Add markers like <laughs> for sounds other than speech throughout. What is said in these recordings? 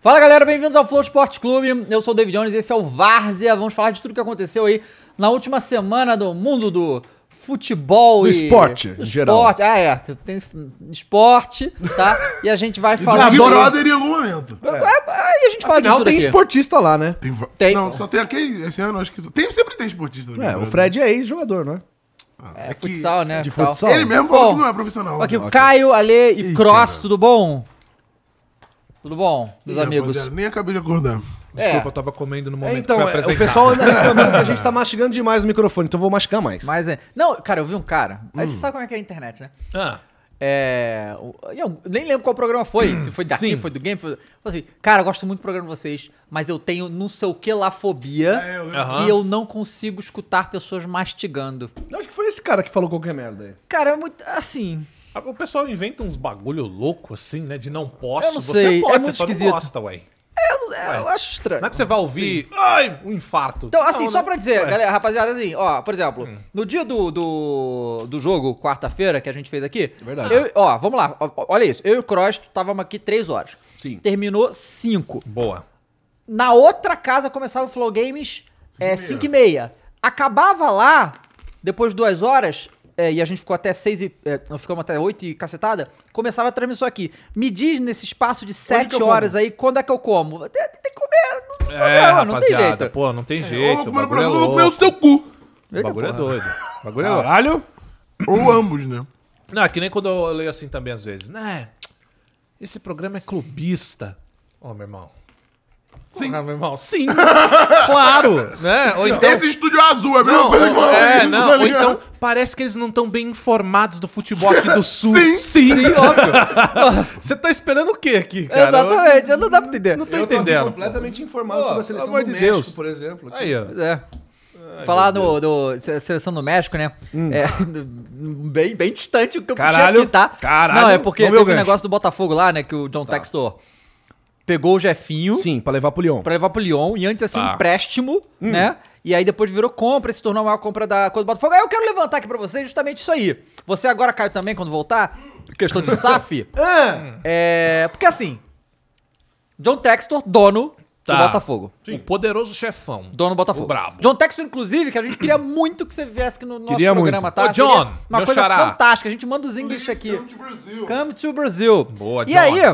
Fala galera, bem-vindos ao Flow Esporte Clube. Eu sou o David Jones e esse é o Várzea. Vamos falar de tudo que aconteceu aí na última semana do mundo do futebol Do e. esporte, em do geral. esporte. Ah, é. que Tem esporte, tá? E a gente <laughs> vai falar. É, Big Brother em algum momento. Aí a gente fala de Afinal, tudo tem aqui. esportista lá, né? Tem va- Tem. Não, só tem aqui esse ano, acho que. só- Tem, sempre tem esportista. no Big É, o Brother. Fred é ex-jogador, não é? Ah, É, que futsal, né? de tal. futsal. Ele mesmo falou Bom, que não é profissional. Aqui, o Ih, Caio, Alê e Cross, é? tudo bom? Tudo bom, meus amigos? rapaziada, Nem acabei de acordar. É, Desculpa, eu tava comendo no É, momento então, que foi é, o apresentado. pessoal <laughs> anda reclamando que a gente tá mastigando demais o microfone, então eu vou mastigar mais. mas é. Não, cara, eu vi um cara. Hum. Aí você sabe como é que é a internet, né? Ah, É. o- Eu nem lembro qual programa foi. Se foi daqui, Sim. foi do game. Foi... Falei assim, cara, eu gosto muito do programa de vocês, mas eu tenho não sei o que lá fobia É, eu lembro Aham. que eu não consigo escutar pessoas mastigando. Eu acho que foi esse cara que falou qualquer merda aí. Cara, é muito. Assim. Ah, o pessoal inventa uns bagulho louco assim, né? De não posso. Eu não sei, Você pode, é muito você só esquisito. não gosta, ué. eu- é, eu acho estranho. Não é que você vai ouvir. Ai, um infarto. Então, assim, Não, só né? pra dizer, Ué. Hum. galera, rapaziada, assim, ó, por exemplo, no dia do, do, do jogo, quarta-feira, que a gente fez aqui. Verdade. eu- ó, vamos lá, ó, olha isso. Eu e o Cross estávamos aqui três horas. Sim. Terminou cinco. Boa. Na outra casa começava o Flow Games 5 e meia. Acabava lá, depois de duas horas, é, e a gente ficou até seis e. É, não, ficamos até oito e cacetada, começava a transmissão aqui. Me diz nesse espaço de sete horas aí, quando é que eu como? Tem, tem que comer, não, não, É, não, rapaziada. não tem jeito. Pô, não tem Ou eu jeito. vou O comer o bagulho é programa, eu vou comer o louco. seu cu. O bagulho é doido. O bagulho é louco. Caralho! Ou ambos, né? Não, é que nem quando eu leio assim também às vezes. Né? Esse programa é clubista. Ô, meu irmão. Sim. meu irmão. Sim. <laughs> claro. Né? Ou então... Esse estúdio azul é a mesma Não, coisa que ou, é, isso, não, tá ou ligado? então parece que eles não estão bem informados do futebol aqui <laughs> do sul. Sim. Sim, óbvio. <laughs> Você tá esperando o quê aqui, cara? Exatamente, não dá pra entender. Eu não tô Eu tô aqui entendendo. completamente informado Pô, sobre a seleção pelo amor do de México, Deus. por exemplo. Aí, ó. Pois é. Falar do, do se- seleção do México, né? É, bem, bem distante o que eu Hum. Caralho, aqui, tá? caralho, Não, é porque teve vamos ver o o gancho. Tá. negócio do Botafogo lá, né? Que o John Textor pegou o Jefinho Sim, pra levar pro Lyon. pra levar pro Lyon e antes ia ser um Tá. empréstimo, Hum. né? E aí depois virou compra e se tornou a maior compra da coisa do Botafogo. Aí eu quero levantar aqui pra vocês justamente isso aí. Você agora, Caio, também, quando voltar, questão de <laughs> SAF, Ah, é... Porque assim, John Textor, dono do Tá. Botafogo. O poderoso chefão. Dono do Botafogo. O brabo. John Texton, inclusive, que a gente queria muito que você viesse aqui no nosso Queria programa, muito. tá? Ô, John, Seria uma meu coisa xará. fantástica. A gente manda os English um aqui. Come to Brazil. Come to Brazil. Boa, e John. aí, né?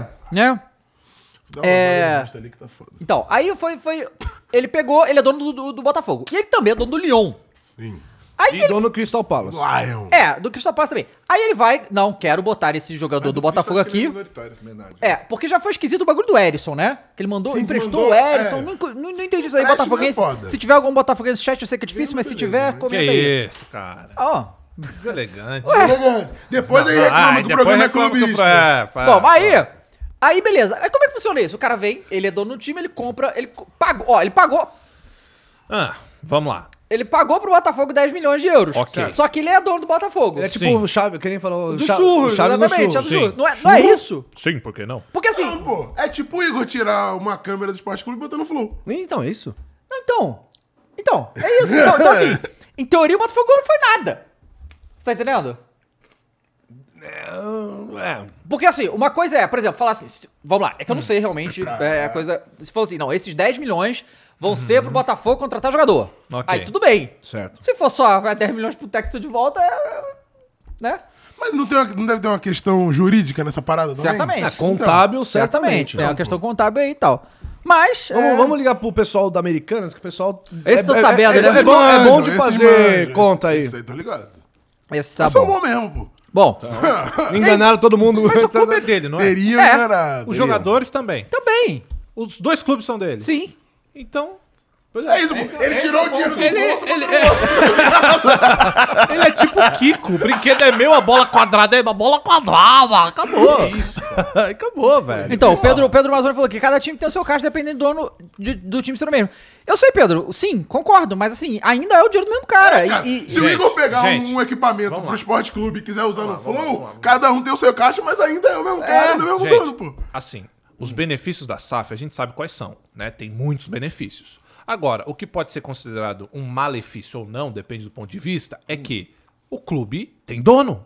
Dá uma É. olhada no rosto ali que tá foda. Então, aí foi. foi ele pegou, ele é dono do, do- do Botafogo. E ele também é dono do Lyon. Sim. Aí e ele. dono Crystal Palace. Lion. É, do Crystal Palace também. Aí ele vai. Não, quero botar esse É, jogador do Botafogo aqui. É, porque já foi esquisito o bagulho do Erisson, né? Que ele mandou, Sim, emprestou mandou, o Erisson. é. Não, não, não entendi isso aí, Empréstimo Botafoguense. é foda. se tiver algum Botafoguense no chat, eu sei que é difícil, Mesmo mas se beleza, tiver, né? Que comenta aí. isso, cara. Ó. Deselegante. Ah, Depois aí reclama que o programa é clubista. Ah, Bom, aí. tá. Aí, beleza. Aí como é que funciona isso? O cara vem, ele é dono do time, ele compra, ele co- pagou. Ó, ele pagou. Ah, vamos lá. Ele pagou pro Botafogo 10 milhões de euros. Ok. Só que ele é dono do Botafogo. Ele é tipo Sim. o Chave, quem falou? do Cha- churro, o Chave no exatamente. é do churro. Sim. churro. Não, é, não é isso? Sim, por que não? Porque assim. Não, pô. É tipo o Igor tirar uma câmera do Esporte Clube e botar no Flow. Então, é isso. não, Então. Então, é isso. Então, então, <laughs> assim, em teoria o Botafogo não foi nada. Tá entendendo? É, Porque assim, uma coisa é, por exemplo, falar assim, se- vamos lá, é que eu não sei realmente, é a coisa, se for assim, não, esses 10 milhões vão ser pro Botafogo contratar jogador. Ok. Aí tudo bem. certo. Se for só vai 10 milhões pro texto de volta, é, é, né? Mas não, tem uma- não deve ter uma questão jurídica nessa parada também? Então, Certamente. É, contábil, certamente. Tem uma questão contábil aí e tal. Mas. é, Vamos, vamos ligar pro pessoal da Americanas, que o pessoal. Esse tô sabendo, é, né? é bom, é bom de Esses fazer manjos, conta aí. Isso aí, tô ligado. Esse tá Eu sou bom. bom mesmo, pô. Bom, Enganaram todo mundo. <laughs> Mas o clube é dele, não é? Teria um É. enganado. Os jogadores também. também. Os dois clubes são dele. tá Sim. Então. pois É isso, pô. Ele tirou o dinheiro do Ele, bolso. ele, é... ele é tipo o Kiko. O brinquedo é meu, a bola quadrada é uma bola quadrada. Acabou. É Isso, <laughs> Acabou, velho. Então, o Pedro, o Pedro Mazzoni falou que cada time tem o seu caixa dependendo do dono de- do time ser o mesmo. Eu sei, Pedro, sim, concordo, mas assim, ainda é o dinheiro do mesmo cara. Cara, e, e- se o Gente, Igor pegar gente, um equipamento vamos pro lá. Esporte Clube e quiser usar no Flow, cada um tem o seu caixa, mas ainda é o mesmo cara, do mesmo dono, Gente, pô. assim, os benefícios da SAF a gente sabe quais são, né? Tem muitos benefícios. Agora, o que pode ser considerado um malefício ou não, depende do ponto de vista, é que o clube tem dono.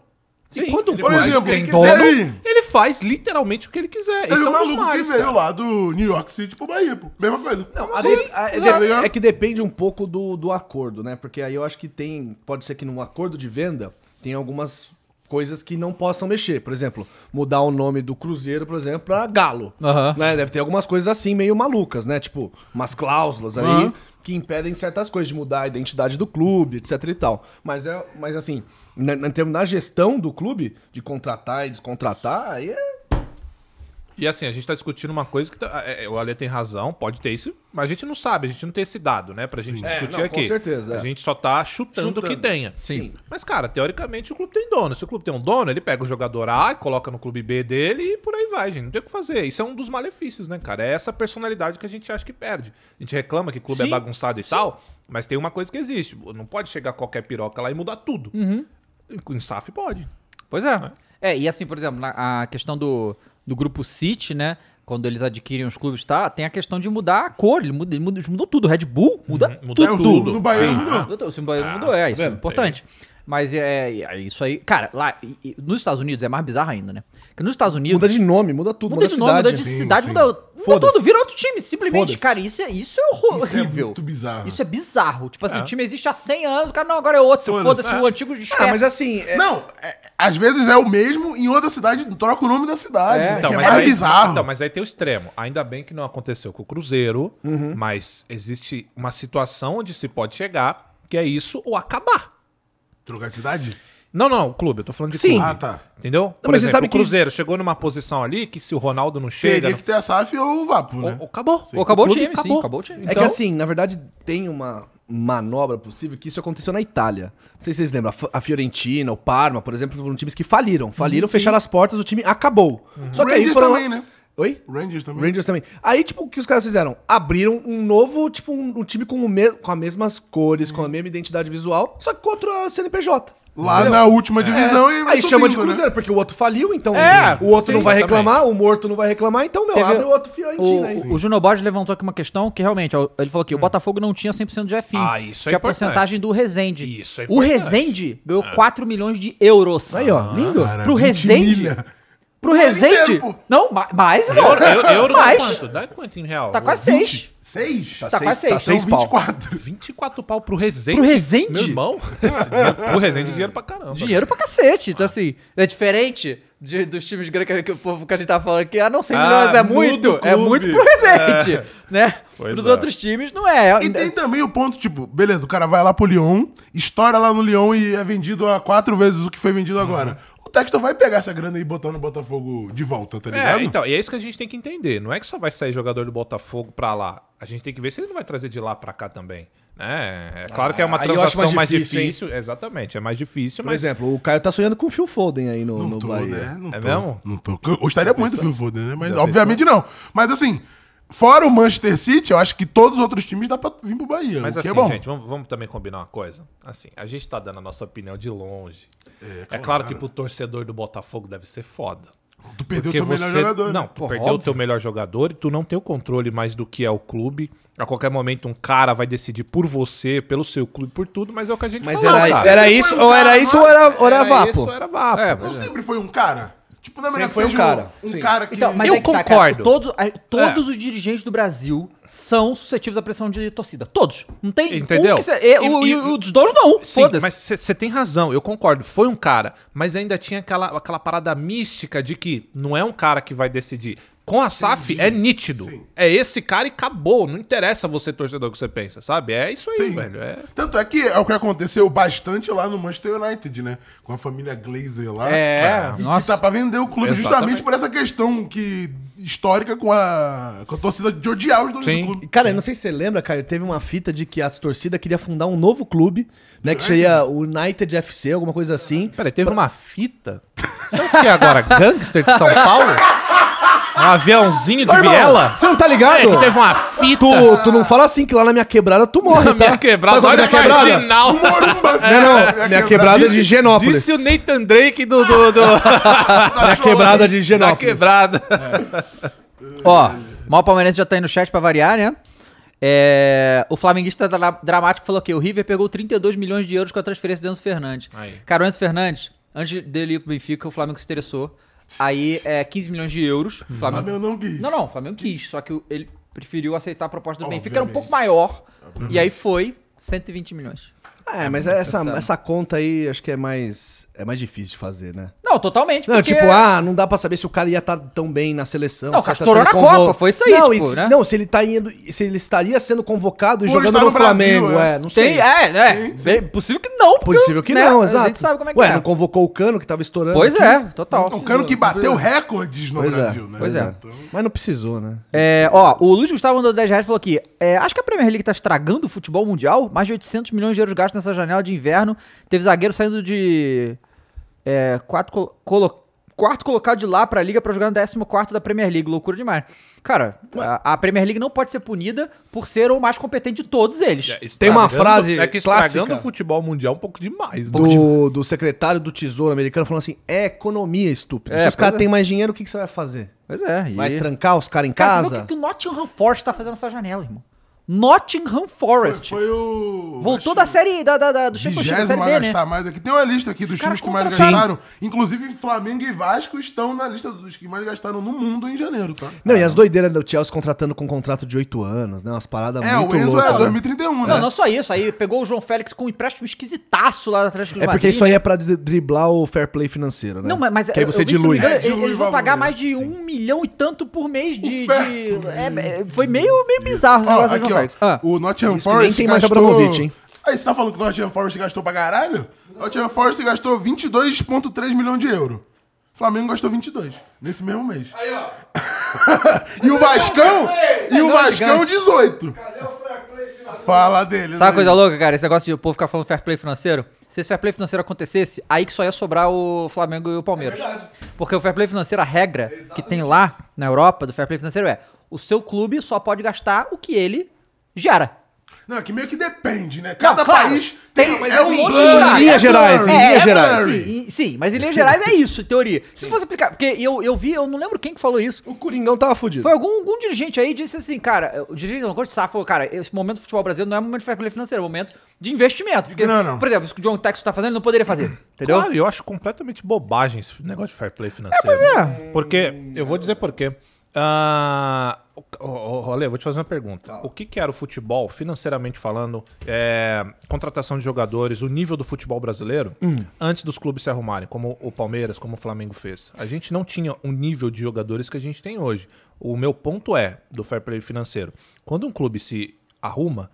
E quando o Por clube exemplo, tem quem dono, quiser ir. ele faz literalmente o que ele quiser. Teve Esse um é um dos maluco mais, que veio cara. lá do New York City pro Bahia, pô. Mesma coisa. Não, Mas a ele- de- a- é, tá de- ligado? é que depende um pouco do, do acordo, né? Porque aí eu acho que tem. Pode ser que num acordo de venda tem algumas coisas que não possam mexer. Por exemplo, mudar o nome do Cruzeiro, por exemplo, pra Galo. Aham. Né? Deve ter algumas coisas assim, meio malucas, né? Tipo, umas cláusulas aí que impedem certas coisas, de mudar a identidade do clube, etc e tal. Mas, é, mas assim, na, na, em termos da gestão do clube, de contratar e descontratar, aí é. E assim, a gente tá discutindo uma coisa que tá- é, é, o Ale tem razão, pode ter isso, mas a gente não sabe, a gente não tem esse dado, né, pra gente discutir É, não, com aqui. certeza, é. A gente só tá chutando o que Chutando. tenha. Sim. Mas, cara, teoricamente o clube tem dono. Se o clube tem um dono, ele pega o jogador A, e coloca no clube B dele e por aí vai, gente. Não tem o que fazer. Isso é um dos malefícios, né, cara? É essa personalidade que a gente acha que perde. A gente reclama que o clube é Sim. bagunçado e tal, mas tem uma coisa que existe. Não pode chegar qualquer piroca lá e mudar tudo. Uhum. Em SAF pode. Pois é. É, e assim, por exemplo, na, a questão do, do grupo City, né? Quando eles adquirem os clubes, tá? Tem a questão de mudar a cor. Ele muda- ele muda- eles mudam tudo. Red Bull muda Uhum, tudo. muda tudo. No Bahia Sim. não mudou. Mudou tudo. O Simba mudou, é, isso é vendo? importante. Mas é, é isso aí. Cara, lá e- e nos Estados Unidos é mais bizarro ainda, né? Porque nos Estados Unidos. Muda de nome, muda tudo, muda de nome, muda de Sim, cidade, sim. muda, muda Foda-se. tudo, vira outro time, simplesmente. Foda-se. Cara, isso é, isso é Isso é horrível. muito bizarro. Isso é bizarro. Tipo assim, o time existe há 100 anos, o cara, não, agora é outro. Foda-se. Foda-se, o antigo esquece. Ah, mas assim, é- Não, é- às vezes é o mesmo, em outra cidade troca o nome da cidade. É. que É, Então, mais aí, bizarro. Então, mas aí tem o extremo. Ainda bem que não aconteceu com o Cruzeiro, mas existe uma situação onde se pode chegar, que é isso ou acabar. Trocar de cidade? Não, não, não, o clube, eu tô falando de Sim. clube. Ah, tá. Entendeu? Por mas você exemplo, sabe o que- Cruzeiro chegou numa posição ali que se o Ronaldo não chega. né? Teria que ter a SAF ou o Vapo, não- né? Ou- ou acabou. Ou acabou o é clube time, sim, acabou o time. É que assim, na verdade, tem uma manobra possível que isso aconteceu na Itália. Não sei se vocês lembram. a F- A Fiorentina, o Parma, por exemplo, foram times que faliram. Faliram, fecharam as portas, o time acabou. Uhum. Só O que aí Rangers foram. lá- também, né? Oi? O Rangers também. Rangers também. Aí, tipo, o que os caras fizeram? Abriram um novo, tipo, um, um time com, o me- com as mesmas cores, com a mesma identidade visual, só que ah, contra a CNPJ. Lá na última divisão É, e vai Aí chama de subindo, né? Cruzeiro, porque o outro faliu, então É, o outro sim, não vai também. reclamar, o morto não vai reclamar, então, meu, Teve- abre o outro Fiorentina aí. O, o Júnior Borges levantou aqui uma questão que realmente, ó, ele falou que o Botafogo não tinha 100% de FI. Hum. Ah, isso é que a importante. porcentagem do Rezende. Isso é O importante. É. Rezende ganhou 4 milhões de euros. Aí, ó, lindo. Ah, Cara, Pro 20 Rezende? milha. Pro Vale Rezende? tempo. Não, ma- mais, irmão. Euro, euro, euro dá Mas- quanto? Dá quanto em real? Tá quase 6. Seis? Tá quase seis, tá são seis pau. 24. 24 pau pro Resende. Pro Rezende? Meu irmão. <laughs> Esse dinheiro- pro Resende, dinheiro pra caramba. Dinheiro pra cacete. Então, assim, é diferente de- dos times grandes que, que o povo que a gente tava falando aqui. Ah, não, 100 Ah, milhões é muda o muito. É clube. É. muito pro Rezende. Né? Pois Pros é. outros times, não é. E tem também o ponto, tipo, beleza, o cara vai lá pro Lyon, estoura lá no Lyon e é vendido a quatro vezes o que foi vendido agora. O Textor vai pegar essa grana e botar no Botafogo de volta, tá ligado? É, então, e é isso que a gente tem que entender. Não é que só vai sair jogador do Botafogo pra lá. A gente tem que ver se ele não vai trazer de lá pra cá também. Né? É claro que é uma Ah, aí eu acho transação mais, mais difícil. difícil, hein? Exatamente, é mais difícil, Por mas. exemplo, o Caio tá sonhando com o Phil Foden aí no, Não no tô, Bahia. né? Não É tô. mesmo? Não tô. Eu gostaria muito do Phil Foden, né? Mas Já obviamente não. Mas assim, fora o Manchester City, eu acho que todos os outros times dá pra vir pro Bahia. Mas o que assim, é bom. gente, vamos, vamos também combinar uma coisa? Assim, a gente tá dando a nossa opinião de longe. É claro, que pro torcedor do Botafogo deve ser foda. tu perdeu o Porque teu melhor jogador. né? Não, tu Pô, perdeu o óbvio. teu melhor jogador e tu não tem o controle mais do que é o clube. A qualquer momento um cara vai decidir por você, pelo seu clube, por tudo, mas é o que a gente Mas falou, era, cara. isso- era isso, ou era isso, ou era, ou um era, é. vapo. Isso, era vapo. Não sempre foi um cara. Tipo, na verdade, foi um seja cara. Um Sim. cara que. Então, mas Eu é que tá, cara. concordo. É. Todo- a- todos os dirigentes do Brasil são suscetíveis à pressão de torcida. Todos. Não tem um Entendeu? que se- e- E- o, e- e o dos dois não. Sim, Foda-se. mas você tem razão, eu concordo. Foi um cara, mas ainda tinha aquela, aquela parada mística de que não é um cara que vai decidir. Com a SAF é nítido. É esse cara e acabou. Não interessa você, torcedor, o que você pensa, sabe? É isso aí, Sim. velho. É... Tanto é que é o que aconteceu bastante lá no Manchester United, né? Com a família Glazer lá. É, E que nossa. tá pra vender o clube Exatamente. justamente por essa questão que histórica com a, com a torcida de odiar os donos Sim. do clube. Cara, eu não sei se você lembra, Caio, teve uma fita de que a torcida queria fundar um novo clube, né? Que seria o United FC, alguma coisa assim. Peraí, teve uma fita? Sabe o que é agora? Gangster de São Paulo? Um aviãozinho de Ô, irmão, viela? Você não tá ligado? É que teve uma fita. tu, tu não fala assim que lá na minha quebrada tu morre, Na tá? minha quebrada, Sabe qual é olha a minha quebrada? marginal. <laughs> É, Morumba, assim, Não, não, sério. minha quebrada é de Disse- Genópolis. Disse o Nathan Drake do... do, <laughs> do... minha quebrada de da Genópolis. quebrada. Ó, mal palmeirense já tá aí no chat pra variar, né? É, o flamenguista dra- dramático falou que o River pegou 32 milhões de euros com a transferência do Enzo Fernandes. Aí. Cara, o Enzo Fernandes, antes dele ir pro Benfica, o Flamengo se interessou. Aí é 15 milhões de euros. Ah, meu, Flamengo... não quis. Não, não, o Flamengo quis, só que o- ele preferiu aceitar a proposta do Benfica, era um Obviamente. pouco maior. E aí foi 120 milhões. <laughs> É, mas essa, Essa- essa conta aí acho que é mais, é mais difícil de fazer, né? Não, totalmente. Não, porque- tipo, ah, não dá pra saber se o cara ia estar tão bem na seleção. Não, se ele tá estourou sendo na Copa, foi isso aí, não, tipo, e- né? Não, se ele, tá indo, se ele estaria sendo convocado e Por jogando estar no, no Brasil, Flamengo, é. é, não sei. Tem, é, né? Bem, Possível que não, porque, Possível que né, não, exato. A gente sabe como é que Ué, é. não convocou o Cano, que tava estourando. Pois aqui. é, total. O cara um que bateu recordes no Pois é, Brasil, né? pois é. Então, Mas não precisou, né? É, ó, o Luiz Gustavo mandou 10 reais e falou aqui: é, acho que a Premier League tá estragando o futebol mundial. Mais de 800 milhões de euros gastos nessa janela de inverno. Teve zagueiro saindo de. É, quatro colo- colo- quarto colocado de lá pra liga pra jogar no 14 da Premier League. Loucura demais. Cara, a, a Premier League não pode ser punida por ser o mais competente de todos eles. É, Tem uma É, Estragando- frase É que estragando clássica. o futebol mundial é um pouco demais, né? Do, do secretário do Tesouro americano falando assim: é economia, estúpido. É, se pois os caras é. têm mais dinheiro, o que, que você vai fazer? Pois é. Vai e... trancar os caras em Cara, você casa? vê o que, que o Nottingham Forest tá fazendo nessa janela, irmão? Nottingham Forest. Foi o. é. Voltou da série da, da, da, do Championship, da Vigésimo série B, a né? gastar mais aqui. Tem uma lista aqui dos caras times que mais contrataram. gastaram. Inclusive, Flamengo e Vasco estão na lista dos que mais gastaram no mundo em janeiro, tá? é? Não, e as doideiras do Chelsea contratando com um contrato de 8 anos, né? Umas paradas É, muito o Enzo loucas. é né? 2031, né? Não, não só isso. Aí pegou o João Félix com um empréstimo esquisitaço lá atrás do É porque isso aí é pra dri- driblar o fair play financeiro, né? Não, mas, mas que aí eu- você eu vi, se não dilui. me engano, É, dilui eles vão o valor, pagar né? mais de um milhão e tanto por mês de. de- ferro. é, é, foi meio, meio bizarro esse Ó, negócio do aqui, João Félix. ó, Ah. O Nottingham Isso que nem Forest tem mais Abramovich, hein? Aí você tá falando que o Nottingham Forest gastou pra caralho? O Nottingham Forest gastou 22,3 milhões de euros. O Flamengo gastou 22 nesse mesmo mês. Aí, ó. <laughs> e o Vascão? E o Não, Vascão, gigante. 18. Cadê o Fala né? deles. Sabe é a aí. coisa louca, cara? Esse negócio de o povo ficar falando fair play financeiro? Se esse fair play financeiro acontecesse, aí que só ia sobrar o Flamengo e o É Palmeiras. Porque o fair play financeiro, a regra que tem lá na Europa do fair play financeiro é: o seu clube só pode gastar o que ele gera. Não, é que meio que depende, né? Cada claro. país Tem- tem, mas é assim, um em plano. linhas gerais, É, em linhas gerais. Sim, assim, sim, mas em linhas gerais é isso, em teoria. Se fosse aplicar, porque eu, eu vi, eu não lembro quem que falou isso. O Coringão tava fudido. Foi algum, algum dirigente aí disse assim, cara, o dirigente não gosta de safra, falou, cara, esse momento do futebol brasileiro não é momento de fair play financeiro, é momento de investimento. Porque, Não, não. por exemplo, isso que o John Texo tá fazendo, ele não poderia fazer, entendeu? Claro, eu acho completamente bobagem esse negócio de fair play financeiro. É, pois né? Porque, eu vou dizer por quê. Ah, o- o- o- Ale, eu vou te fazer uma pergunta. O que, que era o futebol, financeiramente falando, é, contratação de jogadores, o nível do futebol brasileiro, Hum. antes dos clubes se arrumarem, como o Palmeiras, como o Flamengo fez? A gente não tinha o nível de jogadores que a gente tem hoje. O meu ponto é, do fair play financeiro, quando um clube se arruma,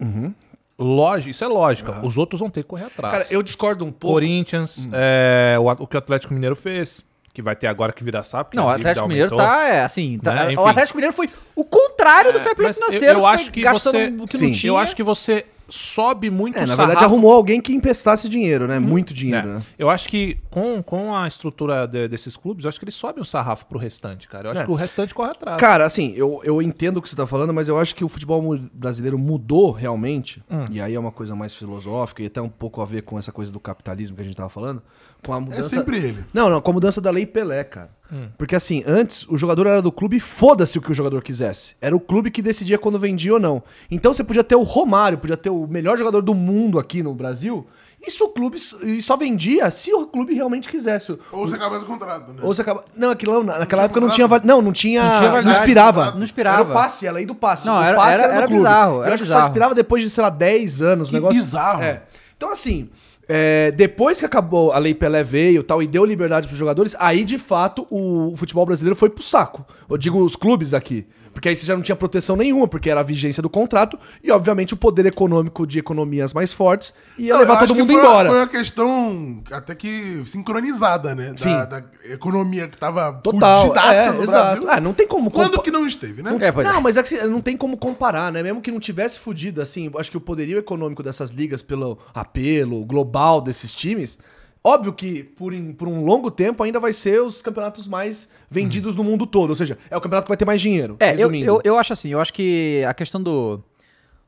lógico, isso é lógica, os outros vão ter que correr atrás. Uhum. Cara, eu discordo um pouco. Corinthians, é, o, a- o que o Atlético Mineiro fez, que vai ter agora que virar sapo. que Não, o a dívida Atlético Mineiro aumentou. tá, é, assim, tá- Né, o enfim. Atlético Mineiro foi o contrário do fair play É, Mas eu- financeiro, Eu, foi acho que gastando você, o que Sim. não tinha. Eu acho que você sobe muito Um É, o na verdade sarrafo. arrumou alguém que emprestasse dinheiro, Hum. né? Muito É, dinheiro, né? Eu acho que com, com a estrutura de- desses clubes, eu acho que eles sobem o sarrafo pro restante, cara. Eu acho É. que o restante corre atrás. Cara, assim, eu, eu entendo o que você tá falando, mas eu acho que o futebol mu- brasileiro mudou realmente, e aí é uma coisa mais filosófica e até um pouco a ver com essa coisa do capitalismo que a gente tava falando, com a É mudança... sempre ele. Não, não, com a mudança da lei Pelé, cara. Porque assim, antes o jogador era do clube e foda-se o que o jogador quisesse. Era o clube que decidia quando vendia ou não. Então você podia ter o Romário, podia ter o melhor jogador do mundo aqui no Brasil. Isso o clube e só vendia se o clube realmente quisesse. Ou você acaba do contrato, né? Ou você acaba. Não, aquilo, na- naquela época não tinha. va- Não, não tinha. Não, tinha validade, inspirava. não inspirava. Era o passe, a lei do passe. Não, o era- passe era- era clube. bizarro, Eu era acho que só bizarro. inspirava depois de, sei lá, 10 anos. Que negócio. bizarro. É. Então, assim. é, depois que acabou a Lei Pelé veio e tal e deu liberdade pros jogadores, aí de fato o, o futebol brasileiro foi pro saco. Eu digo os clubes aqui. Porque aí você já não tinha proteção nenhuma, porque era a vigência do contrato e, obviamente, o poder econômico de economias mais fortes ia Não, eu levar acho todo que mundo foi- embora. Foi uma questão até que sincronizada, né? Da, Sim. da economia que tava Total. fudidaça É, no exato. Brasil. Ah, não tem como Quando compa- que não esteve, né? É, pois não, mas é que cê- não tem como comparar, né? Mesmo que não tivesse fudido, assim, acho que o poderio econômico dessas ligas pelo apelo global desses times, óbvio que por, em- por um longo tempo ainda vai ser os campeonatos mais vendidos no mundo todo. Ou seja, é o campeonato que vai ter mais dinheiro, Uhum. É, eu, eu, eu acho assim, eu acho que a questão do,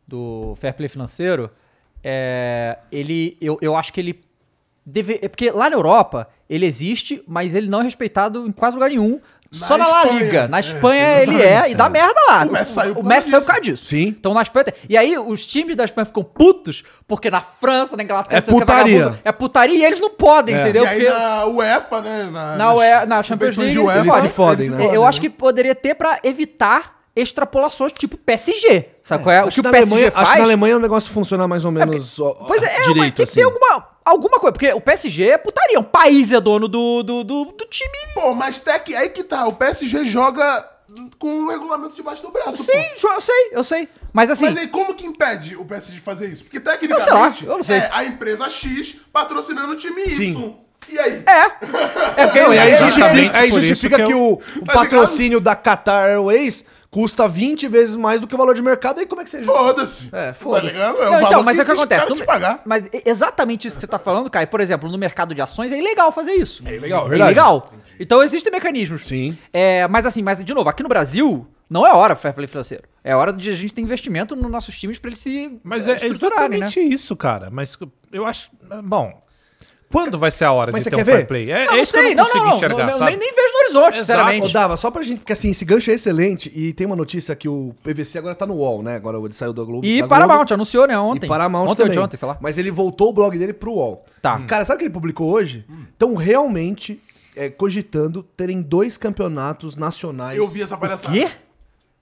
do fair play financeiro, é, ele, eu, eu acho que ele deve, é porque lá na Europa ele existe, mas ele não é respeitado em quase lugar nenhum. Só na La Espanha. Liga. Na É, Espanha ele é e dá merda lá. O Messi saiu por o Messi causa saiu por disso. causa disso. Sim. Então na Espanha. tem- E aí os times da Espanha ficam putos porque na França, na Inglaterra, É sei lá o que, putaria. vagabundo, É putaria e eles não podem, É. entendeu? E aí Porque- na UEFA, né? Na, Na UE na Champions competições League, de eles se UEFA, fodem. se fodem, né? É, Eu acho que poderia ter pra evitar extrapolações tipo PSG. Sabe qual é? O Acho que que, o na PSG Alemanha, faz... acho que na Alemanha o negócio funciona mais ou menos ó, ó, Pois é, é, mas direito, tem que assim. ter alguma, alguma coisa. Porque o PSG é putaria. Um país é dono do, do, do, do time. Pô, mas até que aí que tá. O PSG joga com o regulamento debaixo do braço, pô. Sim, jo- eu sei, eu sei. Mas assim... Mas aí como que impede o PSG de fazer isso? Porque tecnicamente Eu sei lá, eu não sei. é a empresa X patrocinando o time Y. Sim. E aí? É. É porque Não, e aí tá eles- justifica, aí por isso justifica que que, o, é o Tá um- patrocínio da Qatar Airways custa 20 vezes mais do que o valor de mercado. Aí como é que você Foda-se. É, foda-se. Tá ligado? É o Não, então, valor mas é o que os acontece. caras No- te pagar. Mas e- exatamente isso que você tá falando, Caio. Por exemplo, no mercado de ações é ilegal fazer isso. É ilegal, verdade. ilegal. Então existem mecanismos. Sim. É, mas assim, mas de novo, aqui no Brasil não é hora do fair play financeiro. É hora de a gente ter investimento nos nossos times pra eles se Mas eh, é, exatamente isso, cara. Mas eu acho. Bom. Quando vai ser a hora Mas de você ter quer um fair ver? play? É, Não, é não isso que eu sei, não, não não, consigo não, enxergar, não, sabe? nem, nem vejo no horizonte, Exato. Ô, sinceramente. Dava, só pra gente, porque assim, esse gancho é excelente e tem uma notícia que o PVC agora tá no UOL, né? Agora ele saiu da Globo. E da Paramount, Globo, anunciou, né, ontem. E Paramount ontem ou também. de ontem, sei lá. Mas ele voltou o blog dele pro UOL. Tá. Hum. Hum. Cara, sabe o que ele publicou hoje? Estão realmente é, cogitando terem dois campeonatos nacionais. Eu vi essa palhaçada. Quê?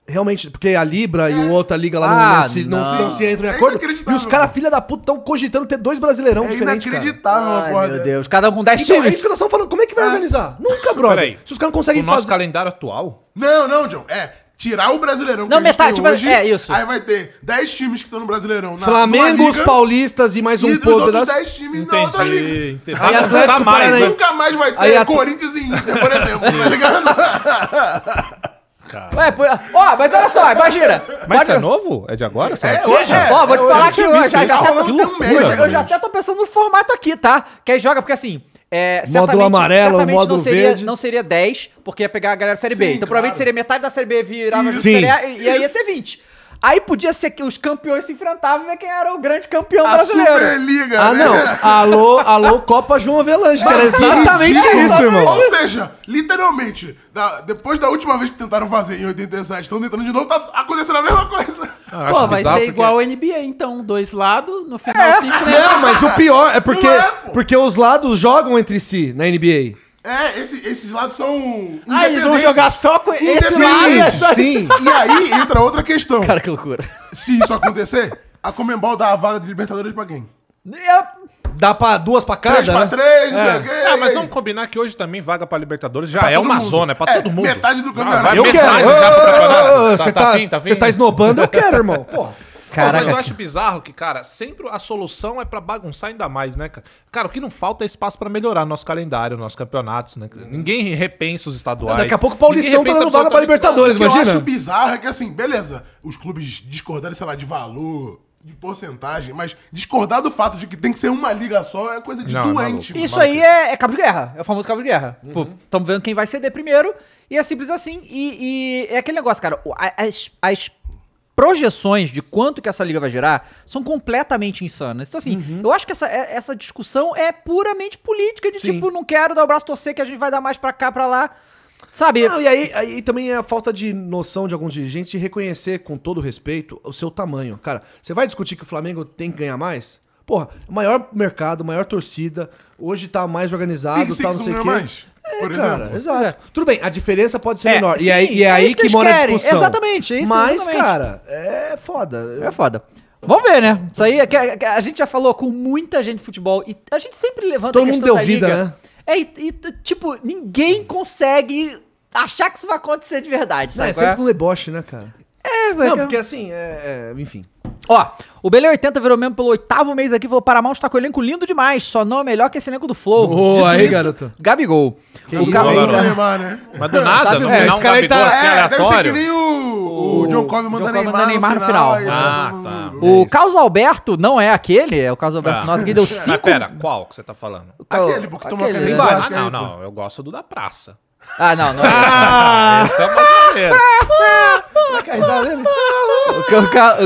Realmente, porque a Libra e o outra liga lá Ah, não, não se, não, não. se- não se entram em É acordo. E inacreditável. os caras, filha da puta, estão cogitando ter dois brasileirão É diferentes, cara. inacreditável uma porra Ai, meu dessa. Deus. Cada um com 10 Então, é times. isso que nós estamos falando. Como é que vai organizar? Nunca, brother. Peraí. Se os caras não conseguem O nosso fazer... calendário atual? Não, não, John. É, tirar o Brasileirão Não, a gente metade, tem mas é isso. Aí vai ter 10 times que estão no Brasileirão. na- Flamengo, numa os liga, paulistas e mais E um dos pouco outros das... 10 times na outra liga. Entendi. entendi. Aí Vai Atlético lançar mais, Paranaense- né? Nunca mais vai ter Aí a- Corinthians e Inter, por exemplo, <laughs> tá ligado? Ué, pô- ó, mas olha só, imagina. Mas isso Imagina- é novo? É de agora? essa notícia? hoje é. Ó, vou te eu falar não que tinha eu visto já, isso. já Tá até falando tô, que tem um mês, eu já- eu gente. já até tô pensando no formato aqui, tá? Que aí joga, porque assim. É, certamente- amarelo, certamente módulo não seria, verde. Não seria 10, porque ia pegar a galera da Série B. Sim, Então provavelmente claro. seria metade da Série B virava Isso. Série A e, e aí ia ter 20. Aí podia ser que os campeões se enfrentavam e ver quem era o grande campeão A brasileiro. Superliga. Ah, né? não. Alô, alô, Copa João Avelange, cara. É Exatamente ridículo. isso, irmão. Ou seja, literalmente, da- depois da última vez que tentaram fazer em 87, estão tentando de novo, tá acontecendo a mesma coisa. <laughs> Ah, acho Pô, vai bizarro ser porque- igual o NBA, então. Dois lados, no final É. se Não, enfrentam. mas o pior é porque, Não é, pô. porque os lados jogam entre si na NBA. É, esse- esses lados são. Ah, eles vão independentes. jogar só com esse lado. é só- Sim, sim. E aí entra outra questão. Cara, que loucura. Se isso acontecer, a Comembol dá a vaga de Libertadores pra quem? Eu- Dá pra duas pra cada, 3 pra né? 3, não sei o quê. Ah, mas vamos combinar que hoje também vaga pra Libertadores já é todo uma mundo. zona, é pra É, todo mundo. metade do campeonato. vai Eu metade quero. já pro campeonato. Ô, ô, ô, ô, Tá- Você tá tá, afim, tá você afim? tá esnobando, eu quero, irmão. Porra. Mas eu Caraca. acho bizarro que, cara, sempre a solução é pra bagunçar ainda mais, né, cara? Cara, o que não falta é espaço pra melhorar nosso calendário, nossos campeonatos, né? Ninguém repensa os estaduais. Daqui a pouco o Paulistão Ninguém tá repensa dando vaga pra absolutamente Libertadores, O que eu acho imagina? bizarro é que, assim, beleza, os clubes discordarem, sei lá, de valor, de porcentagem, mas discordar do fato de que tem que ser uma liga só é coisa de Não, é doente. maluco. mano. Isso aí é, é cabo de guerra. É o famoso cabo de guerra. Estamos vendo quem vai ceder primeiro. E é simples assim. E, e é aquele negócio, cara. o- a- As, as projeções de quanto que essa liga vai gerar são completamente insanas. Então, assim, eu acho que essa, é- essa discussão é puramente política. De tipo, não quero dar o braço a torcer que a gente vai dar mais pra cá, pra lá. Sabe? Não, e aí, aí também é a falta de noção de alguns dirigentes de reconhecer, com todo respeito, o seu tamanho. Cara, você vai discutir que o Flamengo tem que ganhar mais? Porra, maior mercado, maior torcida, hoje tá mais organizado, Big tá Six não sei não o quê. ganha mais, É, por cara, exemplo. exato. Tudo bem, a diferença pode ser É, menor. sim, e aí, e é é aí isso que que eles mora a querem, discussão. exatamente, é isso, Mas, exatamente. cara, é foda. É foda. Vamos ver, né? Isso aí, é que- é que a gente já falou com muita gente de futebol e a gente sempre levanta Todo a mundo questão deu da vida, liga. né? É, e, e, tipo, ninguém consegue achar que isso vai acontecer de verdade, Não, sabe? é qual é? sempre com deboche, né, cara? É, Não, velho. porque assim, é, é, enfim. Ó, o Belém 80 virou membro pelo oitavo mês aqui, falou, Paramount tá com o elenco lindo demais, só não é melhor que esse elenco do Flow. Ô, Dito aí, garoto. Gabigol. isso, Gabigol- hein, Sem garoto? Neymar, né? Mas do <laughs> nada, no É, final esse um cara aí Gabigol tá- assim, É, deve ser que aleatório. nem o, o John Cove manda John Cove Neymar, manda Neymar no no final. final. aí Ah, todo mundo- É tá. O Carlos Alberto não é aquele, é o Carlos Alberto Ah. nosso <laughs> que deu Mas cinco... pera, qual que você tá falando? <laughs> Aquele, porque tomou aquele, aquele né? gol. Ah, acho que é não, aí, não, eu gosto do da praça. Ah, não, não <laughs> é. <laughs> Esse é o mais maneiro. é Vai cair risada dele? O, Ca- o, Ca-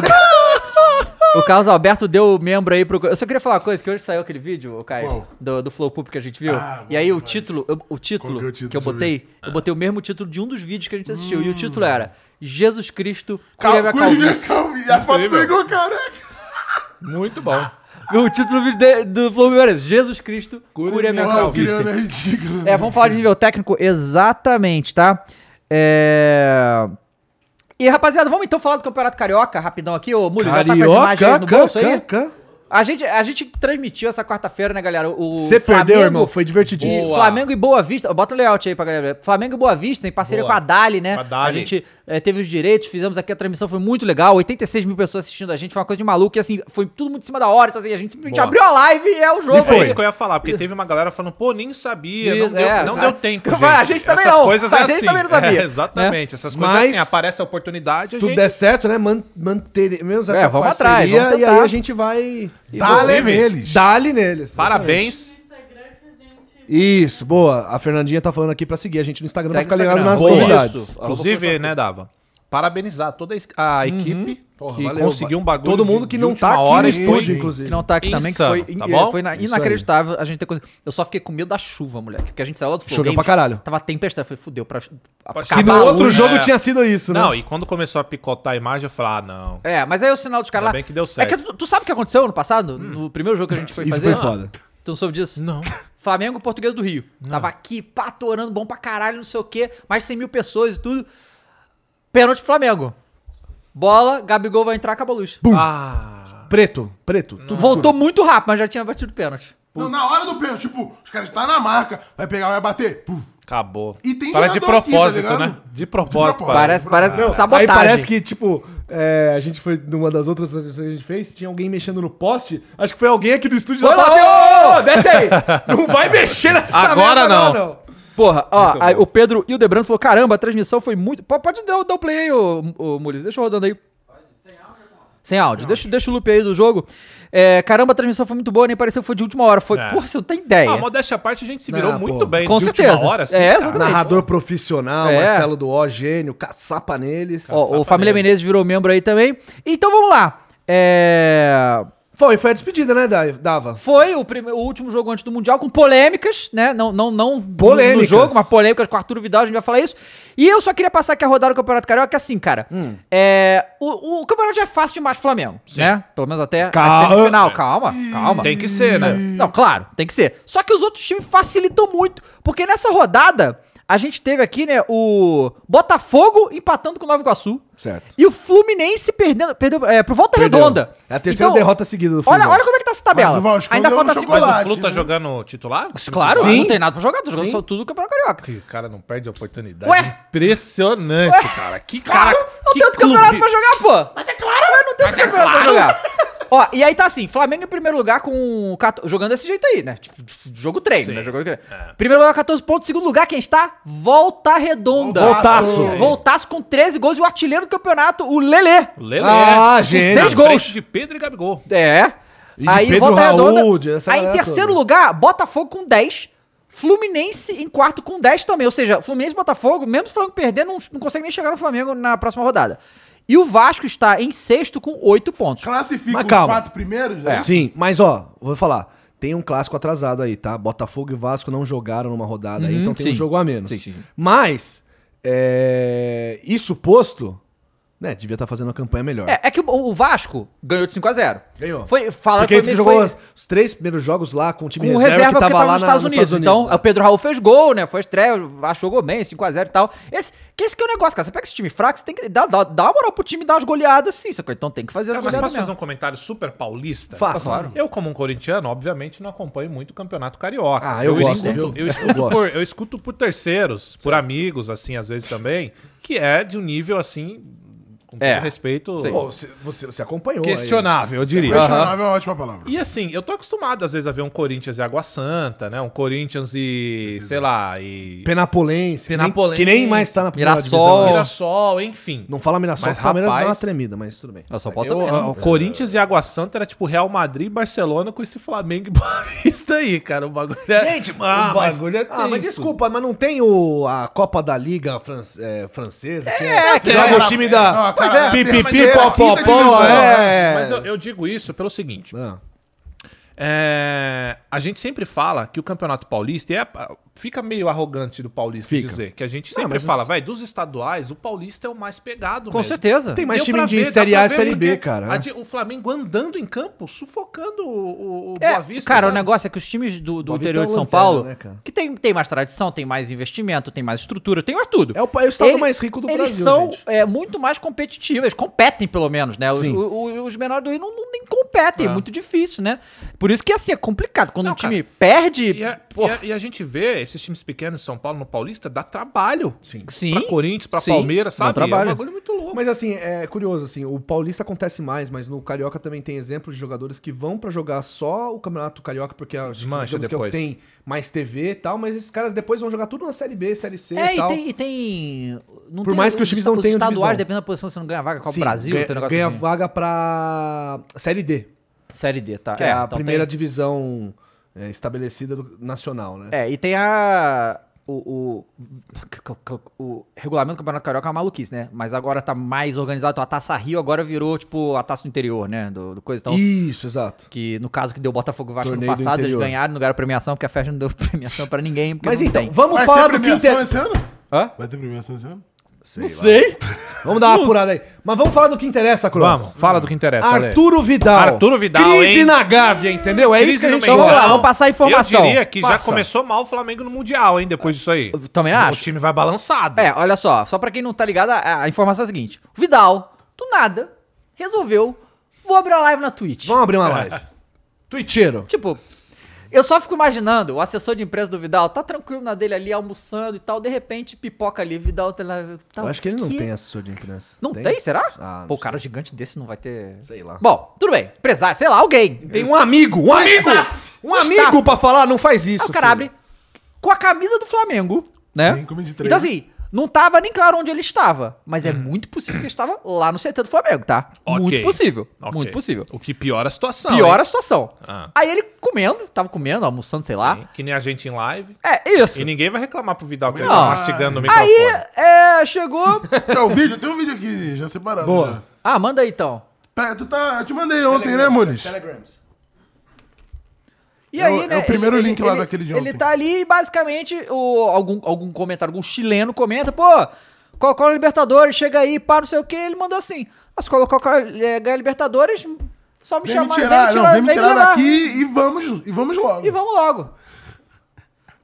o, O Carlos Alberto deu o membro aí pro. Eu só queria falar uma coisa, que hoje saiu aquele vídeo, o Caio, Qual? do, do Flow Pub que a gente viu. Ah, e aí bom o demais. título, eu- o título Qual que é o que, eu título? Deixa eu Hum. botei, eu botei o mesmo título de um dos vídeos que a gente assistiu. E o título era Jesus Cristo cura Calma, é minha calma, calvície. calma. E é a foto do Incrível. Igor, caraca. Muito bom. O título do vídeo de- do Flow Pub era esse, Jesus Cristo cura, minha Olha, o calvície. Criano é ridículo. É, vamos falar de nível técnico exatamente, tá? É... E, rapaziada, vamos então falar do Campeonato Carioca, rapidão aqui. Ô, Múlio, já tá com as imagens aí no bolso aí? Carioca. A gente, a gente transmitiu essa quarta-feira, né, galera? O Você perdeu, Flamengo- irmão. Foi divertidíssimo. E Boa. Flamengo e Boa Vista, bota o layout aí pra galera. ver. Flamengo e Boa Vista, em parceria Boa. com a Dali, né? Com a Dali. gente eh, teve os direitos, fizemos aqui a transmissão, foi muito legal. 86 mil pessoas assistindo a gente, foi uma coisa de maluco. E assim, foi tudo muito em cima da hora. Então, assim, a gente simplesmente Boa. abriu a live e é o jogo. E foi aí. isso que eu ia falar, porque teve uma galera falando, pô, nem sabia, Isso, não, deu, é, não exato. deu tempo. Mas a gente também não, a gente também não sabia. É, exatamente, essas coisas Mas- é assim, aparece a oportunidade, Se a tudo gente- der certo, né? man- Manter menos essa É, vamos atrás, parceria, vamos e tentar. aí a gente vai Dá-lhe Inclusive, neles. dar-lhe neles. Parabéns. Isso, boa. A Fernandinha tá falando aqui pra seguir a gente no Instagram Segue pra no ficar ligado Instagram. nas Boa. novidades. Isso. Inclusive, né, Dava, parabenizar toda a es- a equipe Porra, que valeu. conseguiu um bagulho Todo de- mundo que de não última tá aqui hora no e estúdio, tudo. inclusive. Que não tá aqui também, que Insano, foi, é, tá bom? foi na- Isso aí. inacreditável a gente ter coisa. Eu só fiquei com medo da chuva, moleque. Porque a gente saiu lá do Flow Choveu Games, pra caralho. Tava tempestade, foi fudeu. Pra, Pode Que acabar no a outro luz. jogo É. tinha sido né? isso, né? Não, e quando começou a picotar a imagem, eu falei, ah, não. É, mas aí o sinal dos caras Ainda lá. bem que deu certo. Hum. É que tu, tu sabe o que aconteceu ano passado? No primeiro jogo que a gente foi Isso fazer? foi foda. Tu não soube disso? Não. Flamengo Português do Rio. Tava aqui, patorando, bom pra caralho, não sei o quê. Mais 100 mil pessoas e tudo. Pênalti pro Flamengo. Bola, Gabigol vai entrar, acaba a luz. Ah, Preto, preto. Tu voltou muito rápido, mas já tinha batido o pênalti. Não, na hora do pênalti, tipo, os caras estão na marca, vai pegar, vai bater. Puf. acabou. E tem Parece de jogador aqui, tá propósito, ligado? né? De De propósito, propósito. parece. Parece, parece sabotagem. Aí parece que, tipo, é, a gente foi numa das outras transmissões que a gente fez, tinha alguém mexendo no poste. Acho que foi alguém aqui do estúdio Foi lá lá, falou assim, ô, ô, ô, desce <laughs> aí! Não vai mexer nessa Agora merda não. Porra, ó, Muito aí bom. o Pedro e o Debrando falou: caramba, a transmissão foi muito. Pô, Pode dar, dar o play aí, ô, ô Mules. Deixa eu rodando aí. Sem áudio. Deixa, deixa o loop aí do jogo. É, caramba, a transmissão foi muito boa, nem pareceu que foi de última hora. Foi, É. porra, você não tem ideia. Ah, modéstia à parte, a gente se virou Não, muito pô. bem. Com de última certeza. Hora, assim, É, cara. exatamente. Narrador profissional, É. Marcelo do Ó, gênio, caçapa neles. Ó, o tá Família Menezes virou membro aí também. Então vamos lá. É, Foi, foi a despedida, né, Dai- Dava? Foi o, prime- o último jogo antes do Mundial, com polêmicas, né? Não, não, não Polêmicas. no jogo, mas polêmicas com o Arturo Vidal, a gente vai falar isso. E eu só queria passar aqui a rodada do Campeonato Carioca, que assim, cara. É, o, o campeonato já é fácil demais pro Flamengo, né? Pelo menos até Calma. a semifinal. Calma, calma. É. Hum. Tem que ser, né? Não, claro, tem que ser. Só que os outros times facilitam muito, porque nessa rodada a gente teve aqui, né, o Botafogo empatando com o Nova Iguaçu. Certo. E o Fluminense perdendo, perdeu é, pro Volta Perdeu. Redonda. Então, É a terceira derrota seguida do olha, Fluminense. olha como é que tá essa tabela. Mas o Vascão Ainda deu falta no cinco Mas chocolate. o Flu tá né? jogando titular? Claro, Sim. não tem nada pra jogar, tô jogando Sim. só tudo campeonato carioca. Que cara não perde a oportunidade. Ué? Impressionante, cara. Que cara. Não que tem outro clube. campeonato pra jogar, pô! Mas é claro! não tem outro campeonato pra jogar. Ó, e aí tá assim, Flamengo em primeiro lugar com... 14 Jogando desse jeito aí, né? Tipo, jogo treino, né? Jogo treino. É. Primeiro lugar, 14 pontos. Segundo lugar, quem está? Volta Redonda. Voltaço. Voltaço com 13 gols e o artilheiro do campeonato, o Lelê. O Lelê. Ah, Com gênio. Seis Seis gols. gols. de Pedro e Gabigol. É. E de Aí Pedro volta Raul, de- redonda. essa Aí em galera terceiro toda. lugar, Botafogo com 10. Fluminense em quarto com 10 também. Ou seja, Fluminense e Botafogo, mesmo o Flamengo perder, não, não consegue nem chegar no Flamengo na próxima rodada. E o Vasco está em sexto com 8 pontos. Classifica Mas os calma. É. quatro primeiros? É. né? Sim, mas ó, vou falar. Tem um clássico atrasado aí, tá? Botafogo e Vasco não jogaram numa rodada aí, então tem Uhum, um sim. jogo a menos. Sim, sim. Mas, é, isso posto, né? Devia estar fazendo uma campanha melhor. É, é que o, o Vasco ganhou de 5 a 0 Ganhou. Foi, falaram Porque que foi, ele jogou foi os- os três primeiros jogos lá com o time com reserva, reserva que porque tava lá tava nos na- Estados nos Unidos. então, é. o Pedro Raul fez gol, né? Foi estreia, achou gol bem, 5x0 e tal. Esse, que esse que é o negócio, cara. Você pega esse time fraco, você tem que dar, dar, dar uma moral pro time dar umas goleadas sim, sacou? Então tem que fazer Cara, as mas goleadas posso fazer mesmo. um comentário super paulista? Faça. Claro. Eu, como um corintiano, obviamente não acompanho muito o Campeonato Carioca. Ah, eu gosto, escuto, viu? Eu Eu escuto, gosto. por, eu escuto por terceiros, por amigos, assim, às vezes também, que é de um nível, assim, com É. todo respeito, Sim. Pô, você, você, você acompanhou aí. questionável, eu diria. Questionável é uma ótima palavra. E assim, eu tô acostumado às vezes a ver um Corinthians e Água Santa, né? Um Corinthians e, sei lá, e Penapolense. que nem- Penapolense. Que nem, mais tá na Mirassol. divisão. Mirassol, enfim. Não fala Mirassol, Mas, o Palmeiras dá uma rapaz- tremida, mas tudo bem. Ah, São Paulo Eu, também, né? o Corinthians e Água Santa era tipo Real Madrid, Barcelona com esse Flamengo e <laughs> Paulista aí, cara. O bagulho é. Gente, Ah, o bagulho é mas, ah, mas tenso. desculpa, mas não tem o, a Copa da Liga Fran- é, francesa? que É, que é- joga o time da, Não, a Pois cara, é. a Pi, pi, terceira, pi, pó, pó, quinta pó, divisão. é. Mas eu, eu digo isso pelo seguinte. Ah, É, a gente sempre fala que o Campeonato Paulista é, fica meio arrogante do Paulista Fica. dizer que a gente Não, sempre mas fala, isso- vai, dos estaduais, o Paulista é o mais pegado Com mesmo. certeza. Tem mais Deu time pra de ver, dá Série pra A e ver Série B, porque cara. a né? di- o Flamengo andando em campo, sufocando o, o- o É, Boa Vista. cara, o sabe? negócio é que os times do, do Boa Vista interior é de São lanterna, Paulo, né, cara? que tem, tem mais tradição, tem mais investimento, tem mais estrutura, tem mais tudo. É o pa- é o estado Ele- mais rico do Eles Brasil, são gente. é, muito mais competitivos, eles competem pelo menos, né? Os, Sim. o- o- os menores do Rio não, não nem competem, é. muito difícil, né? Por isso que assim, é complicado. Quando Não, um time perde, é, E a, pô, e a- e a gente vê esses times pequenos de São Paulo no Paulista, dá trabalho. Sim. sim. Pra Corinthians, pra Sim, Palmeiras, dá sabe? trabalho. É um bagulho muito louco. Mas assim, é curioso, assim, o Paulista acontece mais, mas no Carioca também tem exemplo de jogadores que vão pra jogar só o Campeonato Carioca, porque acho que, Desmancha digamos que é o que depois. tem mais TV e tal, mas esses caras depois vão jogar tudo na Série B, Série C É, e e tal. tem. e tem- não Por tem mais que os times não tenham divisão. estaduais, dependendo da posição, você não ganha vaga com o Sim, Brasil, ganha, tem um negócio ganha assim. vaga pra Série D, Série D, tá? que é, a então primeira tem- divisão é, estabelecida do- nacional, né? É, e tem a. O, o, o regulamento do Campeonato Carioca é uma maluquice, né? Mas agora tá mais organizado. Então a Taça Rio agora virou, tipo, a Taça do Interior, né? Do, do coisa. Então, Isso, exato. que no caso que deu Botafogo e Vasco no Torneio do passado, eles interior. ganharam, não ganharam premiação, porque a festa não deu <laughs> premiação pra ninguém. porque Mas não então, tem. vamos Vai falar ter do que premiação interessa. esse ano? Hã? Vai ter premiação esse ano? Não sei. Vamos dar uma apurada aí. Mas vamos falar do que interessa, Cruz. Vamos, fala do que interessa, Ale. Arturo Vidal. Arturo Vidal, Crise hein? na Gávea, entendeu? É Crise isso que a no gente meio. Então vamos lá, gosta. vamos passar a informação. Eu diria que já Passa. começou mal o Flamengo no Mundial, hein? Depois disso aí. Eu também acho. O time vai balançado. É, olha só, só pra quem não tá ligado, a, a informação é a seguinte: o Vidal, do nada, resolveu, vou abrir uma live na Twitch. Vamos abrir uma live. Twitcheiro. Tipo, eu só fico imaginando, o assessor de imprensa do Vidal tá tranquilo na dele ali, almoçando e tal, de repente pipoca ali, Vidal tá lá. Então, tá Eu acho que ele não aqui. tem assessor de imprensa. Não tem, será? Ah, não Pô, o sei. cara gigante desse não vai ter. Sei lá. Bom, tudo bem. Empresário, sei lá, alguém. Tem um amigo, um amigo! Um amigo pra falar, não faz isso. Aí o cara filho. abre com a camisa do Flamengo, né? Sim, como de três. então assim, não tava nem claro onde ele estava, mas é muito possível que ele estava lá no CT do Flamengo, tá? Hum. Ok. Muito possível. Ok. Muito possível. O que piora a situação. Piora a hein? situação. Ah. Aí ele comendo, tava comendo, almoçando, sei lá. Sim, Que nem a gente em live. É, isso. E ninguém vai reclamar pro Vidal que ele Não. tá mastigando o microfone. Aí, é, chegou. Tem um vídeo, tem um vídeo aqui já separado. Boa. já. <laughs> ah, manda aí então. Pera, tu tá. Eu te mandei ontem, né, Mules? Telegrams. E É aí, o- é né? o primeiro link lá daquele de Ele ontem. tá ali e basicamente o, algum, algum comentário, algum chileno comenta, pô, Coca-Cola Libertadores, chega aí, pá, não sei o que. Ele mandou assim: Nossa, Coca-Cola é, ganha Libertadores, só me Vem me chamar tirar, não, vem me tirar levar. daqui e vamos, e vamos logo. E vamos logo.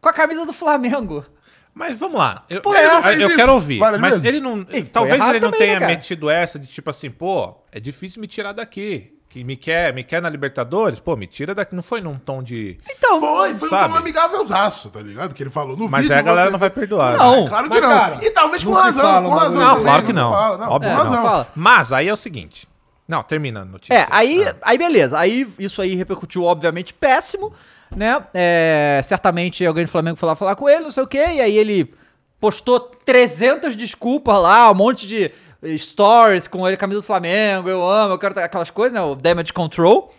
Com a camisa do Flamengo. Mas vamos lá. Eu, Pô, é assim, eu- ela eu- fez eu isso quero ouvir. várias mas vezes. ele não. foi talvez errado ele não também, né, tenha cara? metido essa de tipo assim, pô, é difícil me tirar daqui. Que me quer, me quer na Libertadores, pô, me tira daqui. Não foi num tom de. Então, Foi, foi Sabe? um amigávelzaço, tá ligado? Que ele falou no Mas vídeo. aí a galera você- não vai perdoar. Não, É Claro que Mas, não. cara, e talvez com não se razão, fala um com bagulho razão. desse. Não, também, claro que se não. fala, não, Óbvio com que não não. razão. fala. Mas aí é o seguinte. Não, termina a notícia. É, aí, Ah. aí beleza. Aí isso aí repercutiu, obviamente, péssimo, né? É, certamente alguém do Flamengo foi lá falar com ele, não sei o quê, e aí ele postou 300 desculpas lá, um monte de stories com ele, camisa do Flamengo, eu amo, eu quero tá- aquelas coisas, né? O damage control.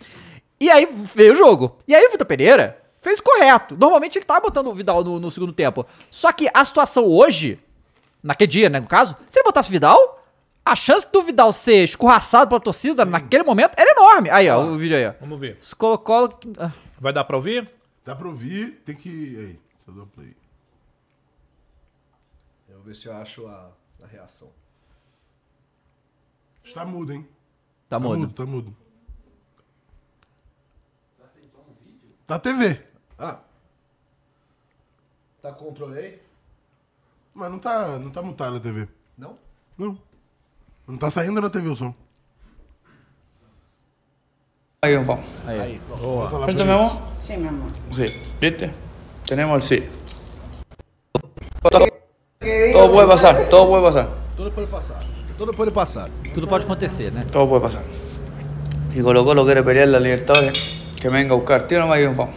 E aí veio o jogo. E aí o Vitor Pereira fez o correto. Normalmente ele tá botando o Vidal no, no segundo tempo. Só que a situação hoje, naquele dia, né, no caso, se ele botasse o Vidal, a chance do Vidal ser escorraçado pela torcida naquele momento era enorme. Aí, ó, o vídeo aí, ó. Vamos ver. Se colocou... ah, Vai dar pra ouvir? Dá pra ouvir, tem que. Aí, só dá o play. Eu vou ver se eu acho a, a reação. Está mudo, hein? Tá mudo. Tá mudo. Tá TV. Ah. Tá controlei? Mas não tá, não tá mutada a TV. Não? Não. Não tá saindo na TV o som. Ahí vamos. Volta lá pra gente. ¿Esto, mi amor? Sí, mi amor. Sí. ¿Viste? Tenemos el sí. Que Todo puede pasar, todo puede pasar. Tudo pode passar. Tudo pode passar. Tudo pode acontecer, né? Todo puede pasar. Si Colo Colo quiere pelear la Libertadores, que venga a buscar. Tío, no me vamos.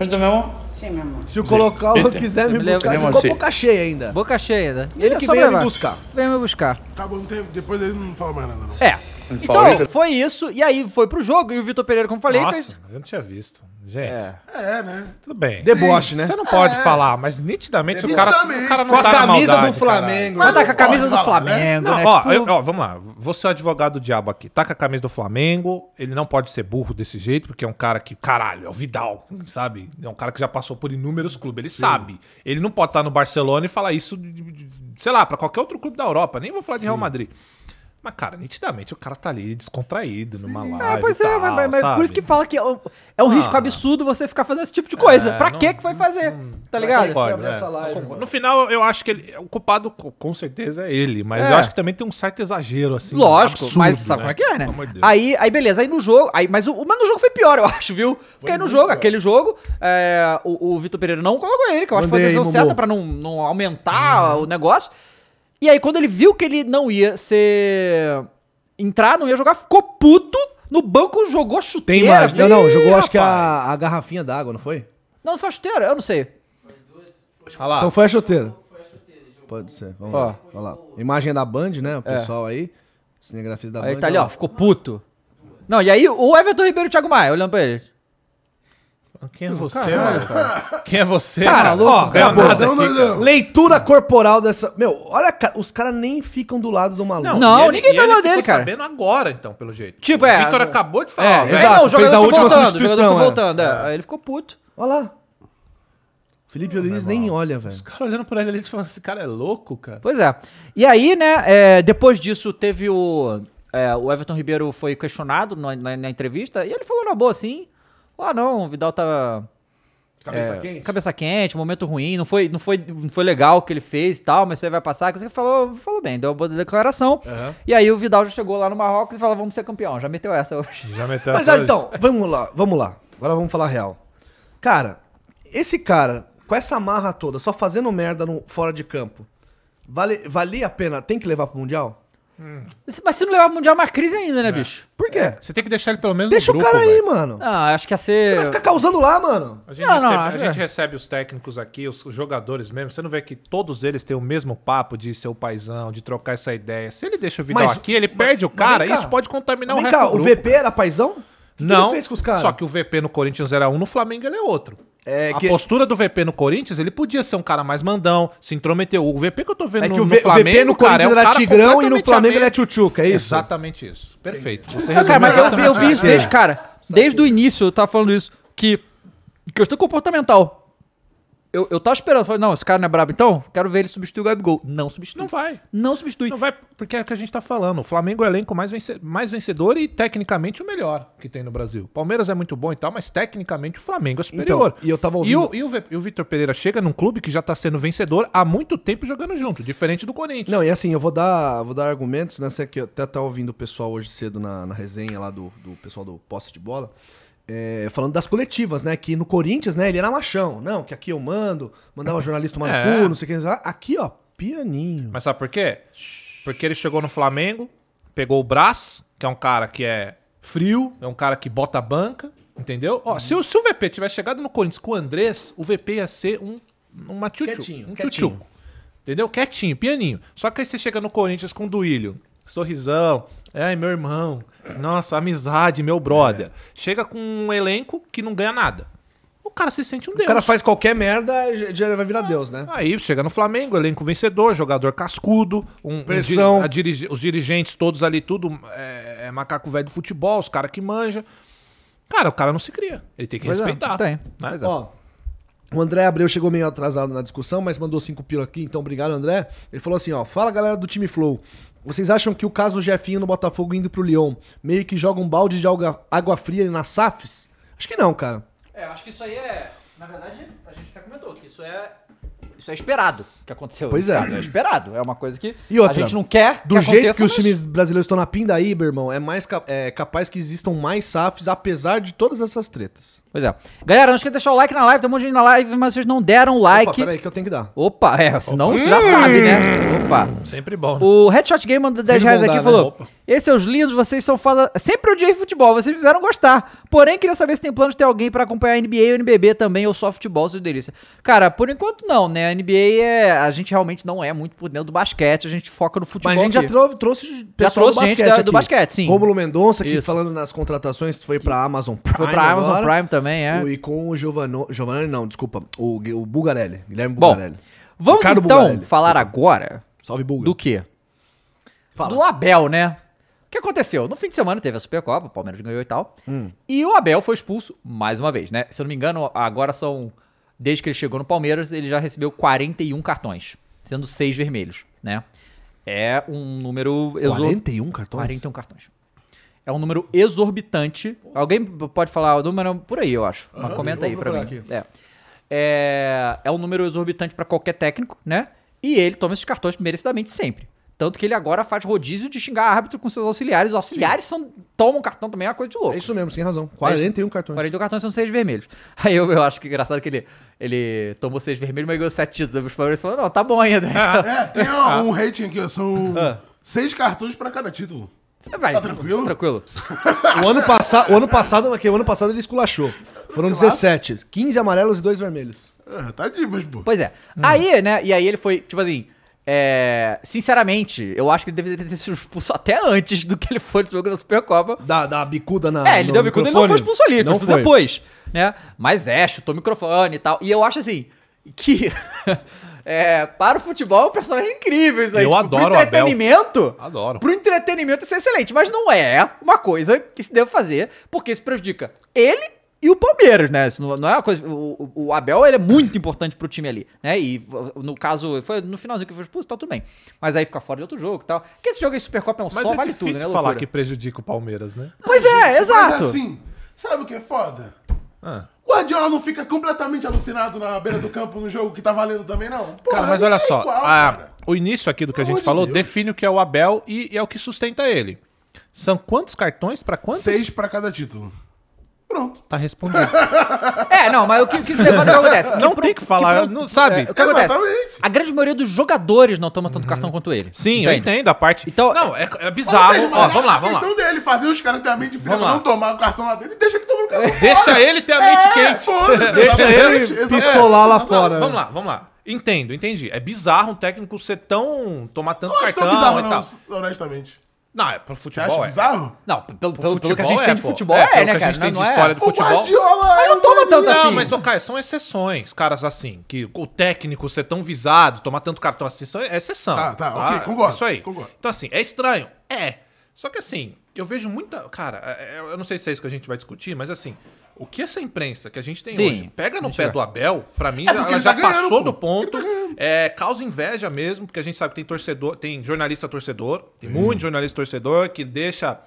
¿Esto, mi amor? Sí, mi amor. Se o colocar Eita. quiser Me me lembro- buscar, ele Lembro ficou assim. boca cheia ainda. Boca cheia ainda. Ele É que só veio me levar. buscar. Veio me buscar. Tá bom, tem- depois ele não fala mais nada, não. É. El Então, favorito. foi isso. E aí foi pro jogo. E o Vitor Pereira, como eu falei, fez. Nossa, eu não tinha visto. Gente, É, né? tudo bem. Deboche, né? Você não pode É. falar, mas nitidamente o cara, o cara não Com a tá na camisa maldade, do Flamengo. Mas tá com a não camisa pode do falar, né? Flamengo, Não, né? ó, Tipo, eu- ó, vamos lá. Você é o advogado do diabo aqui. Tá com a camisa do Flamengo. Ele não pode ser burro desse jeito, porque é um cara que, caralho, é o Vidal, sabe? É um cara que já passou por inúmeros clubes. Ele sabe. Ele não pode estar no Barcelona e falar isso, de- de- de- sei lá, pra qualquer outro clube da Europa. Nem vou falar de Real Madrid. Mas, cara, nitidamente o cara tá ali descontraído numa É, live. pois e é, tal, mas, mas- mas por sabe? isso que fala que é um, é um risco absurdo você ficar fazendo esse tipo de coisa. pra que que vai fazer? tá ligado? Concordo, abrir é. essa live, Concordo. mano. No final, eu acho que ele, o culpado, co- com certeza, é ele. Mas É. eu acho que também tem um certo exagero, assim. Lógico, absurdo, mas sabe como é que é, né? Pelo amor de Deus. Aí, aí beleza, aí no jogo. Aí, mas, o, mas no jogo foi pior, eu <laughs> acho, viu? Porque aí no jogo, aquele jogo, é, o, o Vitor Pereira não colocou ele, que eu acho que foi a Mandei aí, decisão Mumu. Uhum. certa pra não, não aumentar o negócio. E aí, quando ele viu que ele não ia ser. entrar, não ia jogar, ficou puto. No banco jogou Tem chuteira. mais. Não, filho. não, jogou acho que a, a garrafinha d'água, não foi? Não, não foi a chuteira, eu não sei. Olha Ah. lá. Então foi a chuteira. Pode ser, vamos lá. Olha lá. Imagem da Band, né? O pessoal aí. Cinegrafia da Band. É. Aí tá ali, olha ó, ficou puto. Não, e aí o Everton Ribeiro e o Thiago Maia, olhando pra ele. Quem é você, mano? cara? Quem é você, Cara, mano? ó, Ganhou acabou. nada Não, aqui, não, cara. não. Leitura corporal dessa. Meu, olha, ca- os caras nem ficam do lado do maluco. Não. e ninguém e tá do lado ficou dele, cara. sabendo agora, então, pelo jeito. Tipo, O é, Vitor é. acabou de falar. É, ó, exato, não, os fez jogadores a estão última voltando, os jogadores estão substituição, é. voltando. é. Aí ele ficou puto. Olha lá. Felipe Diniz é nem olha, velho. Os caras olhando pra ele ali e falando, esse cara é louco, cara. Pois é. E aí, né, é, depois disso teve o. é, o Everton Ribeiro foi questionado na, na- na entrevista e ele falou na boa assim: ah, não, o Vidal tá. Cabeça é, Cabeça quente, momento ruim, não foi, não, foi, não foi legal o que ele fez e tal, mas você vai passar. que Você falou, falou bem, deu uma boa declaração. E aí o Vidal já chegou lá no Marrocos e falou: vamos ser campeão. Já meteu essa hoje. <laughs> Já meteu Mas ah, então, vamos lá, vamos lá. Agora vamos falar real. Cara, esse cara, com essa marra toda, só fazendo merda no, fora de campo, vale, valia a pena? Tem que levar pro Mundial? Mas se não levar o Mundial, é uma crise ainda, né, bicho? Por quê? Você tem que deixar ele pelo menos Deixa É, no o grupo, cara aí, velho. É. mano. Ah, acho que ia ser. Vai ficar causando lá, mano. A gente, Não, recebe, não, a acho- gente recebe os técnicos aqui, os, os jogadores mesmo. Você não vê que todos eles têm o mesmo papo de ser o paizão, de trocar essa ideia. Se ele deixa o Vidal Mas- aqui, ele perde o mas cara, vem cá. isso pode contaminar o Vem resto cá, do o grupo. VP era paizão? O que que não, ele fez com os caras? só que o VP no Corinthians era um, no Flamengo ele é outro. É a que- postura do VP no Corinthians, ele podia ser um cara mais mandão, se intrometeu. O VP que eu tô vendo É que no, o, no V- o Flamengo, VP no cara, é um Corinthians era cara Tigrão e no completamente Flamengo ele é ameno. Tchutchuca, é isso? Ah, Exatamente isso. Perfeito. Você Não, Ah, cara, mas eu, resolveu eu vi isso desde, cara, desde o início eu tava falando isso, que questão comportamental. Eu, eu tava esperando, falei, não, esse cara não é brabo então, quero ver ele substituir o Gabigol. Não substitui. Não Não, vai. substitui. Não vai, porque é o que a gente tá falando. O Flamengo é o elenco mais, vence- mais vencedor e tecnicamente o melhor que tem no Brasil. O Palmeiras é muito bom e tal, mas tecnicamente o Flamengo é superior. Então, e eu tava E o, ouvindo- e o Ve- e o Vitor Pereira chega num clube que já tá sendo vencedor há muito tempo jogando junto, diferente do Corinthians. Não, e assim, eu vou dar, vou dar argumentos, né? Você que até tá ouvindo o pessoal hoje cedo na, na resenha lá do, do pessoal do posse de bola. é, falando das coletivas, né? Que no Corinthians, né, ele era machão. Não, que aqui eu mando, mandava jornalista tomar no É. cu, não sei o que. ah, Aqui, ó, pianinho. Mas sabe por quê? Porque ele chegou no Flamengo, pegou o Brás, que é um cara que é frio, é um cara que bota a banca, entendeu? Ó, se, o, se o VP tivesse chegado no Corinthians com o Andrés, o VP ia ser um uma tchutchu, Quietinho, um quietinho. tchutchuco. Entendeu? Quietinho, pianinho. Só que aí você chega no Corinthians com o Duílio, sorrisão, ai meu irmão, nossa, amizade, meu brother. É. Chega com um elenco que não ganha nada. O cara se sente um deus. o cara faz qualquer merda, já- já vai virar Deus, né? Aí chega no Flamengo, elenco vencedor, jogador cascudo, um, um Pressão. diri- a dirige- os dirigentes todos ali, tudo é, é macaco velho do futebol, os caras que manja. Cara, o cara não se cria. Ele tem que Pois é, respeitar. tem. né? Pois Ó, o André Abreu chegou meio atrasado na discussão, mas mandou cinco pila aqui, então obrigado, André. Ele falou assim, ó, fala galera do time Flow. Vocês acham que o caso do Jefinho no Botafogo indo pro Lyon meio que joga um balde de alga- água fria na SAFs? Acho que não, cara. É, acho que isso aí é, na verdade, a gente até comentou que isso é isso é esperado que aconteceu. Pois é. Isso é esperado, é uma coisa que E outra, a gente não quer Do jeito que os mas- times brasileiros estão na pindaíba, irmão, é mais cap- é capaz que existam mais SAFs, apesar de todas essas tretas. Pois é. Galera, não esqueça de deixar o like na live, tem um monte de gente na live, mas vocês não deram Opa, like. Opa, peraí que eu tenho que dar. é, senão você já sabe, né? Opa. Sempre bom. né? O Headshot Game mandou 10 reais bom aqui e dar, né? falou: Ei, seus lindos, vocês são fala... Sempre odiei futebol, vocês me fizeram gostar. Porém, queria saber se tem plano de ter alguém pra acompanhar a NBA ou NBB também, ou só futebol, seja delícia. Cara, por enquanto não, né? A NBA é... A gente realmente não é muito por dentro do basquete, a gente foca no futebol Mas a gente já aqui. trou- trouxe pessoal do trouxe gente basquete. da- aqui. do basquete, sim. Rômulo Mendonça, que Isso. falando nas contratações, foi pra Amazon Prime. Foi pra Amazon agora. Prime também, é. E com o Giovano, Giovanni, não, desculpa. O, Gu- o Bugarelli. Guilherme Bom, Bugarelli. vamos Ricardo então Bugarelli. falar agora Salve, Buga. do quê? Fala. Do Abel, né? O que aconteceu? No fim de semana teve a Supercopa, o Palmeiras ganhou e tal. E o Abel foi expulso mais uma vez, né? Se eu não me engano, agora são. Desde que ele chegou no Palmeiras, ele já recebeu 41 cartões, sendo seis vermelhos, né? É um número. exor- 41 cartões? 41 cartões. É um número exorbitante. Alguém pode falar o número por aí, eu acho. Mas comenta aí vou pra mim. procurar É. É, é um número exorbitante pra qualquer técnico, né? E ele toma esses cartões merecidamente sempre. Tanto que ele agora faz rodízio de xingar árbitro com seus auxiliares. Os auxiliares são, tomam cartão também, é uma coisa de louco. É isso mesmo, sem razão. 41 cartões. 41 cartões são seis vermelhos. <laughs> Aí eu, eu acho que é engraçado que ele, ele tomou seis vermelhos, mas ganhou sete títulos. Aí os palmeirenses falaram, não, tá bom ainda. <laughs> É, tem ó, Ah. um rating aqui, ó, são seis cartões pra cada título. Vai, Tá tranquilo? Tranquilo. O ano, passa, o ano passado, aqui, o ano passado ele esculachou. Foram 17. 15 amarelos e 2 vermelhos. É, tá de mas, pô. Pois é. Aí, né? E aí ele foi, tipo assim. é, sinceramente, eu acho que ele deveria ter sido expulso até antes do que ele foi no jogo da Supercopa. Da, da bicuda tá na. é, ele no deu bicuda e ele não foi microfone. expulso ali, ele Não foi expulso depois. Né? Mas é, chutou o microfone e tal. E eu acho assim, que. <laughs> é, para o futebol é um personagem incrível isso aí. Tipo, Eu adoro o pro Abel. entretenimento. Adoro. Pro entretenimento isso é excelente, mas não é uma coisa que se deve fazer, porque isso prejudica ele e o Palmeiras, né? Isso não, não é uma coisa. O, o- o Abel ele é muito importante pro time ali, né? E no caso, foi no finalzinho que foi expulso, tá tudo bem. Mas aí fica fora de outro jogo e tal. Porque esse jogo aí, Supercopa é um Mas só, é vale difícil tudo, né? falar Loucura. que prejudica o Palmeiras, né? Pois é, Mas exato. assim, sabe o que é foda? Ah. Guardiola não fica completamente alucinado na beira do campo no jogo que tá valendo também, não? Porra, Cara, mas não olha é só, igual, a- cara. o início aqui do que a Pelo gente amor de falou Deus. define o que é o Abel e, e é o que sustenta ele. São quantos cartões pra quantos? Seis pra cada título. Pronto. Tá respondendo. É, não, mas o que, que se levanta é o que acontece? Que não pro- tem que falar, não sabe? Uhum. é, o que acontece? Exatamente. A grande maioria dos jogadores não toma tanto cartão quanto ele. Sim, eu entende? entendo a parte. Então- não, é, é Ou bizarro. seja, Ó, mas vamos lá, vamos A lá. questão dele, fazer os caras ter a mente fria Vamos pra lá. É. não tomar o cartão lá dentro e deixa que toma o cartão fora. Deixa ele ter a mente É, quente. foda-se, <laughs> Deixa exatamente, ele exatamente. pistolar lá Não, fora. Vamos lá, vamos lá. Entendo, entendi. É bizarro um técnico ser tão. tomar tanto Não acho tão cartão bizarro, e tal. não, honestamente. Não, é pro Você acha futebol. É. bizarro? Não, pelo, Pro pelo, pelo que a futebol gente é, tem de pô. futebol É, é, pelo né, que a cara? gente Não- tem de não é. história do O futebol. Guardiola Mas é não um toma Então tá tanto Não, assim. mas, ô, Caio, são exceções. Caras assim, que o técnico ser tão visado, tomar tanto cartão assim, são- é exceção. Tá, tá, ok, concordo, Isso aí. concordo. Então, assim, é estranho. É. Só que, assim, eu vejo muita. Cara, é- é- eu não sei se é isso que a gente vai discutir, mas, assim, o que essa imprensa que a gente tem Sim, hoje pega no vamos pé chegar. do Abel, pra mim, É já, porque ela ele já tá ganhando, passou pô. do ponto. Ele tá ganhando. É, causa inveja mesmo, porque a gente sabe que tem torcedor, tem jornalista torcedor, tem muito jornalista torcedor que deixa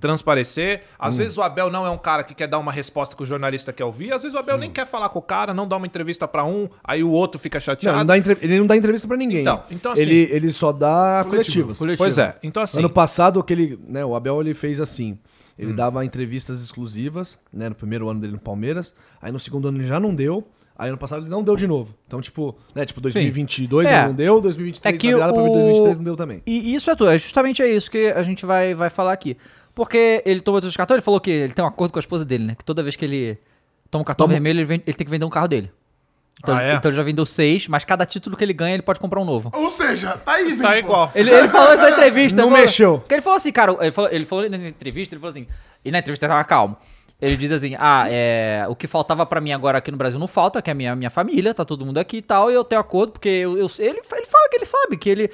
transparecer. Às vezes o Abel não é um cara que quer dar uma resposta que o jornalista quer ouvir, às vezes o Abel nem quer falar com o cara, não dá uma entrevista pra um, aí o outro fica Não, chateado. ele não dá entre- ele não dá entrevista pra ninguém. Então, então, assim- ele, ele só dá coletivas. Pois é, então assim, Ano passado, aquele, né, o Abel ele fez assim. Hum. Ele dava entrevistas exclusivas, né, no primeiro ano dele no Palmeiras. Aí no segundo ano ele já não deu. Aí ano passado ele não deu de novo. Então, tipo, né, tipo 2022 É. ele não deu, 2023 É que na virada tá pra o- 2023 não deu também. E isso é tudo, é justamente é isso que a gente vai, vai falar aqui. Porque ele tomou todos os cartões, ele falou que ele tem um acordo com a esposa dele, né? Que toda vez que ele toma um cartão Toma. vermelho, ele, vende- ele tem que vender um carro dele. Então, Ah, é? então ele já vendeu seis, mas cada título que ele ganha, ele pode comprar um novo. Ou seja, tá aí, velho. tá igual. Ele, ele falou isso na entrevista. Não ele falou- mexeu. Porque ele falou assim, cara, ele falou, ele falou na entrevista, ele falou assim, e na entrevista ele tava calmo. Ele diz assim, ah, é, o que faltava pra mim agora aqui no Brasil não falta, que é a minha, minha família, tá todo mundo aqui e tal, e eu tenho acordo, porque eu, eu- ele, ele fala que ele sabe, que ele...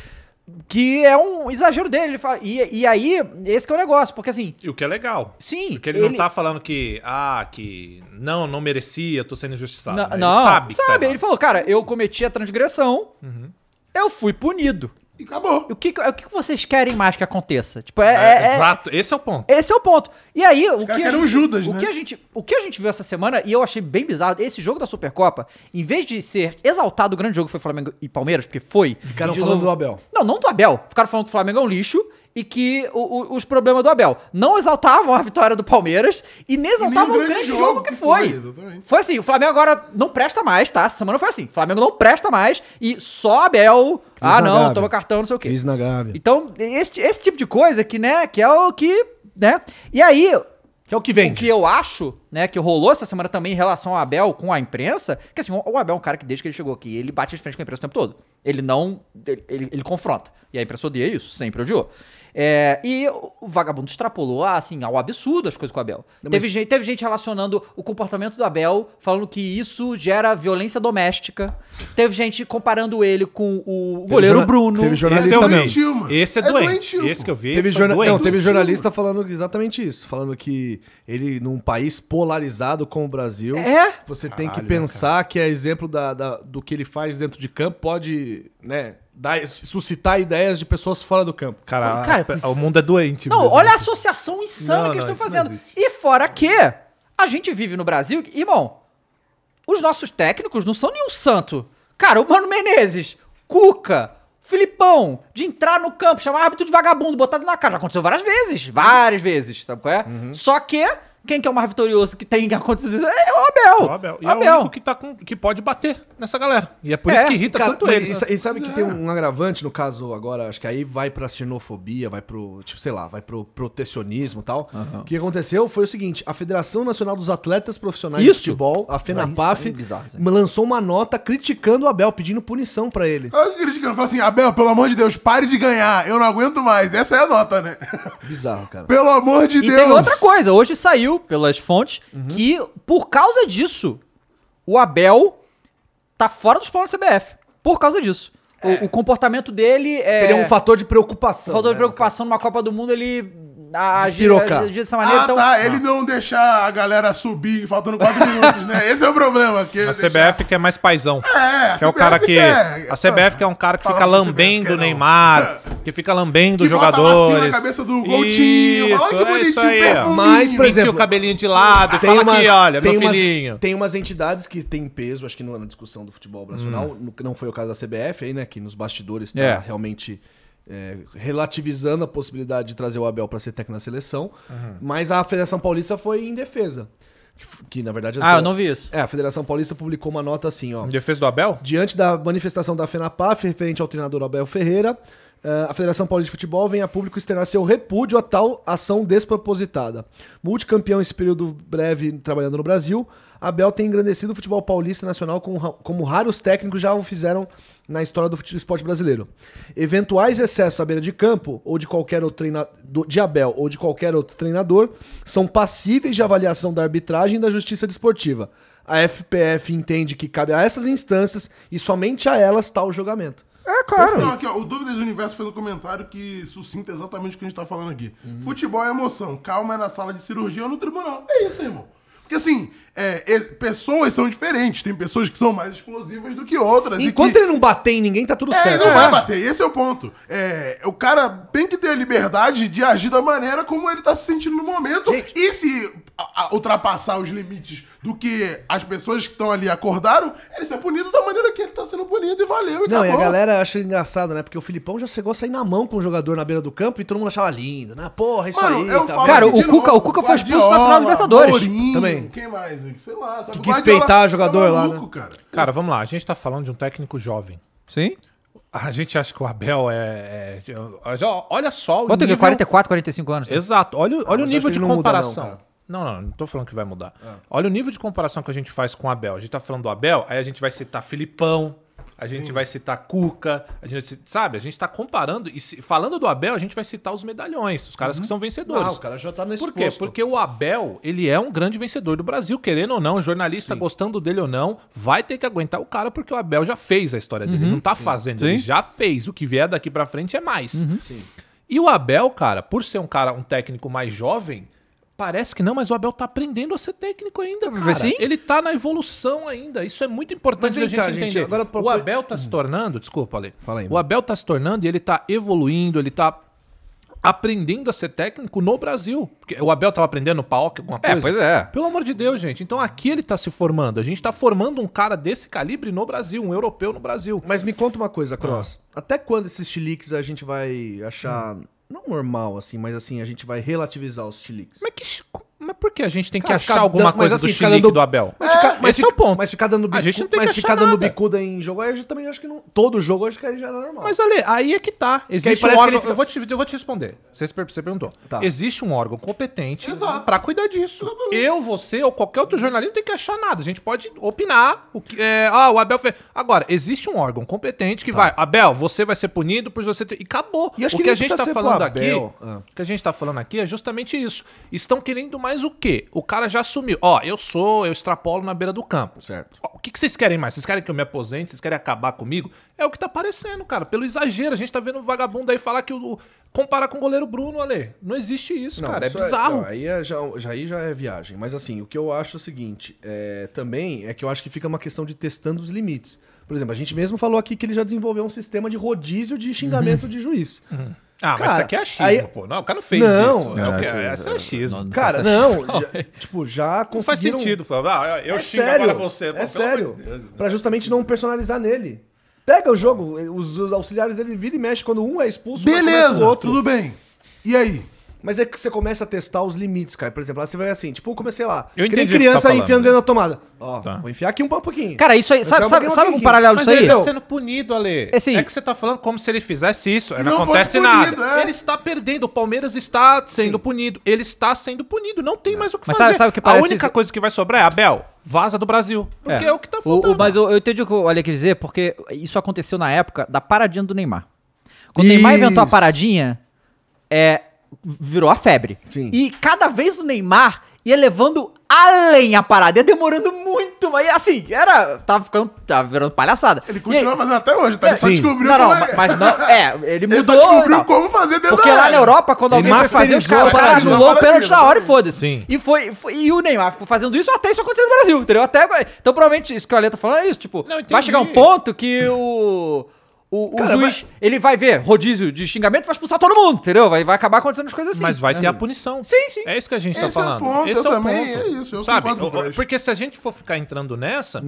Que é um exagero dele. Ele fala, e, e aí, esse que é o negócio, porque assim, E o que é legal. sim... Porque ele, não tá falando que, ah, que não, não merecia, tô sendo injustiçado. Não, né? Ele não, sabe, que tá errado. ele falou, cara, eu cometi a transgressão, Uhum. eu fui punido. E acabou. O que, o que vocês querem mais que aconteça? Tipo, é- é- é, Exato, esse é o ponto. Esse é o ponto. E aí, o que, caras a querem gente, o Judas, o né? que a gente, o que a gente viu essa semana e eu achei bem bizarro, esse jogo da Supercopa, em vez de ser exaltado o grande jogo que foi Flamengo e Palmeiras, porque foi, Ficaram de falando novo- do Abel. Não, não do Abel. Ficaram falando que o Flamengo é um lixo e que o- o- os problemas do Abel não exaltavam a vitória do Palmeiras e nem exaltavam o grande jogo, que foi. exatamente. Foi assim, o Flamengo agora não presta mais, tá? Essa semana foi assim, o Flamengo não presta mais e só Abel, ah na não, Gávea. toma cartão, não sei o quê. Cris na Gávea. Então, esse, esse tipo de coisa que, né, que é o que, né? E aí, Que é o que o vende. que eu acho, né, que rolou essa semana também em relação ao Abel com a imprensa, que assim, o Abel é um cara que desde que ele chegou aqui, ele bate de frente com a imprensa o tempo todo. Ele não. Ele, ele- ele confronta. E a imprensa odeia isso, sempre odiou. É, e o vagabundo extrapolou, assim, ao absurdo as coisas com o Abel. teve, gente, teve gente relacionando o comportamento do Abel, falando que isso gera violência doméstica. Teve gente comparando ele com o goleiro jorna- Bruno. Teve Esse jornalista é, o mesmo. doente, mano. Esse é, É doente. doentio, Esse pô. que eu vi. Teve, foi jorna- doente. não, teve jornalista falando exatamente isso, falando que ele, num país polarizado como o Brasil, É. você tem que pensar que é exemplo da, da- do que ele faz dentro de campo, pode né, dar- suscitar ideias de pessoas fora do campo. Cara, Cara, as pe- isso- o mundo é doente. Não, mesmo. olha a associação insana Não, que eles não, estão isso não fazendo. existe. E fora que a gente vive no Brasil, que- irmão, os nossos técnicos não são nenhum santo. Cara, o Mano Menezes, Cuca, Filipão, de entrar no campo, chamar árbitro de vagabundo, botar ele na cara. Já aconteceu várias vezes, várias vezes, sabe qual é? Uhum. Só que quem que é o mais vitorioso que tem acontecido isso é o Abel. O Abel. E é o Abel. único que, tá com, que pode bater nessa galera. E é por É, isso que irrita Cara, tanto mas ele. né? E, sa- e sabe que tem um agravante no caso agora, acho que aí vai pra xenofobia, vai pro, tipo, sei lá, vai pro protecionismo e tal. O que aconteceu foi o seguinte, a Federação Nacional dos Atletas Profissionais Isso. de Futebol, a isso FENAPAF, é bizarro, isso aí. lançou uma nota criticando o Abel, pedindo punição pra ele. Olha o que criticando. Fala assim, Abel, pelo amor de Deus, pare de ganhar. Eu não aguento mais. Essa é a nota, né? <laughs> Bizarro, cara. pelo amor de E Deus. tem outra coisa, hoje saiu pelas fontes que por causa disso o Abel tá fora dos planos da CBF. Por causa disso. O- O, comportamento dele é. Seria um fator de preocupação. Faltou de né, preocupação numa Copa do Mundo, ele ah, a- agir Despirocar. agir dessa maneira. Ah, então, tá. Ele não deixar a galera subir faltando 4 minutos, né? Esse é o problema. Que A ele deixa- CBF que é mais paizão. É, a Que é o CBF cara que. quer- A CBF que é um cara que Fala fica pra CBF lambendo que é o não. Neymar, que fica lambendo os Que bota a lacinha jogadores. na cabeça do Coutinho. Isso, Olha que é bonitinho, isso aí, ó. perfuminho. Mas, por Penteia exemplo, o cabelinho de lado, Tem Ah, fala umas- aqui, olha, tem meu umas- filhinho. Tem umas entidades que têm peso, acho que não é na discussão do futebol nacional, no- que não foi o caso da CBF aí, né? Que nos bastidores está Hum. É. realmente é, relativizando a possibilidade de trazer o Abel para ser técnico na seleção. Uhum. Mas a Federação Paulista foi em defesa. Que, f- que, na verdade. Ah, eu não vi isso. É, a Federação Paulista publicou uma nota assim, ó. Em defesa do Abel? Diante da manifestação da FENAPAF referente ao treinador Abel Ferreira, eh, a Federação Paulista de Futebol vem a público externar seu repúdio a tal ação despropositada. Multicampeão esse período breve trabalhando no Brasil, Abel tem engrandecido o futebol paulista e nacional como, ra- como raros técnicos já o fizeram na história do fute- do esporte brasileiro. Eventuais excessos à beira de campo ou de qualquer outro treinador de Abel ou de qualquer outro treinador são passíveis de avaliação da arbitragem e da justiça desportiva. A FPF entende que cabe a essas instâncias e somente a elas tal julgamento. É, Não, aqui, ó, o Dúvidas do Universo fez um comentário que sucinta exatamente o que a gente tá falando aqui. Uhum. Futebol é emoção, calma é na sala de cirurgia ou no tribunal. É isso, irmão. Porque assim, é, e- pessoas são diferentes, tem pessoas que são mais explosivas do que outras. e Enquanto que... ele não bater em ninguém, tá tudo É, certo. ele não vai É. bater, esse é o ponto. É, o cara tem que ter a liberdade de agir da maneira como ele tá se sentindo no momento e se a- a- ultrapassar os limites do que as pessoas que estão ali acordaram, ele ser punido da maneira que ele tá sendo punido e valeu, e Não, e a acabou. galera acha engraçado, né? Porque o Filipão já chegou a sair na mão com o jogador na beira do campo e todo mundo achava lindo, né? Porra, isso Mano, aí. eu tá falo bom. Cara, aqui o de Cuca- novo, o Cuca foi expulso na final da Libertadores. Também. Também. Quem mais? Sei lá. Sabe? tá Que quis peitar jogador lá, né? Cara. Cara, vamos lá, a gente tá falando de um técnico jovem. Sim? A gente acha que o Abel é. é- é- olha só o Bota aqui, nível- 44, 45 anos. Exato. Olha, o- olha o né? Ah, mas nível acho de que ele não muda, comparação. não, cara. Ah. não, não, não, tô falando que vai mudar. Olha o nível de comparação que a gente faz com o Abel. A gente tá falando do Abel, aí a gente vai citar Filipão, a gente vai citar Cuca, a gente, vai citar- sabe? A gente tá comparando e se- falando do Abel, a gente vai citar os medalhões, os caras que são vencedores. Uhum. Não, o cara já tá nesse Por quê? posto. Porque o Abel, ele é um grande vencedor do Brasil, querendo ou não, jornalista gostando dele ou não, vai ter que aguentar o cara porque o Abel já fez a história dele, Uhum. não tá fazendo, ele Sim. já fez. O que vier daqui pra frente é mais. Uhum. E o Abel, cara, por ser um cara, um técnico mais jovem, parece que não, mas o Abel tá aprendendo a ser técnico Ah, ainda, cara. Sim. Ele tá na evolução ainda. Isso é muito Mas importante da vem gente cá, gente, entender. agora O propõe- Abel tá se tornando, desculpa, Ale. Fala aí, o mano. Abel tá se tornando e ele tá evoluindo, ele tá aprendendo a ser técnico no Brasil. Porque o Abel tava aprendendo no PAOC, alguma coisa. é. Pelo amor de Deus, gente. Então aqui ele tá se formando. A gente tá formando um cara desse calibre no Brasil, um europeu no Brasil. Ah. Hum. Mas me conta uma coisa, Cross. Até quando esses chiliques a gente vai achar não normal, assim, mas assim, a gente vai relativizar os chiliques. Mas, que, chi- mas por que a gente tem que Cara, achar ficar alguma dando- mas assim, coisa do ficar chilique dando- do Abel? Mas ficar, mas esse é o fica- ponto. Mas ficar dando, A bicu, gente não tem mas que ficar achar dando nada. bicuda em jogo, aí eu também acho que não. Todo jogo eu acho que aí já é normal. Mas, Ale, aí é que tá. Existe um parece que órgão... ele fica- eu, vou te, eu vou te responder. Você, per- você perguntou. Tá. Existe um órgão competente Exato. pra cuidar disso. Eu, você ou qualquer outro jornalista não tem que achar nada. A gente pode opinar. O que, é, ah, o Abel fez... Agora, existe um órgão competente que vai... Abel, você vai ser punido por você ter... E acabou. Tá. E acho o que que, a nem gente precisa tá ser pro falando aqui... Abel. Ah. O que a gente tá falando aqui é justamente isso. Estão querendo mais o quê? O cara já assumiu. Ó, eu sou... Eu extrapolo na beira do campo. Certo. Ó, O que, que vocês querem mais? Vocês querem que eu me aposente? Vocês querem acabar comigo? É o que tá aparecendo, cara. Pelo exagero. A gente tá vendo o vagabundo aí falar que o. o- Comparar com o goleiro Bruno, Ale. Não existe isso, Não, cara. isso é bizarro. não, aí, é já, já- aí já é viagem. Mas assim, o que eu acho é o seguinte: é, também é que eu acho que fica uma questão de testando os limites. Por exemplo, a gente mesmo falou aqui que ele já desenvolveu um sistema de rodízio de xingamento Uhum. de juiz. Ah, mas Cara, isso aqui é achismo, aí- pô. Não, o cara não fez Não, isso. não, é, o que- isso- essa é achismo. Não, Cara, não. <laughs> já- tipo, já conseguiram... faz sentido, pô. Ah, eu é xingo sério, agora você. pô, É pelo sério. amor de Deus. pra justamente não personalizar nele. Pega o jogo, os os auxiliares dele vira e mexe. Quando um é expulso, vai começa Beleza, o outro. tudo bem. E aí? Mas é que você começa a testar os limites, cara. Por exemplo, lá você vai assim, tipo, eu comecei lá. Eu que nem entendi o que criança tá falando. enfiando dentro da tomada. Ó, Tá. vou enfiar aqui um pau um pouquinho. Cara, isso aí, Mas sabe, calma sabe, que eu sabe não um vi paralelo Mas isso aí? ele tá sendo punido, Ale. Assim- é que você tá falando como se ele fizesse isso. E não não acontece fosse nada. punido, é. Ele está perdendo. O Palmeiras está sendo punido. Ele está sendo punido. Não tem mais o que Mas fazer. sabe- sabe o que A parece única isso? coisa que vai sobrar é, Abel, vaza do Brasil. Porque é, o que tá O- o- faltando. mas eu, eu entendi o que o Ale quer dizer, porque isso aconteceu na época da paradinha do Neymar. Quando o Neymar inventou a Isso. paradinha, é, virou a febre. Sim. E cada vez o Neymar ia levando além a parada, ia demorando muito, mas assim, era, tava ficando, tava virando palhaçada. E Ele aí- continua fazendo até hoje, tá? Ele só Sim. descobriu não, não, como é. ma- mas não, é, ele mudou. <laughs> Ele só e descobriu tal. como fazer dentro Porque da lá área. na Europa, quando Ele alguém foi fazer, os masterizou caras a o cara paradinha. anulou o Maravilha, pênalti na hora e maravilha. foda-se. Sim. E, foi, foi- e o Neymar tipo, fazendo isso, até isso aconteceu no Brasil, entendeu? Até, agora. então, provavelmente, isso que o Ale tá falando é isso. Tipo, Não, entendi. vai chegar um ponto que o. O, o juiz, ele vai ver rodízio de xingamento e vai expulsar todo mundo, entendeu? Vai, vai acabar acontecendo as coisas assim. Mas vai ter a punição. Sim, sim. É isso que a gente tá Esse é o falando. ponto, eu também- é isso, eu Sabe? concordo com Uhum. o O- o- Brecht. Porque se a gente for ficar entrando nessa,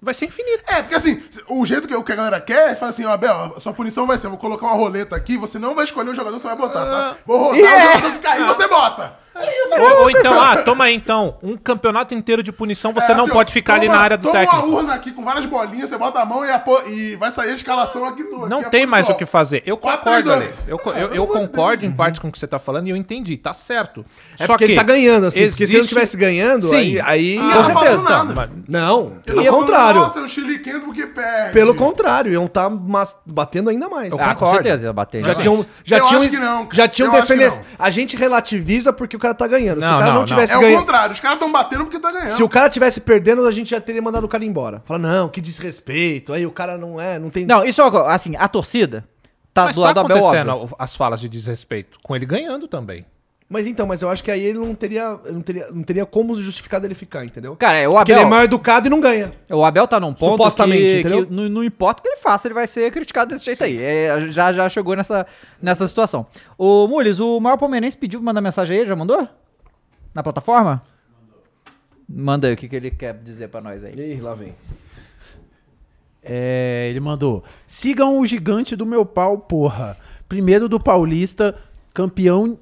vai ser infinito. É, porque assim, o jeito que, o que a galera quer é falar assim, ó, Abel, a sua punição vai ser, eu vou colocar uma roleta aqui, você não vai escolher o jogador que você vai botar, Ah. tá? Vou rodar é. o jogador que cair, você bota. É isso, Ou, ou então, ah, toma aí então, um campeonato inteiro de punição, você É, não assim, ó, pode ficar ali toma- na área do toma técnico. uma urna aqui com várias bolinhas, você bota a mão e, a po- e vai sair a escalação aqui do... Não aqui a tem posição. mais o que fazer. Eu Quatro, concordo, dois. Ale. Eu, co- Ah, eu, pelo eu amor de concordo em parte com o que você tá falando e eu entendi, tá certo. É porque ele tá ganhando, assim. Porque se ele não estivesse ganhando, Sim. aí... aí Ah, com tá certeza. falando nada. Mas- Não, Ele pelo falou, contrário. Nossa, é eu chiliquento porque perde. É Pelo contrário, iam tá mas- batendo ainda mais. Ah, com certeza, ia bater. Já né? um- tinham, já Eu tinham, acho que não, cara. já tinham Eu acho que defenes- não. A gente relativiza porque o cara tá ganhando. se Não, o cara não, não, não. tivesse É o ganhando, contrário, os caras estão batendo porque tá ganhando. se o cara tivesse perdendo, a gente já teria mandado o cara embora. Fala, não, que desrespeito. Aí o cara não é, não tem Não, isso é uma co- assim, a torcida tá Mas do tá lado do Abel, acontecendo óbvio. as falas de desrespeito, com ele ganhando também. Mas então, mas eu acho que aí ele não teria, não teria, não teria como justificar dele ficar, entendeu? Cara, é, o Porque ele é Abel... mal educado e não ganha. O Abel tá num ponto Supostamente, que, entendeu? que não, não importa o que ele faça, ele vai ser criticado desse jeito aí. É, já, já chegou nessa, nessa situação. O Mules, o maior palmeirense pediu pra mandar mensagem aí, já mandou? Na plataforma? Manda aí o que, que ele quer dizer pra nós aí. Ih, lá vem. É, ele mandou: sigam o gigante do meu pau, porra. Primeiro do Paulista, campeão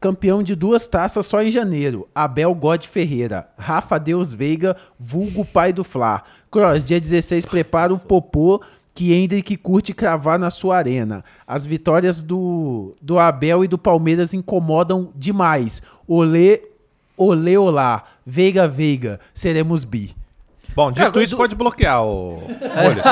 campeão de duas taças só em janeiro. Abel God Ferreira, Rafa Deus Veiga, vulgo pai do Fla. Cross, dia 16, prepara o popô que Hendrick curte cravar na sua arena. As vitórias do, do Abel e do Palmeiras incomodam demais. Olê, olê, olá. Veiga, Veiga, seremos bi. Bom, dito Cara, É. isso, do- pode bloquear o. <laughs> Olha.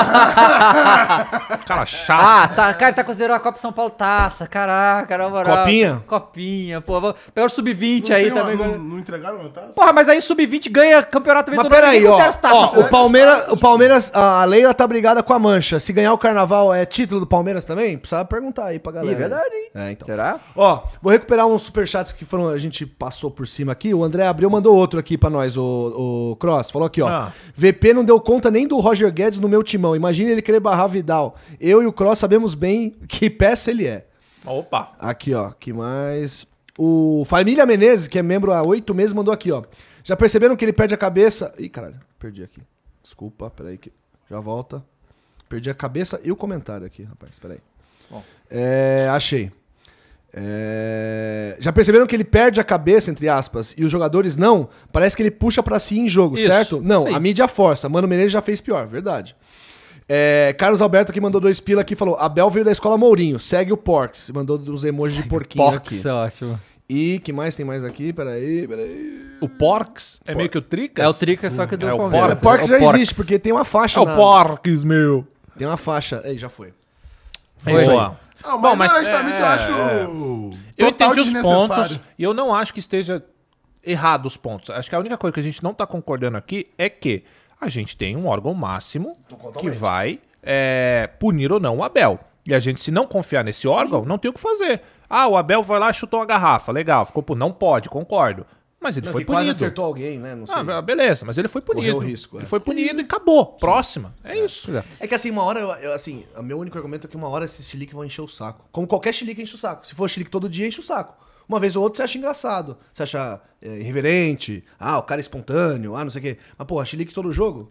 Cara chato. Ah, tá, cara, tá considerando a Copa São Paulo taça, caraca, na moral. Copinha? Copinha, pô. vou- Pega o Não Sub-20 tem aí uma- também. né? Não, não entregaram uma tá? taça? Porra, mas aí o Sub-20 ganha campeonato Mas do mundo, peraí, ninguém ó. considera né? essa taça, Ó, entendeu? o Palmeiras, o Palmeiras, a Leila tá brigada com a Mancha. Se ganhar o Carnaval é título do Palmeiras também? Precisava perguntar aí pra galera. Ih, verdade, hein? É, então. Será? Ó, vou recuperar uns superchats que foram, a gente passou por cima aqui. O André Abreu mandou outro aqui pra nós, o, o Cross. Falou aqui, ó. Ah. VP não deu conta nem do Roger Guedes no meu timão. Imagina ele querer barrar Vidal. Eu e o Cross sabemos bem que peça ele é. Ah. Opa. Aqui, ó. Que mais? O Família Menezes, que é membro há oito meses, mandou aqui, ó. Já perceberam que ele perde a cabeça. Ih, caralho, perdi aqui. Desculpa, peraí que. Já volta. Perdi a cabeça e o comentário aqui, rapaz. Peraí. É, achei. É, Já perceberam que ele perde a cabeça, entre aspas, e os jogadores não? Parece que ele puxa pra si em jogo, Isso, certo? Não, sim. a mídia força. Mano Menezes já fez pior, verdade. É, Carlos Alberto que mandou dois pila aqui falou: Abel veio da escola Mourinho, segue o Porks. Mandou uns emojis de porquinho aqui. é ótimo. E que mais tem mais aqui? Peraí, peraí. O Porks é meio que o Tricas? É o Trica, só que do É o É, Palmeiras. Porcs. Porks É já o Porcs. existe, porque tem uma faixa. É o na- Porks, meu. Tem uma faixa. Ei, já foi. É isso aí. Não, mas, Bom, mas, honestamente é, eu acho. é. Eu total entendi os desnecessário. pontos e eu não acho que esteja errado os pontos. Acho que a única coisa que a gente não está concordando aqui é que a gente tem um órgão máximo que vai é, punir ou não o Abel. E a gente, se não confiar nesse órgão, não tem o que fazer. Ah, o Abel foi lá e chutou uma garrafa. Legal, ficou por. Não pode, concordo. Mas ele foi que quase punido. acertou alguém, né? Não sei. Ah, beleza, mas ele foi punido. Correu risco, é. Ele foi punido e acabou. Próxima. É isso. É que assim, uma hora, eu- eu, assim, o meu único argumento é que uma hora esses chiliques vão encher o saco. Como qualquer chilique enche o saco. Se for chilique todo dia, enche o saco. Uma vez ou outra você acha engraçado. Você acha é, irreverente, ah, o cara é espontâneo, ah, não sei o quê. Mas, porra, chilique todo jogo?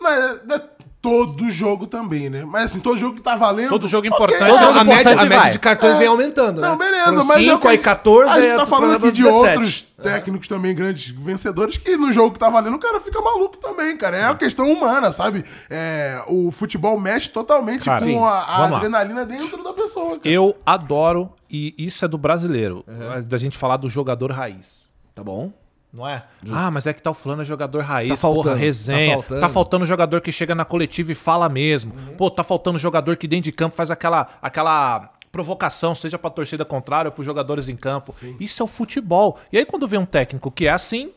Mas é, é todo jogo também, né? Mas assim, todo jogo que tá valendo. Todo jogo ok. importante. Todo jogo a média, a importante média vai. de cartões É. vem aumentando, né? Não, beleza, Foram mas. é o cinco, que aí 14, A gente aí tá outro falando programa aqui de 17. outros É. técnicos também, grandes vencedores, que no jogo que tá valendo o cara fica maluco também, cara. É uma questão humana, sabe? É, o futebol mexe totalmente Cara, com sim. a, a Vamos lá. adrenalina dentro da pessoa, cara. Eu adoro, e isso é do brasileiro, da gente falar do jogador raiz. Tá bom. Não é? Ah, mas é que tá o fulano é jogador raiz, Tá faltando, porra, resenha. tá Tá faltando. Uhum. faltando. jogador que chega na coletiva e fala mesmo. Pô, tá faltando jogador que dentro de campo faz aquela aquela provocação, seja pra torcida contrária ou pros jogadores em campo. Isso é o futebol. E aí quando vem um técnico que é assim,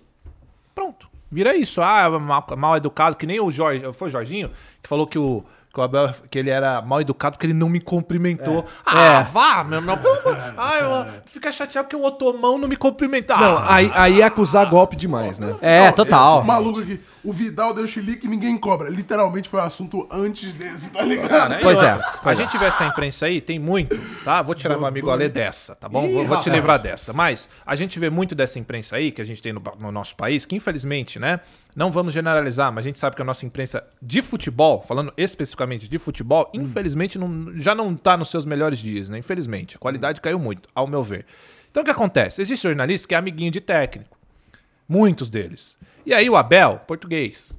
pronto. Vira isso. Ah, mal, mal educado, que nem o Jorge, foi o Jorginho que falou que o que o Abel, que ele era mal educado porque ele não me cumprimentou. Ah, É. vá, meu irmão. pelo amor- Ah, <laughs> eu fica chateado porque o otomão não me cumprimentou. É. Não, Ah, aí, aí é acusar golpe demais, né? É, Não, total. esse maluco aqui. O Vidal deu chilique e ninguém cobra. Literalmente foi o assunto antes desse, tá ligado? Cara, Pois né? e é, outra, A pois é. gente vê essa imprensa aí, tem muito, tá? Vou tirar meu amigo Ale dessa, tá bom? Vou, vou te livrar dessa. Mas a gente vê muito dessa imprensa aí que a gente tem no, ba- no nosso país, que infelizmente, né? Não vamos generalizar, mas a gente sabe que a nossa imprensa de futebol, falando especificamente de futebol, infelizmente não- já não tá nos seus melhores dias, né? Infelizmente. A qualidade caiu muito, ao meu ver. Então o que acontece? Existe jornalista que é amiguinho de técnico. Muitos deles. E aí o Abel, português,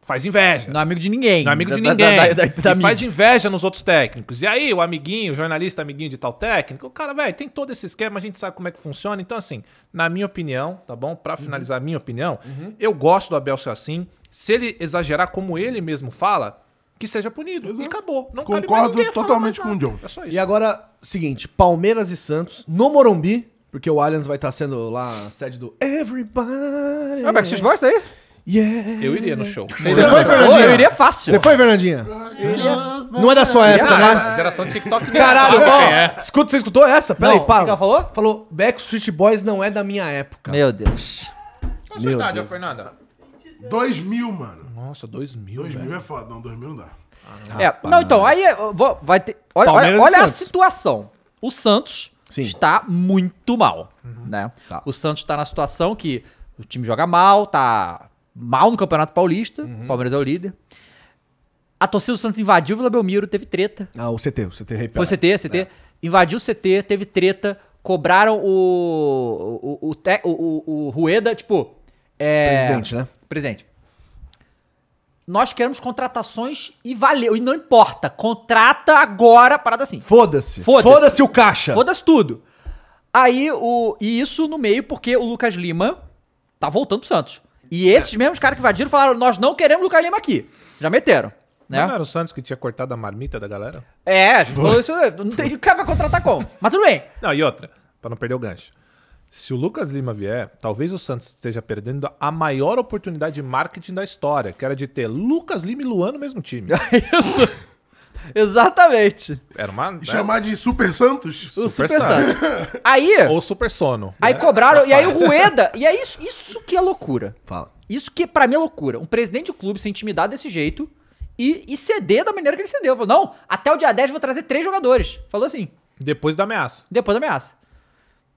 faz inveja. Não é amigo de ninguém. Não é amigo Da- de da- ninguém. da- da- da e faz mídia. inveja nos outros técnicos. E aí, o amiguinho, o jornalista amiguinho de tal técnico, o cara, velho, tem todo esse esquema, a gente sabe como é que funciona. Então, assim, na minha opinião, tá bom? Uhum. Pra finalizar a minha opinião, eu gosto do Abel ser assim. Se ele exagerar como ele mesmo fala, que seja punido. E acabou. Não cabe mais Concordo ninguém falar totalmente mais nada. com o John. É só isso. E agora, seguinte, Palmeiras e Santos no Morumbi, porque o Allianz vai estar sendo lá a sede do Everybody. Ah, mas vocês gostam aí? Yeah. Eu iria no show. Você foi, Fernandinha? Eu iria fácil. Você foi, Fernandinha? Não é da sua época, Cara, né? a geração <laughs> TikTok nem Caralho, sabe bom. quem é. Escuta, você escutou essa? Peraí, Não, o para. que que ela falou? Falou, Backstreet Boys não é da minha época. Meu Deus. Qual a sua idade, ó, Fernanda? 2000, mano. Nossa, 2000, 2000 velho. é foda. Não, 2000 não dá. É, não, então, aí é, eu vou- vai ter. Olha, Palmeiras olha, e olha a Santos. situação. O Santos Sim. está muito mal. Né? Tá. O Santos está na situação que o time joga mal, tá mal no Campeonato Paulista. O Palmeiras é o líder. A torcida do Santos invadiu o Vila Belmiro, teve treta. Ah, o CT, o CT Foi repete. CT, É. CT. Invadiu o CT, teve treta, cobraram o. O, o, o, te- o- o- o Rueda, tipo. é, Presidente, né? Presidente. Nós queremos contratações e valeu. E não importa. Contrata agora a parada assim. Foda-se. Foda-se. Foda-se o caixa. Foda-se tudo. Aí o. E isso no meio, porque o Lucas Lima tá voltando pro Santos. É. E esses mesmos caras que invadiram falaram: nós não queremos o Lucas Lima aqui. Já meteram. Né? é. Não era o Santos que tinha cortado a marmita da galera? É, acho que falou isso. Não tem, o cara vai contratar como? Mas tudo bem. Não, e outra, pra não perder o gancho. Se o Lucas Lima vier, talvez o Santos esteja perdendo a maior oportunidade de marketing da história, que era de ter Lucas Lima e Luan no mesmo <laughs> time. <laughs> isso. Exatamente. Era uma. né? E chamar de Super Santos? O Super Super Santos. Aí. <laughs> Ou é, Super Sono. né? Aí cobraram, e aí o Rueda, e é isso, isso que é loucura. Fala. Isso que pra mim é loucura. Um presidente de clube se intimidar desse jeito e, e ceder da maneira que ele cedeu. Falou, não, até o dia 10 eu vou trazer três jogadores. Falou assim, Depois da ameaça. depois da ameaça.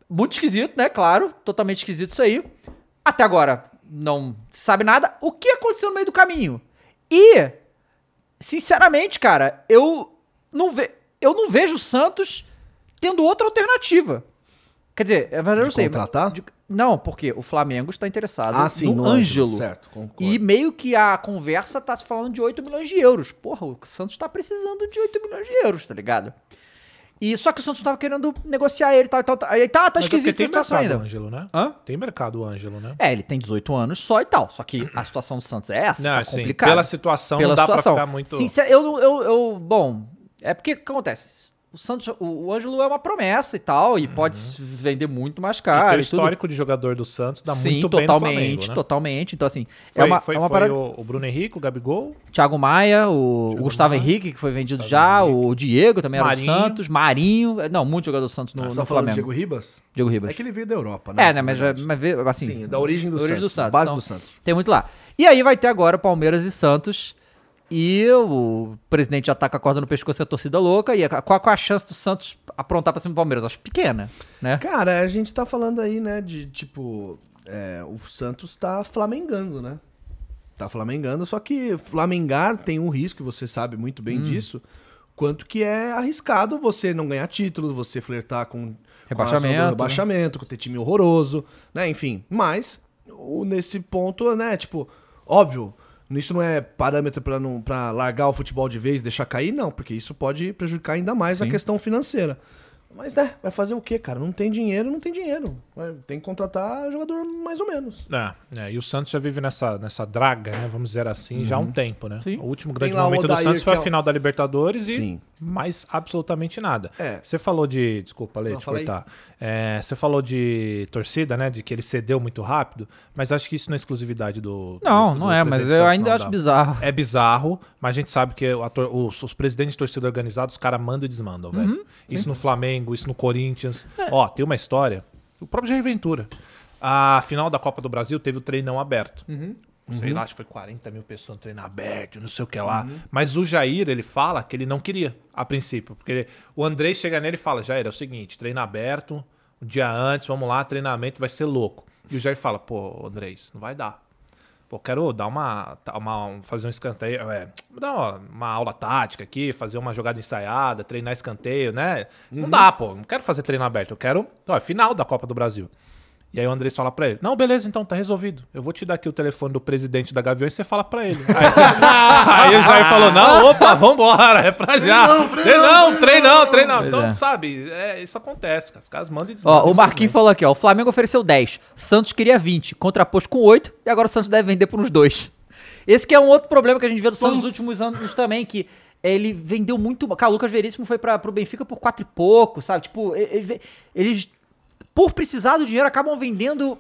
Muito esquisito, né? Claro, totalmente esquisito isso aí. Até agora não se sabe nada. O que aconteceu no meio do caminho? E, sinceramente, cara, eu não, ve eu não vejo o Santos tendo outra alternativa. Quer dizer, é verdade, eu sei. mas- contratar? de- não, porque o Flamengo está interessado Ah, sim, no, no Ângelo, Ângelo. certo, concordo. E meio que a conversa tá se falando de 8 milhões de euros. Porra, o Santos tá precisando de 8 milhões de euros, tá ligado? E só que o Santos tava querendo negociar ele e tal, e tal, tal. Aí tá, tá Mas é porque esquisito a tem situação mercado o ainda. Ângelo, né? Hã? Tem mercado o Ângelo, né? É, ele tem 18 anos só e tal. Só que a situação do Santos é essa, Não, tá assim, complicada. pela situação, não dá pra ficar muito- Sincer- eu, não- eu, eu- Bom, é porque o que acontece? O Santos, o, o Ângelo é uma promessa e tal, e pode se vender muito mais Uhum. E caro. tem o e tudo. histórico de jogador do Santos dá Sim, muito bem no totalmente, Flamengo, né? totalmente. Então, assim, Foi, é uma, foi, é uma foi parada. o, o Bruno Henrique, o Gabigol, Thiago Maia, o Gustavo Henrique, que foi vendido já, o Diego também Marinho. era do Santos, Marinho. é, Não, muito jogador do Santos no, Você tá no falando do Flamengo. Diego Diego, Ribas? Ribas. É que ele veio da Europa, né? É, né? Mas, mas vê, assim. Sim, então. da origem do da origem Santos, do Santos. base então, do Santos. Tem muito lá. E aí vai ter agora Palmeiras e Santos. E o presidente já tá com a corda no pescoço e a torcida louca. E a- qual, qual a chance do Santos aprontar pra cima do Palmeiras? Acho pequena, né? Cara, a gente tá falando aí, né, de tipo. é, o Santos tá flamengando, né? Tá flamengando, só que flamengar tem um risco, e você sabe muito Hum. bem disso. Quanto que é arriscado você não ganhar títulos, você flertar com com a ação do Rebaixamento, né? rebaixamento, com ter time horroroso, né? Enfim, mas o- nesse ponto, né, tipo, óbvio, isso não é parâmetro pra não para largar o futebol de vez, deixar cair, não, porque isso pode prejudicar ainda mais a questão financeira. Mas né, vai fazer o quê, cara? Não tem dinheiro, não tem dinheiro. Vai- Tem que contratar jogador mais ou menos. né? né, E o Santos já vive nessa, nessa draga, né? Vamos dizer assim, já há um tempo, né? O último grande Uhum. Tem lá o momento do Odair, Santos foi que a é o- final da Libertadores e Sim. mais absolutamente nada. É. Você falou de. Desculpa, Leite, Não, fala aí. cortar. É, você falou de torcida, né? De que ele cedeu muito rápido, mas acho que isso não é exclusividade do. Não, do- do não é, presidente mas do eu Santos, ainda não, acho da- bizarro. É bizarro, mas a gente sabe que a tor- os, os presidentes de torcida organizada, os caras mandam e desmandam, velho. Isso no Flamengo, isso no Corinthians. Ó, tem uma história. O próprio Jair Ventura. A final da Copa do Brasil teve o treinão aberto. Sei lá, acho que foi 40 mil pessoas no treino aberto, não sei o que lá. Mas o Jair, ele fala que ele não queria, a princípio. Porque ele- o Andrei chega nele e fala, Jair, é o seguinte, treino aberto, um dia antes, vamos lá, treinamento vai ser louco. E o Jair fala, pô, Andrei, isso não vai dar. Pô, quero dar uma. tá- uma- um- fazer um escanteio. É, dar uma, uma aula tática aqui, fazer uma jogada ensaiada, treinar escanteio, né? Não dá, pô. Não quero fazer treino aberto. Eu quero. Ó, é final da Copa do Brasil. E aí o Andrés fala pra ele: Não, beleza, então tá resolvido. Eu vou te dar aqui o telefone do presidente da Gaviões e você fala pra ele. <laughs> Aí, aí o Jair falou: Não, opa, vambora, é pra já. Treinão, treinão, treinão. Então, Pois é. sabe, é, isso acontece, cara. Os caras mandam e desmandam. né? Ó, o Marquinhos infelizmente. falou aqui, ó. O Flamengo ofereceu 10, Santos queria 20, contraposto com 8, e agora o Santos deve vender por uns 2. Esse que é um outro problema que a gente vê do Santos nos últimos anos também, que ele vendeu muito. Cara, o Lucas Veríssimo foi pra, pro Benfica por 4 e pouco, sabe? Tipo, ele- ele ve- eles, por precisar do dinheiro, acabam vendendo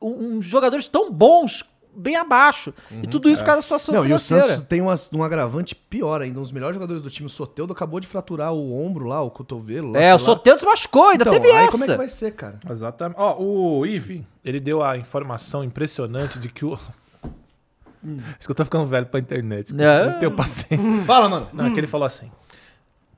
um- uns jogadores tão bons bem abaixo. e tudo isso por causa da situação Não, e o financeira. Santos tem umas- um agravante pior ainda. Um dos melhores jogadores do time, o Soteldo, acabou de fraturar o ombro lá, o cotovelo. lá, sei É, lá. o Soteldo se machucou, ainda Então, teve aí essa. como é que vai ser, cara? Exatamente. Ó, o Ivi, ele deu a informação impressionante de <laughs> que o. Hum. Acho que eu tô ficando velho pra internet. cara. Não. Não tenho <laughs> paciência. Fala, mano. Não, é que ele falou assim.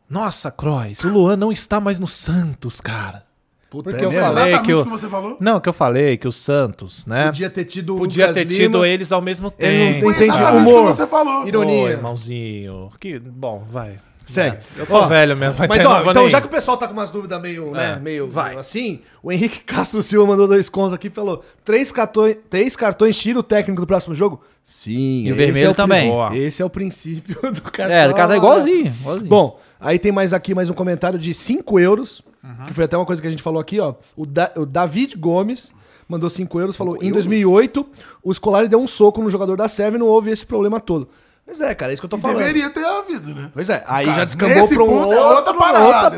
Nossa, Crois, o Luan não está mais no Santos, cara. Puta, é Porque eu mesmo? falei Exatamente que o eu- que você falou. Não, é que eu falei que o Santos, né? Podia, Podia ter tido o ter Lucas tido Lima. eles ao mesmo Ele tempo. não entende cara. Exatamente o que humor. você falou. ironia. Ô, irmãozinho. Que bom, vai. Segue. Eu tô Ó, velho mesmo. vai Mas ter ó, nova então nem- já que o pessoal tá com umas dúvidas meio, né, É, meio vai. meio assim, o Henrique Castro Silva mandou dois contos aqui e falou: três cartões, três cartões tira o técnico do próximo jogo? Sim. E o esse vermelho é pri- também. Boa. Esse é o princípio <laughs> do cartão. É, o cara tá igualzinho, igualzinho. Bom, aí tem mais aqui mais um comentário de 5 euros, que foi até uma coisa que a gente falou aqui, ó. O, Da- o David Gomes mandou 5 euros, falou: em 2008, o Scolari deu um soco no jogador da Sérvia e não houve esse problema todo. Pois é, cara, é isso que eu tô falando. Deveria ter havido, né? Pois é, aí Cara, já descambou nesse pra um ponto outro, é outra parada.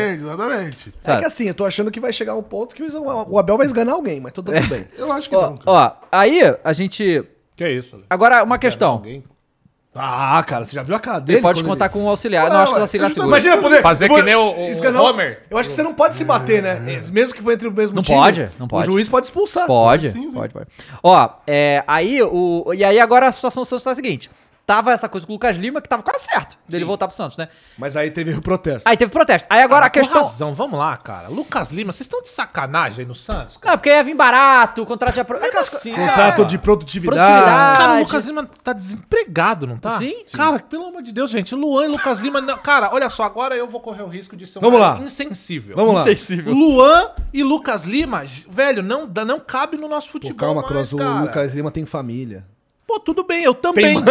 Exatamente, exatamente. É Sabe? que assim, eu tô achando que vai chegar um ponto que o Abel vai esganar alguém, mas tudo bem. Eu acho que ó, então, não. cara. ó, aí a gente. Que isso, Ale? Agora, uma questão. <laughs> Ah, cara, você já viu a cara Ele pode contar com o auxiliar. não, acho que o ué, auxiliar eu já tô segura. Imagina poder... um- Fazer que nem o- o Homer. Eu acho que você não pode se bater, né? Mesmo que for entre o mesmo Não time. pode, não pode. O juiz pode expulsar. Pode, pode, pode. Ó, é, aí o. E aí agora a situação do Santos tá a seguinte. tava essa coisa com o Lucas Lima, que tava quase certo dele voltar pro Santos, né? Mas aí teve o protesto. Aí teve protesto. Aí agora a Com questão. razão, vamos lá, cara. Lucas Lima, vocês estão de sacanagem aí no Santos? Cara, Ah, porque ia vir barato, contrato de apro... aquelas assim, co- Contrato Um de produtividade. Produtividade. Cara, o verdade. Lucas Lima tá desempregado, não tá? Sim. Sim. Cara, pelo amor de Deus, gente. Luan e Lucas Lima. não- cara, olha só, agora eu vou correr o risco de ser um Vamos cara lá. insensível. Vamos lá. Insensível. Luan e Lucas Lima, j- velho, não, dá- não cabe no nosso Pô, futebol. calma, mais, Cross, o cara. Lucas Lima tem família. Pô, tudo bem, eu também.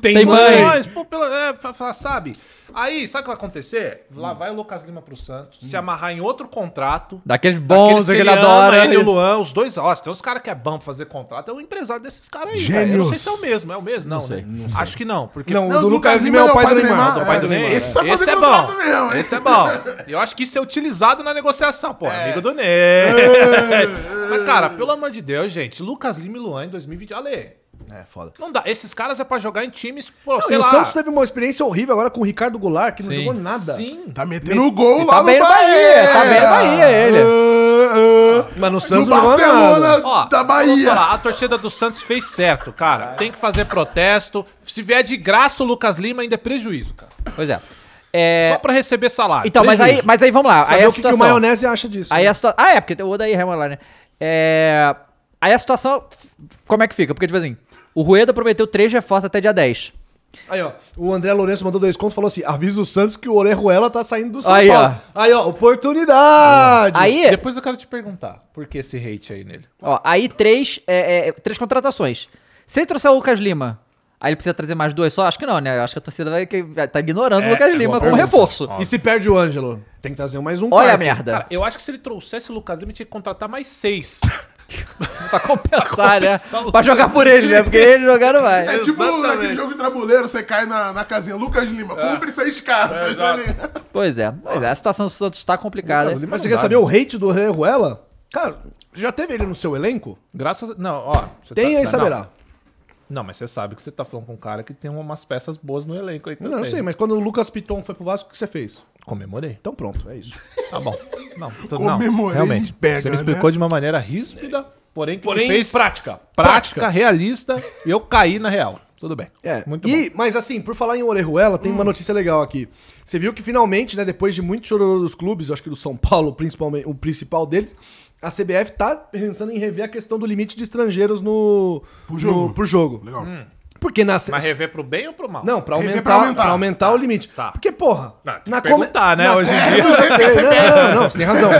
tem, Tem mãe. Mas, pô, pela- é, fa- fa- sabe? Aí, sabe o que vai acontecer? Hum. Lá vai o Lucas Lima pro Santos, se amarrar em outro contrato. Daqueles bons Daqueles que ele ama, adora. Ele e o isso. Luan, os dois. Ó, se tem uns caras que é bom pra fazer contrato, é o empresário desses caras aí. velho. Eu não sei se é o mesmo, é o mesmo? Não, sei, né? Acho que não, porque. Não, o Não, do Lucas Lima é o pai do Neymar. O pai do É, Neymar. esse sabe fazer é contrato bom. mesmo, hein? esse é bom. Eu acho que isso é utilizado na negociação. Pô, É. amigo do Ney. Mas, cara, pelo amor de Deus, gente. Lucas Lima e Luan em 2020. Ale, É, foda. não dá. Esses caras é pra jogar em times, pô, Não, sei e lá. o Santos teve uma experiência horrível agora com o Ricardo Goulart, que não Sim. jogou nada. Sim. Tá metendo o gol lá Tá no bem no Bahia, tá bem no Bahia ele. Ah, ah. Mas no No Santos não jogou Barcelona nada. <laughs> Ó, da vou Bahia. falar, a torcida do Santos fez certo, cara. Tem que fazer protesto. Se vier de graça o Lucas Lima, ainda é prejuízo, cara. Pois é. É, Só pra receber salário. Então, mas aí, prejuízo. mas aí vamos lá. Aí Saber a o que, que o situação. Maionese acha disso. né? Aí a situação. Ah, é, porque tem o Oda aí, Raimundo lá, né? É. Aí a situação. Como é que fica? Porque, tipo assim, o Rueda prometeu três reforços até dia 10. Aí, ó, o André Lourenço mandou dois contos e falou assim: avisa o Santos que o Orejuela tá saindo do São Aí, Paulo. Aí, ó, oportunidade. Aí, Depois eu quero te perguntar por que esse hate aí nele. ó, aí três, é, é, três contratações. Se ele trouxer o Lucas Lima, aí ele precisa trazer mais duas só? Acho que não, né? Eu Acho que a torcida vai, que, vai- tá ignorando o É, Lucas Lima como reforço. E se perde o Ângelo? Tem que trazer mais um. Olha a quarto. merda. <laughs> Cara, eu acho que se ele trouxesse o Lucas Lima, tinha que contratar mais seis. pra compensar, né? compensar o- Pra jogar por ele, né? Porque ele jogar não <laughs> vai. É tipo Exatamente. É. naquele jogo de tabuleiro, você cai na, na casinha. Lucas Lima, cumpre seis cartas. tá ligado? Pois é. Pois é, a situação do Santos tá complicada. Mas você quer né? saber o hate do Orejuela? Cara, já teve ele no seu elenco? Graças a... Não, ó. você Tem tá- aí, não, saberá. Não, mas você sabe que você tá falando com um cara que tem umas peças boas no elenco aí Não, também. eu sei, mas quando o Lucas Piton foi pro Vasco, o que você fez? Comemorei. Então pronto, é isso. Tá bom. Não, tô, Comemorei, não realmente. pega, você me explicou né? de uma maneira ríspida, porém que me fez prática. prática, realista, e eu caí na real. Tudo bem. É, Muito bom. Hum. e, mas assim, por falar em Orejuela, tem uma notícia legal aqui. Você viu que finalmente, né, depois de muito chororô dos clubes, eu acho que do São Paulo, <laughs> principalmente, o principal deles, a CBF tá pensando em rever a questão do limite de estrangeiros no Por jogo. no- por jogo. Legal. Porque na C- Hum. Mas rever pro bem ou pro mal? não, pra Rever aumentar, pra pra aumentar. aumentar, o limite. Tá. Porque, porra, Não, tem que come- perguntar, né, hoje em <laughs> É, dia. não, sei, não, não, você tem <laughs> razão.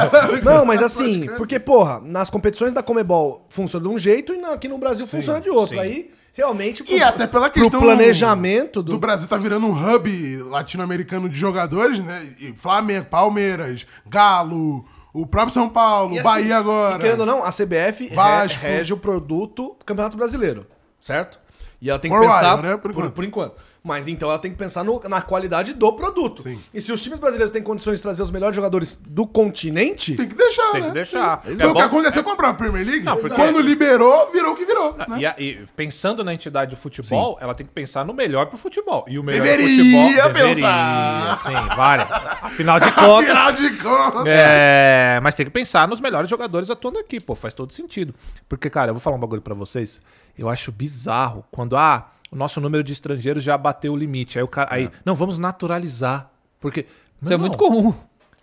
Não, mas assim, é. porque, porra, nas competições da Comebol funciona de um jeito e na- aqui no Brasil funciona de outro. sim. Aí, realmente, E até pela pro questão planejamento do, do Brasil tá virando um hub latino-americano de jogadores, né? E Flamengo, Palmeiras, Galo, o próprio São Paulo, E assim, Bahia agora. e querendo ou não, a CBF re- Vasco. rege o produto Campeonato Brasileiro, certo? E ela tem que For while, pensar né? por, Por por enquanto. enquanto. Mas então ela tem que pensar no- na qualidade do produto. Sim. E se os times brasileiros têm condições de trazer os melhores jogadores do continente, Tem que deixar, Tem né? que deixar. Sim. É Foi o bom- que aconteceu com a própria Premier League. Não, porque- Quando liberou, virou o que virou. né? Ah, E, a- e pensando na entidade do futebol, ela tem que pensar no melhor pro futebol. E o melhor Deveria pro futebol pensar. sim, vale. Afinal de <laughs> contas, Afinal de contas. É, mas tem que pensar nos melhores jogadores atuando aqui, pô, faz todo sentido. Porque, cara, eu vou falar um bagulho pra vocês. Eu acho bizarro quando, ah, o nosso número de estrangeiros já bateu o limite. Aí o cara, É. aí, não, vamos naturalizar. Porque. Isso é muito comum.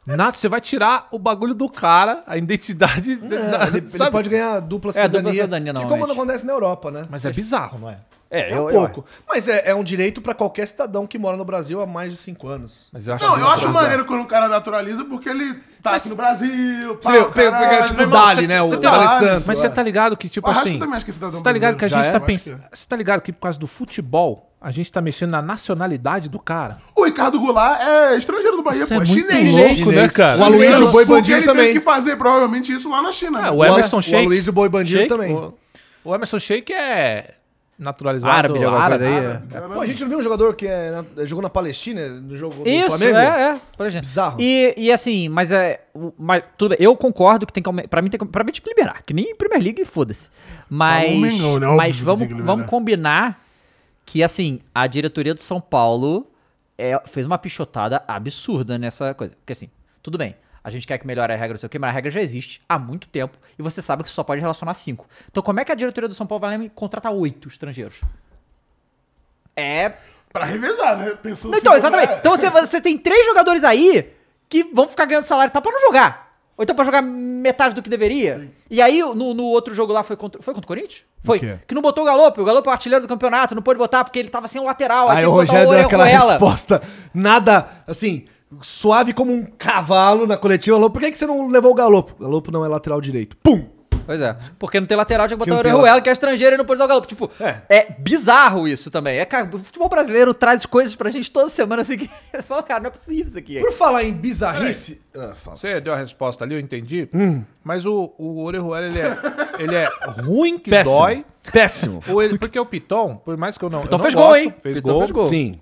Nato, você vai tirar o bagulho do cara, a É, identidade. da- ele, ele sabe? pode ganhar dupla É, cidadania. dupla cidadania, que como normalmente. não acontece na Europa, né? Mas é bizarro, não é? É, é um pouco. Mas é, é um direito pra qualquer cidadão que mora no Brasil há mais de cinco anos. Mas eu acho Não, eu acho bizarro. maneiro quando o cara naturaliza porque ele tá aqui no Brasil. pá, Você pega, caralho, pega tipo meu o irmão, Dali, cê- né? cê O tá- Dali Dali, Santos. Mas você tá ligado que, tipo O Arrasca assim. também acho que é cidadão Você tá ligado que a brasileiro. gente Já é? tá Eu pensando. acho Você tá ligado que por causa do futebol, a gente tá mexendo na nacionalidade do cara. O Ricardo Goulart é estrangeiro do Bahia, Isso pô. é É muito chinês. louco, Chinês. né, cara? O Aloysio Boi Porque Bandido ele também. teve um que fazer provavelmente isso lá na China. É, né? Ah, o Emerson Al- Sheik. O Aloysio Boi Bandido Sheik, também. O, o Emerson Sheik é naturalizado Árabe de alguma coisa aí, é. árabe. é Pô, a gente não viu um jogador que é na- jogou na Palestina, no jogo do Isso, Flamengo? é, é, por exemplo. Bizarro. E, e assim, mas é. o- Mas, tudo bem, eu concordo que tem que. aumen- Pra mim tem que, pra mim tem que liberar, que nem Premier League, foda-se. Mas. Falou o Mengão, né? Óbvio que Mas tem vamos, que liberar. vamos combinar que, assim, a diretoria do São Paulo é- fez uma pichotada absurda nessa coisa. Porque, assim, tudo bem. A gente quer que melhore a regra, não sei o quê, mas a regra já existe há muito tempo e você sabe que você só pode relacionar cinco. Então, como é que a diretoria do São Paulo vai lá e contrata oito estrangeiros? É. Pra revezar, né? Pensando é. Não, então, se- é. exatamente. Então você, você tem três jogadores aí que vão ficar ganhando salário e tal pra não jogar. Ou então pra jogar metade do que deveria. E aí, no, no outro jogo lá, foi contra, foi contra o Corinthians? Foi. quê? Que não botou o Galope. O Galope é o artilheiro do campeonato, não pôde botar porque ele tava sem o lateral. Aí tem o que botar Rogério deu Orel aquela Ruela. resposta, nada, assim, suave como um cavalo na coletiva. Falou, Por que, que você não levou o Galopo? O Galopo não é lateral direito. Pum! Pois é. Porque não tem lateral, tinha que botar o não tem Oriol Ruela, que é estrangeiro e não pôde usar o Galo. Tipo, é. bizarro isso também. É, cara, o futebol brasileiro traz coisas pra gente toda semana assim. que <laughs> Você fala, cara, não é possível isso aqui. Por falar em bizarrice... Ah, fala. Você deu a resposta ali, eu entendi. Mas o, o Orejuela, ele é, ele é ruim que Péssimo. dói. Péssimo. Ou ele- porque o Piton, por mais que eu não. Piton Então fez gol, hein? Fez Piton gol. fez gol. Sim.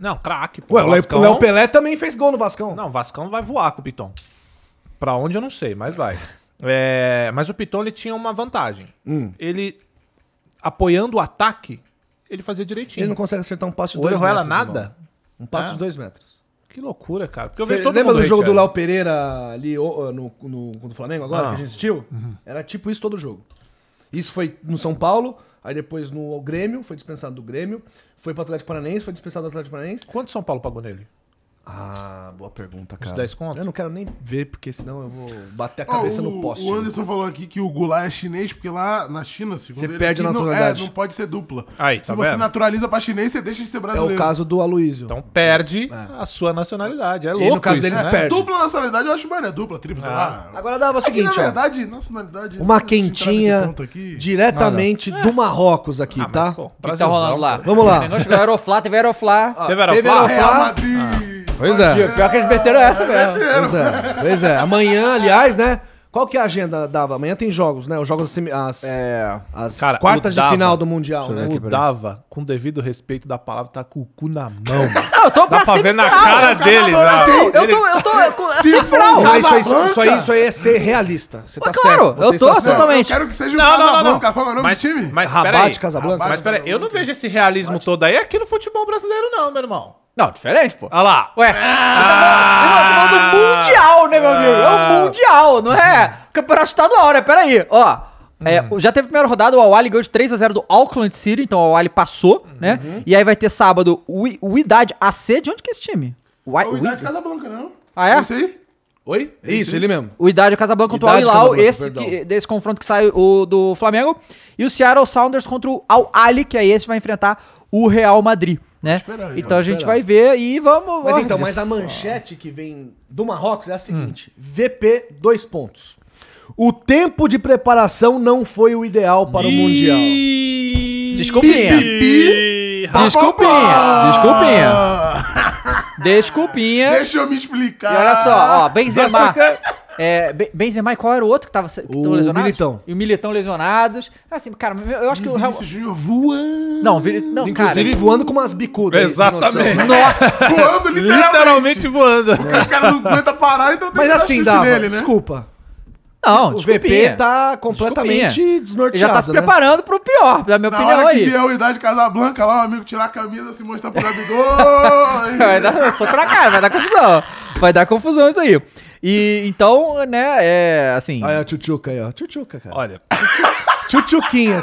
Não, craque. pô. Ué, o Léo- Vascão- o Léo Pelé também fez gol no Vascão. Não, o Vascão vai voar com o Piton. Pra onde eu não sei, mas vai. É, mas o Piton ele tinha uma vantagem. Ele apoiando o ataque, ele fazia direitinho. Ele não consegue acertar um passo de O dois Orejuela metros, nada. irmão. Um passo de dois metros. Que loucura, cara. Porque eu Você vejo todo lembra mundo do jogo do hateando. Léo Pereira ali ô, no, no, contra o Flamengo agora, Ah. que a gente assistiu? Era tipo isso todo jogo. Isso foi no São Paulo, aí depois no Grêmio, foi dispensado do Grêmio, foi pro Atlético Paranaense, foi dispensado do Atlético Paranaense. Quanto São Paulo pagou nele? Ah, boa pergunta, cara. 10 conto? Eu não quero nem ver, porque senão eu vou bater a Ó, cabeça Ah, o- no poste. O Anderson falou aqui que o Goulart é chinês, porque lá na China, segundo Você ele, perde aqui a não- naturalidade. é, não pode ser dupla. Aí, Se tá você vendo? naturaliza pra chinês, você deixa de ser É brasileiro. o caso do Aloysio. Então perde a sua nacionalidade. É louco no caso isso, deles, né? perde. Dupla nacionalidade eu acho maneiro, é dupla, tripla, Ah. sei lá. Agora dava o É que, seguinte, na ó. verdade, nacionalidade. Uma não precisa entrar nesse quentinha ponto aqui. diretamente do Marrocos aqui, Ah, mas, tá? pô, O que tá Brasilzão, rolando lá? cara. Vamos lá. Negócio chegou Aeroflá, teve Aeroflá. Teve Teve Arafá? Arafá. Real Fá. Madrid. Ah. Pois é. Pior que eles meteram essa mesmo. Pois é, pois é. Amanhã, aliás, né? Qual que é a agenda dava? Amanhã tem jogos, né? Os jogos das semi- as, É. as Cara, quartas o de Dava. final do Mundial, né? O Dava, com devido respeito da palavra, tá com o cu na mão. Não, eu tô Dá pra ver na cara dele, Não, né? eu tô, eu tô, <laughs> é eu tô Se semifinal. for Não, Dava isso, aí- isso, branca. isso aí, isso aí é ser realista. Você tá Mas claro, certo. eu você tô está certo. Não, eu Totalmente. quero que seja o Não, não, não. Casablanca. Qual é o nome Mas, do time? mas Rabate, peraí. Casablanca. Mas peraí, eu não vejo esse realismo todo aí aqui no futebol brasileiro, não, meu irmão. Não, diferente, pô. Olha lá. Ué, tá ah, eu tô falando do mundial, né, meu amigo? Ah. É o mundial, não é? Campeonato estadual, né? Pera aí, ó. É, Hum. já teve a primeira rodada, o Awali ganhou de 3x0 do Auckland City, então o Awali passou, né? Uhum. E aí vai ter sábado o I- o Idade AC, de onde que é esse time? O, I- É o Idade Casablanca, não? Ah, é? Isso aí? Oi? É Isso, ele mesmo. O Idade Casablanca contra Idade o Al Hilal, Casablanca, esse perdão. que- desse confronto que sai o do Flamengo, e o Seattle Sounders contra o Al Ali, que aí esse vai enfrentar o Real Madrid, né? esperar aí, então a gente esperar. vai ver e vamos, Mas vamos. então, mas a manchete que vem do Marrocos é Hum. a seguinte: VP, dois pontos. O tempo de preparação não foi o ideal para o Mundial. Desculpinha. Pipi. Desculpinha, desculpinha. <laughs> Desculpinha. Deixa eu me explicar. É. E olha só, ó, Benzema. É, Ben- Benzema e qual era o outro que tava que O tão lesionado? Militão. E o Militão lesionados. Assim, cara, eu acho que o Real... Vinícius Júnior voando. Não, Vinícius, não, cara. Inclusive voando com umas bicudas. aí, sem noção. né? Exatamente. Nossa. <laughs> Voando literalmente. Literalmente voando. Porque os caras não aguentam parar, então tem Mas que dar assim, chute Dava, nele, né? desculpa. Não, <laughs> o VP tá completamente Desculpinha. desnorteado. Ele já tá se né? preparando pro pior, da minha Na opinião hora que aí. <laughs> vier o Idade Casablanca lá, o amigo tirar a camisa, se mostrar pro Gabigol. <laughs> um Vai dar só pra cá, vai dar confusão. Vai dar confusão isso aí. E então, né, é assim. Aí a tchutchuca aí, ó. Tchutchuca, cara. Olha, Tchutchuquinha,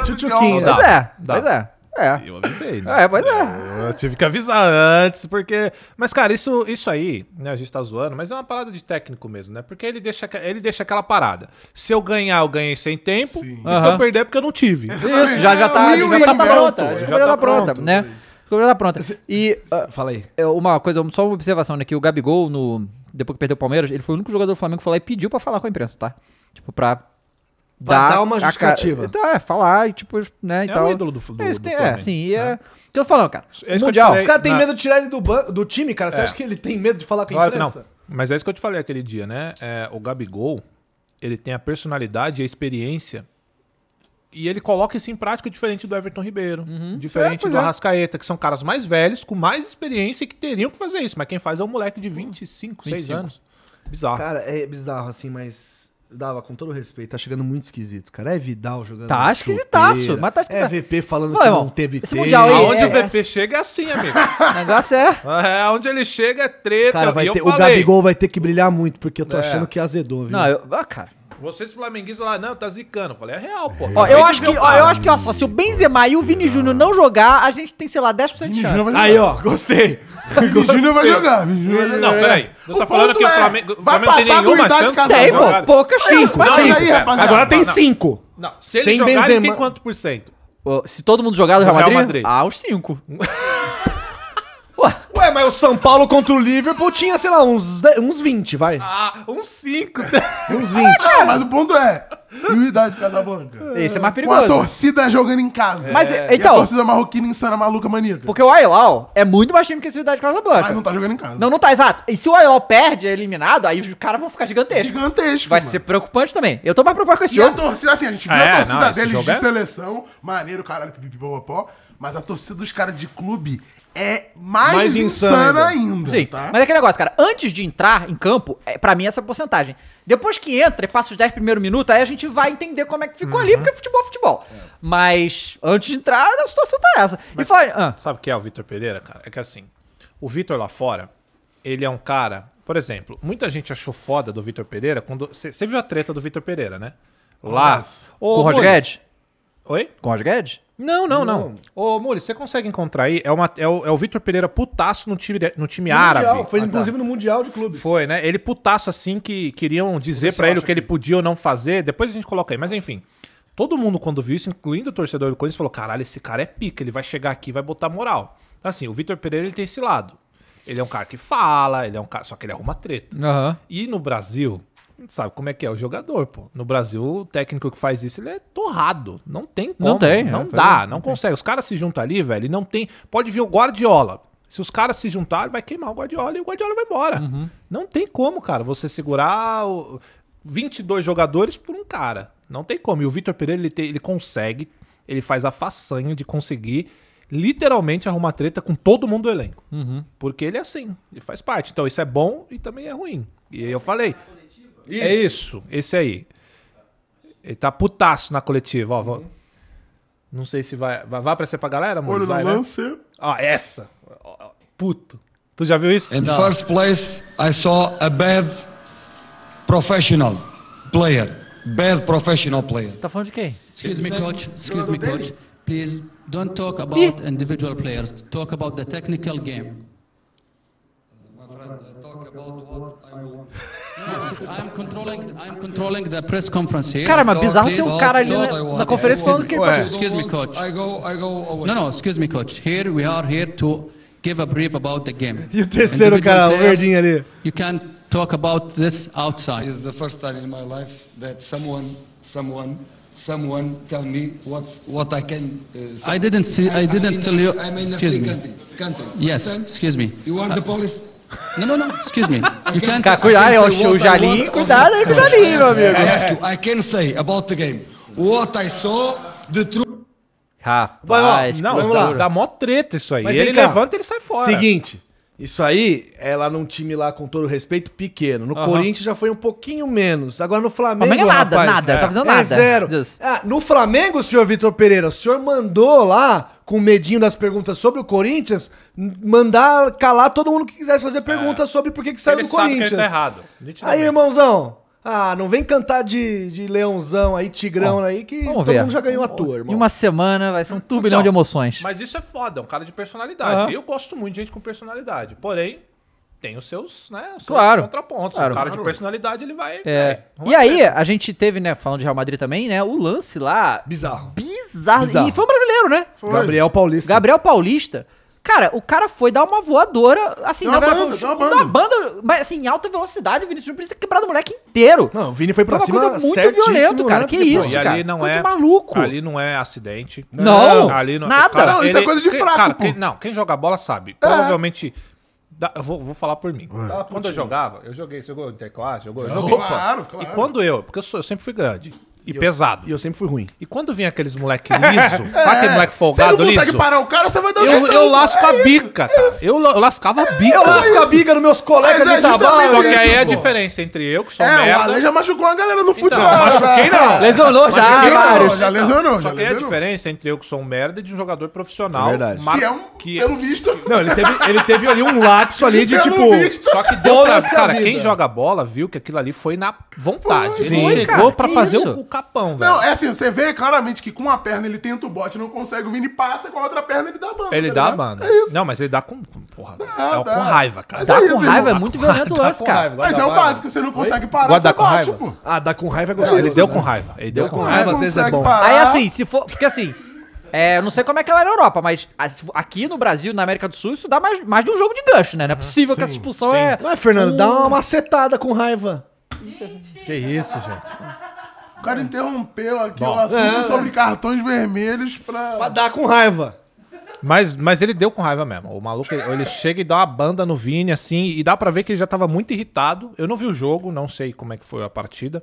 Pois tchutchuquinha. dá, é, dá. pois é. É. eu avisei, né? É, pois é. Eu tive que avisar antes, porque. Mas, cara, isso, isso aí, né? A gente tá zoando, mas é uma parada de técnico mesmo, né? Porque ele deixa, ele deixa aquela parada. Se eu ganhar, eu ganhei sem tempo. E se eu Aham. perder, é porque eu não tive. Isso, já, já tá, a Win-win, descoberta tá né? pronta. A Já descoberta tá tá pronta, pronto. né? A descoberta tá pronta. E ah, Fala aí. é uma coisa, só uma observação, né? Que o Gabigol, no, depois que perdeu o Palmeiras, ele foi o único jogador do Flamengo que foi lá e pediu pra falar com a imprensa, tá? Tipo, pra. dar uma a ca- justificativa. Então, é, falar e tipo, né, e É tal. o ídolo do, do, É isso do que tem, é, Flamengo, sim, e né? é... Tô falando, cara, que eu Mundial, te os Os caras têm na- medo de tirar ele do, ban- do time, cara. Você É. acha que ele tem medo de falar com a Claro que não. imprensa? Mas é isso que eu te falei aquele dia, né? É, o Gabigol, ele tem a personalidade e a experiência. E ele coloca isso em prática diferente do Everton Ribeiro, É, diferente pois do é. Arrascaeta, que são caras mais velhos, com mais experiência e que teriam que fazer isso. Mas quem faz é um moleque de 25, 6 25. anos. Bizarro. Cara, é bizarro assim, mas... Dava, com todo respeito, tá chegando muito esquisito, cara. É Vidal jogando. Tá na esquisitaço, chuteira. mas tá É esquisitaço. VP falando Fala, que irmão, não teve esse Mundial aí- Aonde é, o VP é. chega é assim, amigo. O <laughs> negócio é... é, onde ele chega é treta. Cara, e vai eu ter, o falei, Gabigol vai ter que brilhar muito, porque eu tô É. achando que azedou, viu? Não, eu... Ah, cara... Vocês flamenguistas lá, não, tá zicando. Eu falei, é real, pô. Ó, eu Vem acho ver que, o ó, cara. eu acho que, ó, só se o Benzema e o Vini Júnior não jogar, a gente tem, sei lá, 10% de chance. Aí, ó, <laughs> gostei. Vini Júnior vai jogar. Vini Júnior Não, vai peraí. jogar. Você tá ponto falando que o é, Flamengo, o vai Flamengo tem passar do nenhuma idade chance? casal, Tem, Não, pô, cara. pouca chance. mas mas aí, sim. aí, rapaziada. Agora tem não. cinco. Não, se ele Sem jogar, ele tem Benzema- quanto por cento? Ô, Se todo mundo jogar do Real Real Madrid, Madrid. ah, uns 5. Ué, mas o São Paulo contra o Liverpool tinha, sei lá, uns, de- uns 20, vai. Ah, um uns 5. Uns 20. Ah, mas o ponto é. E o idade de Casablanca? Esse é mais Com a perigoso. torcida jogando em casa. Mas, E então- a torcida marroquina insana, maluca, maníaca. Porque o Ailau é muito mais time que esse Cidade de Casablanca. Mas não tá jogando em casa. Não, não tá exato. E se o Ailau perde, é eliminado, aí os caras vão ficar É gigantescos. gigantesco. Vai mano. ser preocupante também. Eu tô mais preocupado com esse E a jogo. torcida, assim, a gente viu É, a torcida não, esse deles jogo de é- seleção, maneiro, caralho, pipipipopopó, mas a torcida dos caras de clube é mais, Mais insana insana ainda. Sim, tá? mas é aquele negócio, cara. Antes de entrar em campo, é, pra mim essa é a porcentagem. Depois que entra e passa os 10 primeiros minutos, aí a gente vai entender como é que ficou ali, porque futebol é futebol. Mas antes de entrar, a situação tá essa. e fala, ah, Sabe o que é o Vitor Pereira, cara? É que assim, o Vitor lá fora, ele é um cara. Por exemplo, muita gente achou foda do Vitor Pereira quando. Você viu a treta do Vitor Pereira, né? Lá. Ô, com o Roger Mules- Guedes? Oi? Com o Roger Guedes? Não, não, não. Ô, Muri, você consegue encontrar aí? É, uma, é o, é o Vitor Pereira putaço no time, no time árabe. Mundial, Foi Ah, tá. inclusive no Mundial de Clubes. Foi, né? Ele putaço assim que queriam dizer pra ele o que ele podia ou não fazer. Depois a gente coloca aí, mas enfim. Todo mundo quando viu isso, incluindo o torcedor do Corinthians, falou: "Caralho, esse cara é pica, ele vai chegar aqui, e vai botar moral". Então, assim, o Vitor Pereira ele tem esse lado. Ele é um cara que fala, ele é um cara, só que ele arruma treta. Aham. E no Brasil, a gente sabe como é que é o jogador, pô. No Brasil, o técnico que faz isso, ele é torrado. Não tem como. Não tem, Não é, dá, foi- não consegue. Os caras se juntam ali, velho, e não tem. Pode vir o Guardiola. Se os caras se juntarem, vai queimar o Guardiola e o Guardiola vai embora. Uhum. Não tem como, cara, você segurar o- 22 jogadores por um cara. Não tem como. E o Vitor Pereira, ele, tem- ele consegue, ele faz a façanha de conseguir literalmente arrumar treta com todo mundo do elenco. Porque ele é assim, ele faz parte. Então isso é bom e também é ruim. E aí eu falei. É isso, esse aí. Ele tá putaço na coletiva, ó. vó- Uhum. Não sei se vai. Vai, vai aparecer pra galera, amor? Olho no Vai, né? lance. Ó, essa. Ó, ó, Puto. Tu já viu isso? In first place, I saw a bad professional player. Bad professional player. Tá falando de quem? Excuse me, coach. Excuse me, coach. Please don't talk about individual players. Talk about the technical game. uh, <laughs> I'm controlling. I'm controlling the press conference here. Cara, mas bizarro tem um Please- cara ali Not na, I want. na conferência falando que. Ué. Excuse me, coach. I go, I go away. No, no. Excuse me, coach. Here we are here to give a brief about the <laughs> game. E o terceiro, cara, o Individual players, verdinho ali. You can talk about this outside. It's the first time in my life that someone, someone, someone tell me what what I can. Uh, say. I didn't see. I didn't I'm in- tell you. I'm in a Excuse free me. country. country. Yes. Understand? Excuse me. Uh, You want the police? No, no, no. Excuse me. You can. Cara, cuidado aí, ó, o Jalim. Cuidado aí com o Jalim, meu amigo. I have to. I can say about the game what I saw. The truth. Rapaz, não, que dá, loucura. dá mó treta isso aí. Mas ele vem cá. levanta e ele sai fora. Seguinte, isso aí é lá num time lá, com todo respeito, pequeno. No Corinthians já foi um pouquinho menos. Agora no Flamengo. Flamengo é nada, nada, É, tá fazendo é nada. zero. Diz. Ah, no Flamengo, senhor Vitor Pereira, o senhor mandou lá, com medinho das perguntas sobre o Corinthians, n- mandar calar todo mundo que quisesse fazer perguntas sobre por que, É. que saiu ele do sabe que Corinthians. ele tá errado. Aí, nitidamente. irmãozão. Ah, não vem cantar de, de leãozão aí, tigrão aí, que Vamos todo ver. mundo já ganhou a tua, irmão. Em uma semana vai ser um turbilhão Então, de emoções. Mas isso é foda, é um cara de personalidade. Aham. Eu gosto muito de gente com personalidade. Porém, tem os seus, né, os seus Claro. contrapontos. Claro. O cara de personalidade, ele vai... É. vai- E aí, a gente teve, né, falando de Real Madrid também, né, o lance lá Bizarro. bizarro. Bizarro. E foi um brasileiro, né? Gabriel Paulista. Gabriel Paulista. Cara, o cara foi dar uma voadora, assim, Deu na uma banda, banda, deu uma uma banda, mas assim, em alta velocidade, o Vinícius Júnior precisa quebrar o moleque inteiro. Não, o Vini foi pra Foi uma cima coisa muito certíssimo, violento, né? cara. Que Porque, pô, isso, E ali cara. não Coisa é de maluco. Ali não é acidente. Não, ali não nada. cara, Não, isso é coisa de que- fraco, Cara, pô. É. quem- não, quem joga bola sabe. Provavelmente. dá- eu vou, vou falar por mim. Quando eu jogava, eu joguei, você jogou Interclasse, jogou, eu joguei. pô. claro, E claro. quando eu, porque eu, sou- eu sempre fui grande. e, pesado. E eu sempre fui ruim. E quando vinha aqueles moleque <laughs> liso, sabe aquele É. moleque Você não folgado consegue liso? parar o cara, você vai dar um Eu, jeitão. eu lasco É a isso. bica, cara. Eu, la- eu lascava a bica. Eu lasco a biga nos meus colegas Mas de é justamente trabalho. Só que aí é a pô. diferença entre eu, que sou É, o merda. Ale já machucou a galera no futebol. Então, machuquei não. Lesionou já, Machuquei não, vários. Já lesionou, né? já Só que aí é a lesionou. diferença entre eu que sou um merda e de um jogador profissional. É verdade. ma- Que é um, que- pelo visto... Não, é ele teve, ele teve ali um lapso ali de Pelo tipo. <laughs> visto. Só que deu pra. Foda-se a Cara, vida. quem joga bola viu que aquilo ali foi na vontade. Foi, Ele foi, chegou cara, pra que fazer isso? o, o capão, velho. Não, é assim, você vê claramente que com uma perna ele tenta o bote, não consegue, o Vini passa, com a outra perna ele dá a banda. Ele tá dá a ligado? banda. É isso. Não, mas ele dá com. com- Porra, Dá, dá. é com raiva, cara. Mas é isso, Com irmão. raiva, é muito violento o Dá lance, com cara. raiva, Mas é guarda o raiva. básico, você não consegue parar, Guarda você com bate, raiva. pô. Ah, dá com raiva é Não, gostoso. ele deu né? com raiva. Ele deu Deu com com raiva. raiva, Não às vezes é consegue bom. parar. Aí assim, se for. Porque assim. É, eu não sei como é que ela é na Europa, mas ah, se for- aqui no Brasil, na América do Sul, isso dá mais, mais de um jogo de gancho, né? Não é possível que essa expulsão é. Uhum. Ué, Fernando, dá uma macetada com raiva. Que isso, gente. O cara interrompeu aqui o assunto É. sobre cartões vermelhos pra... Pra dar com raiva. Mas, mas ele deu com raiva mesmo. O maluco, ele, ele chega e dá uma banda no Vini, assim, e dá pra ver que ele já tava muito irritado. Eu não vi o jogo, não sei como é que foi a partida.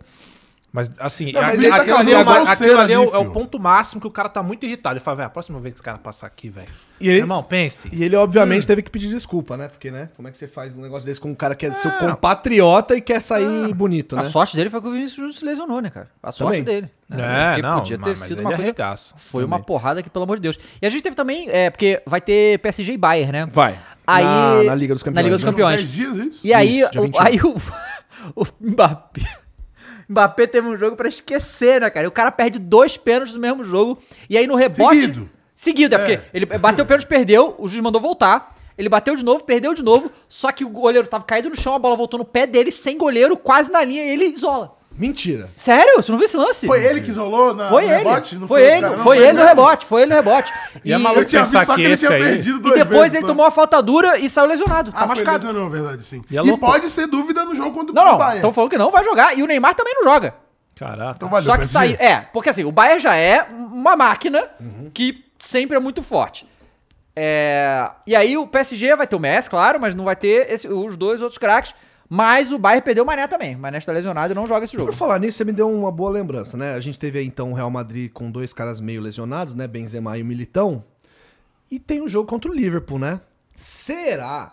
Mas, assim, mas aqui- ele tá aquilo ali, é, causando uma- uma aquilo ali é o, ulcera ali, é o ponto máximo que o cara tá muito irritado. Ele fala, velho, a próxima vez que esse cara passar aqui, velho. E ele- Meu Irmão, pense. E ele, obviamente, teve que pedir desculpa, né? Porque, né? Como é que você faz um negócio desse com um cara que é seu compatriota e quer sair bonito, A né? sorte dele foi que o Vinícius Júnior se lesionou, né, cara? A sorte Também. dele. né? É, Porque não, Podia ter mas- mas sido ele uma coisa. arregaça Foi uma porrada que, pelo amor de Deus. E a gente teve também, é, porque vai ter PSG e Bayern, né? Aí, Na, na Liga dos Campeões. Na Liga dos né? Campeões. 10 dias, é isso? E aí, Isso, dia o, 21. aí o, <laughs> o Mbappé. Mbappé teve um jogo pra esquecer, né, cara? E O cara perde dois pênaltis no mesmo jogo. E aí no rebote. Seguido. Seguido, é, porque ele bateu o pênalti, perdeu, o juiz mandou voltar. Ele bateu de novo, perdeu de novo. Só que o goleiro tava caído no chão, a bola voltou no pé dele, sem goleiro, quase na linha, e ele isola. Mentira. Sério? Você não viu esse lance? Foi ele que isolou na, Foi no ele. rebote? Não foi o ele, cara, não, foi ele no mesmo? rebote, foi ele no rebote. E é maluco Eu tinha pensar visto só que que ele esse tinha aí- perdido E dois depois vezes, ele só. tomou a falta dura e saiu lesionado. Tá Ah, foi machucado. lesionou, verdade, sim. E E, é louco. pode ser dúvida no jogo contra Não, o não. Bayern. Estão falando que não vai jogar. E o Neymar também não joga. Caraca. Então valeu, Só que PSG. saiu. É, porque assim, o Bayern já é uma máquina Uhum. que sempre é muito forte. É, e aí o PSG vai ter o Messi, claro, mas não vai ter esse- os dois outros craques. Mas o Bayern perdeu o Mané também. O Mané está lesionado e não joga esse jogo. Por falar nisso, você me deu uma boa lembrança, né? A gente teve aí, então, o Real Madrid com dois caras meio lesionados, né? Benzema e o Militão. E tem um jogo contra o Liverpool, né? Será?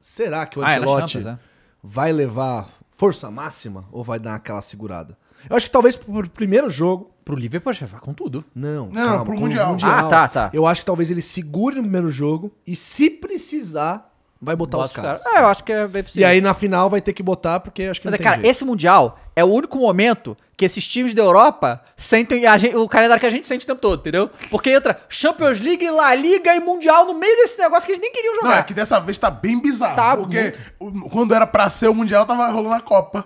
Será que o Ah, é na Ancelotti Champions, é. vai levar força máxima ou vai dar aquela segurada? Eu acho que talvez pro primeiro jogo... Pro Liverpool, poxa, vai com tudo. Não, não pro Mundial. Ah, tá, tá. Eu acho que talvez ele segure no primeiro jogo e, se precisar, vai botar os caras. É, eu acho que é bem possível. E aí, na final, vai ter que botar, porque acho que Mas, é, não tem cara, jeito. esse Mundial é o único momento que esses times da Europa sentem a gen- o calendário que a gente sente o tempo todo, entendeu? Porque entra Champions League, La Liga e Mundial no meio desse negócio que eles nem queriam Não, é jogar. que dessa vez tá bem bizarro. Tá porque o- quando era pra ser o Mundial, tava rolando a Copa.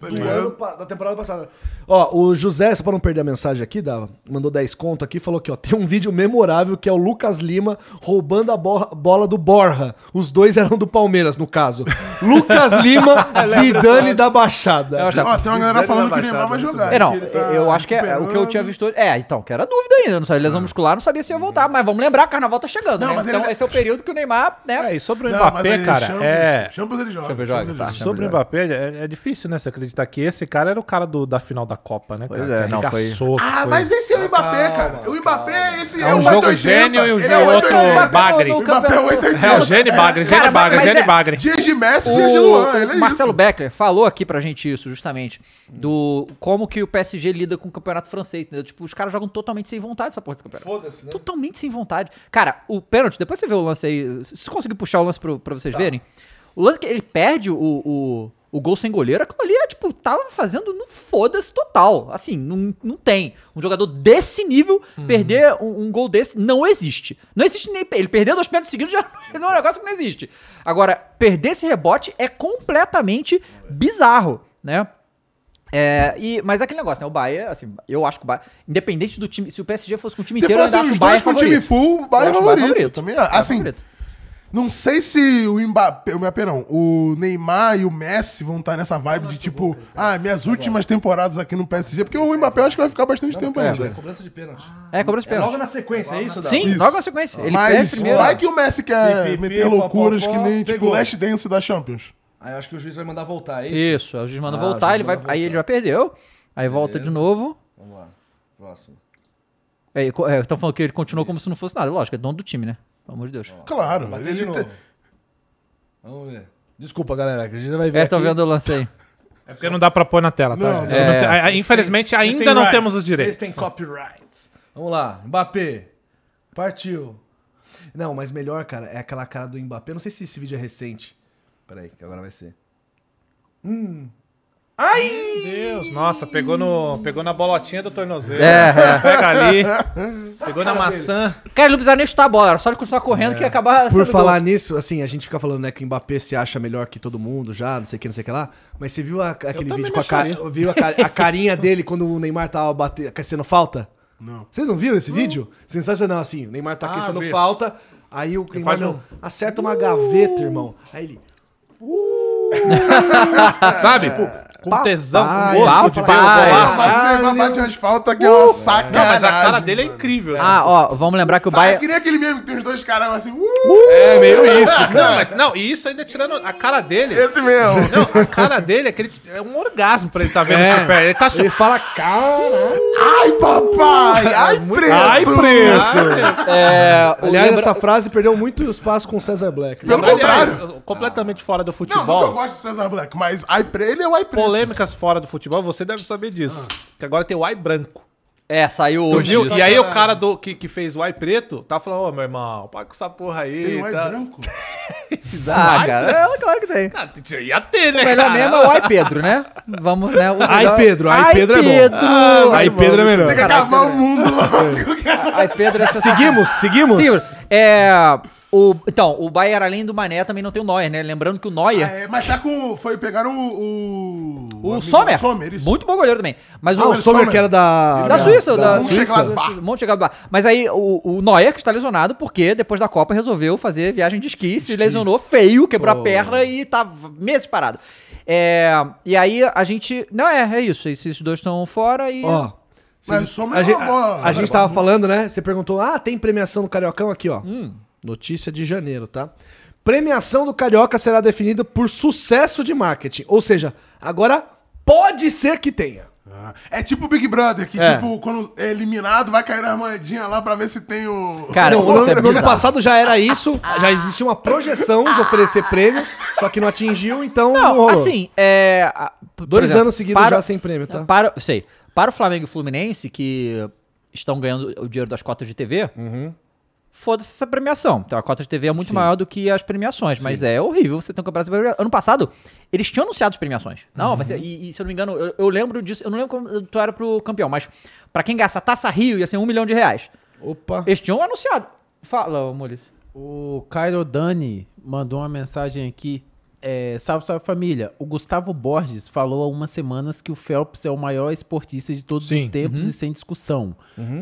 do ano pa- da temporada passada. Ó, o José, só pra não perder a mensagem aqui, dá, mandou 10 conto aqui, falou que ó, tem um vídeo memorável que é o Lucas Lima roubando a bo- bola do Borra. Os dois eram do Palmeiras, no caso. Lucas <laughs> Lima, Zidane da Baixada. Eu já- Ó, tem uma galera falando que o Neymar vai jogar. É, não, que ele tá eu acho que é, o que eu tinha visto hoje. É, então, que era dúvida ainda, eu não sabia, lesão muscular, não sabia se ia voltar, mas vamos lembrar, carnaval tá chegando, Não, né? mas ele- Então esse é o período que o Neymar, né? É, e sobre o Não, mas Mbappé, aí, cara, Champions- é. Champions ele joga. Champions Champions joga, ele tá. Sobre o Mbappé, é, é difícil, né? Você acreditar que esse cara era o cara do- da final da Copa, né? Cara? Pois é, que não, foi- arregaçou, que Ah, foi- mas esse é o Mbappé, cara. O Mbappé, esse É um o jogo 880. gênio e o Ele é jogo outro 880. bagre. no O Mbappé é campeonato- 880. É, o Gene Bagre, Gene Cara, Bagre, mas Gene é- Bagre. Dias de Messi, dias de O, Luan. Ele é o Marcelo isso. Beckler falou aqui pra gente isso, justamente, do como que o PSG lida com o campeonato francês, entendeu? Tipo, os caras jogam totalmente sem vontade essa porra desse campeonato. Foda-se, né? Totalmente sem vontade. Cara, o pênalti, depois você vê o lance aí, se você conseguir puxar o lance pro, pra Tá. vocês verem, o lance que ele perde o, o, o gol sem goleiro, aquilo ali é, tipo, tava fazendo no foda-se total. Assim, não, não tem. Um jogador desse nível Uhum. perder um, um gol desse não existe. Não existe nem. Ele perder dois pênaltis seguidos já <laughs> é um negócio que não existe. Agora, perder esse rebote é completamente bizarro, né? É, e, mas é aquele negócio, né? O Bahia, assim, eu acho que o Bahia, independente do time, se o PSG fosse com o time Se inteiro, eu fosse ainda acho os o Bahia dois com assim, o time favorito. full, o Bayern Eu acho é o Bayern favorito. favorito. Também, É assim, favorito. Não sei se o Mbappé, o Mbappé não, o Neymar e o Messi vão estar nessa vibe de tipo, ah, minhas últimas temporadas aqui no PSG, porque o Mbappé eu acho que vai ficar bastante tempo ainda. Cobrança de pênalti. É, cobrança de pênalti. Logo na sequência, é isso, Dado? Sim, logo na sequência. Ele perde Mas primeiro. vai que o Messi quer Pipipi, meter loucuras popopó, que nem tipo pegou. Last Dance da Champions. Aí eu acho que o juiz vai mandar voltar, é isso? Isso, aí o juiz manda Ah, o voltar, juiz ele vai, manda voltar. aí ele já perdeu. Aí volta de novo. Vamos lá. Próximo. É, e co- é, Estão falando que ele continuou como se não fosse nada. Lógico, é dono do time, né? Pelo amor de É, Deus. Claro. Bater Ele tá- de novo. te- Vamos ver. Desculpa, galera, que a gente vai ver. É, tô aqui. vendo o lance aí. É porque não dá pra pôr na tela, tá? Não, gente? não. Não É. tem- a- a- Infelizmente, Eles ainda têm não right. temos os Eles têm direitos. copyright. Vamos lá, Mbappé. Partiu. Não, mas melhor, cara, é aquela cara do Mbappé. Não sei se esse vídeo é recente. Peraí, que agora vai ser. Meu Deus, nossa, pegou, no, pegou na bolotinha do tornozelo. É, é. Pega ali. Pegou na maçã. Cara, ele não precisava nem chutar a bola, era só ele continuar correndo É. que ia acabar. Por sendo falar gol. nisso, assim, a gente fica falando, né, que o Mbappé se acha melhor que todo mundo já, não sei o que, não sei o que lá. Mas você viu a- aquele vídeo com a, ca- viu a, ca- a carinha dele quando o Neymar tava bate- aquecendo falta? Não. Vocês não viram esse vídeo? Sensacional, assim. O Neymar tá aquecendo vi. falta, aí o Neymar faz não, um- acerta uma gaveta, irmão. Aí ele. Sabe? Com tesão, Papai, com gosto de ver o papai. golaço. Mas o Neymar bate umas faltas que é uma sacanagem. Uh, Não, mas a cara dele é incrível. assim. Ah, ó, vamos lembrar que o Ah, eu Bayern. queria aquele mesmo que tem os dois caras assim. Uh, É meio isso, Não, mas não, e isso ainda tirando a cara dele. Esse mesmo. Não, a cara dele é, aquele, é um orgasmo pra ele tá vendo esse pé. Ele tá assim, Ele fala, cara. Ai, papai! Ai, preto! é Ai, preto! É, o Aliás, lembra- essa frase perdeu muito espaço com o César Black. Pelo Aliás, contrário. completamente fora do Não, não que eu futebol. gosto do César Black, mas ai, pre- ele é o ai preto. polêmicas fora do futebol, você deve saber disso. Ah. Que agora tem o ai branco. É, saiu hoje. Viu? E aí o cara do, que, que fez o ai preto tá falando, ô meu irmão, para com essa porra aí. Tem é o ai tá. branco? Ah, Ai, né? cara, é, claro que tem. Ah, t- ia ter, né, O melhor mesmo é o Ai Pedro, né? Vamos, né? o- Ai, Pedro, Ai, Pedro é bom. Pedro. Aí Pedro é melhor. Tem que acabar o mundo <laughs> logo. cara. Ai Pedro é sensacional. Seguimos, seguimos. Sim, é, o, então, o Bayern, além do Mané, também não tem o Neuer, né? Lembrando que o Neuer. É, mas tá com. Foi pegaram o. O, O amigo- Sommer, isso. muito bom goleiro também. Mas Ah, o, o Sommer que era da. da Suíça, da, Monte Suíça, Gladbach. Monte Gladbach. Mas aí o, o Neuer que está lesionado porque depois da Copa resolveu fazer viagem de esqui, se lesionou feio, quebrou a perna e tá meses parado. É, e aí a gente, não é, é isso, esses dois estão fora e Ó. Mas vocês- o Sommer a, é gente, uma boa. a, a gente tava falando, né? Você perguntou: ah, tem premiação do Cariocão aqui, ó. Notícia de janeiro, tá? Premiação do Carioca será definida por sucesso de marketing. Ou seja, agora pode ser que tenha. Ah, É tipo o Big Brother, que É. tipo, quando é eliminado, vai cair na moedinha lá pra ver se tem o. cara, não, isso no, ano- é no ano bizarro. passado já era isso, já existia uma projeção de oferecer prêmio, só que não atingiu, então não, Não, rolou. assim, é a- por Dois exemplo, anos seguidos para- já sem prêmio, tá? Para, eu sei. Para o Flamengo e o Fluminense, que estão ganhando o dinheiro das cotas de TV, Uhum. foda-se essa premiação. Então, a cota de TV é muito maior do que as premiações, mas é horrível você ter um campeonato brasileiro. Ano passado, eles tinham anunciado as premiações. Não, Uhum. vai ser, e, e, se eu não me engano, eu, eu lembro disso, eu não lembro quanto era pro campeão, mas pra quem gasta Taça Rio ia ser um milhão de reais. Opa. Eles tinham anunciado. Fala, Mules. O Cairo Dani mandou uma mensagem aqui. É, salve, salve família. O Gustavo Borges falou há umas semanas que o Phelps é o maior esportista de todos os tempos Uhum. e sem discussão.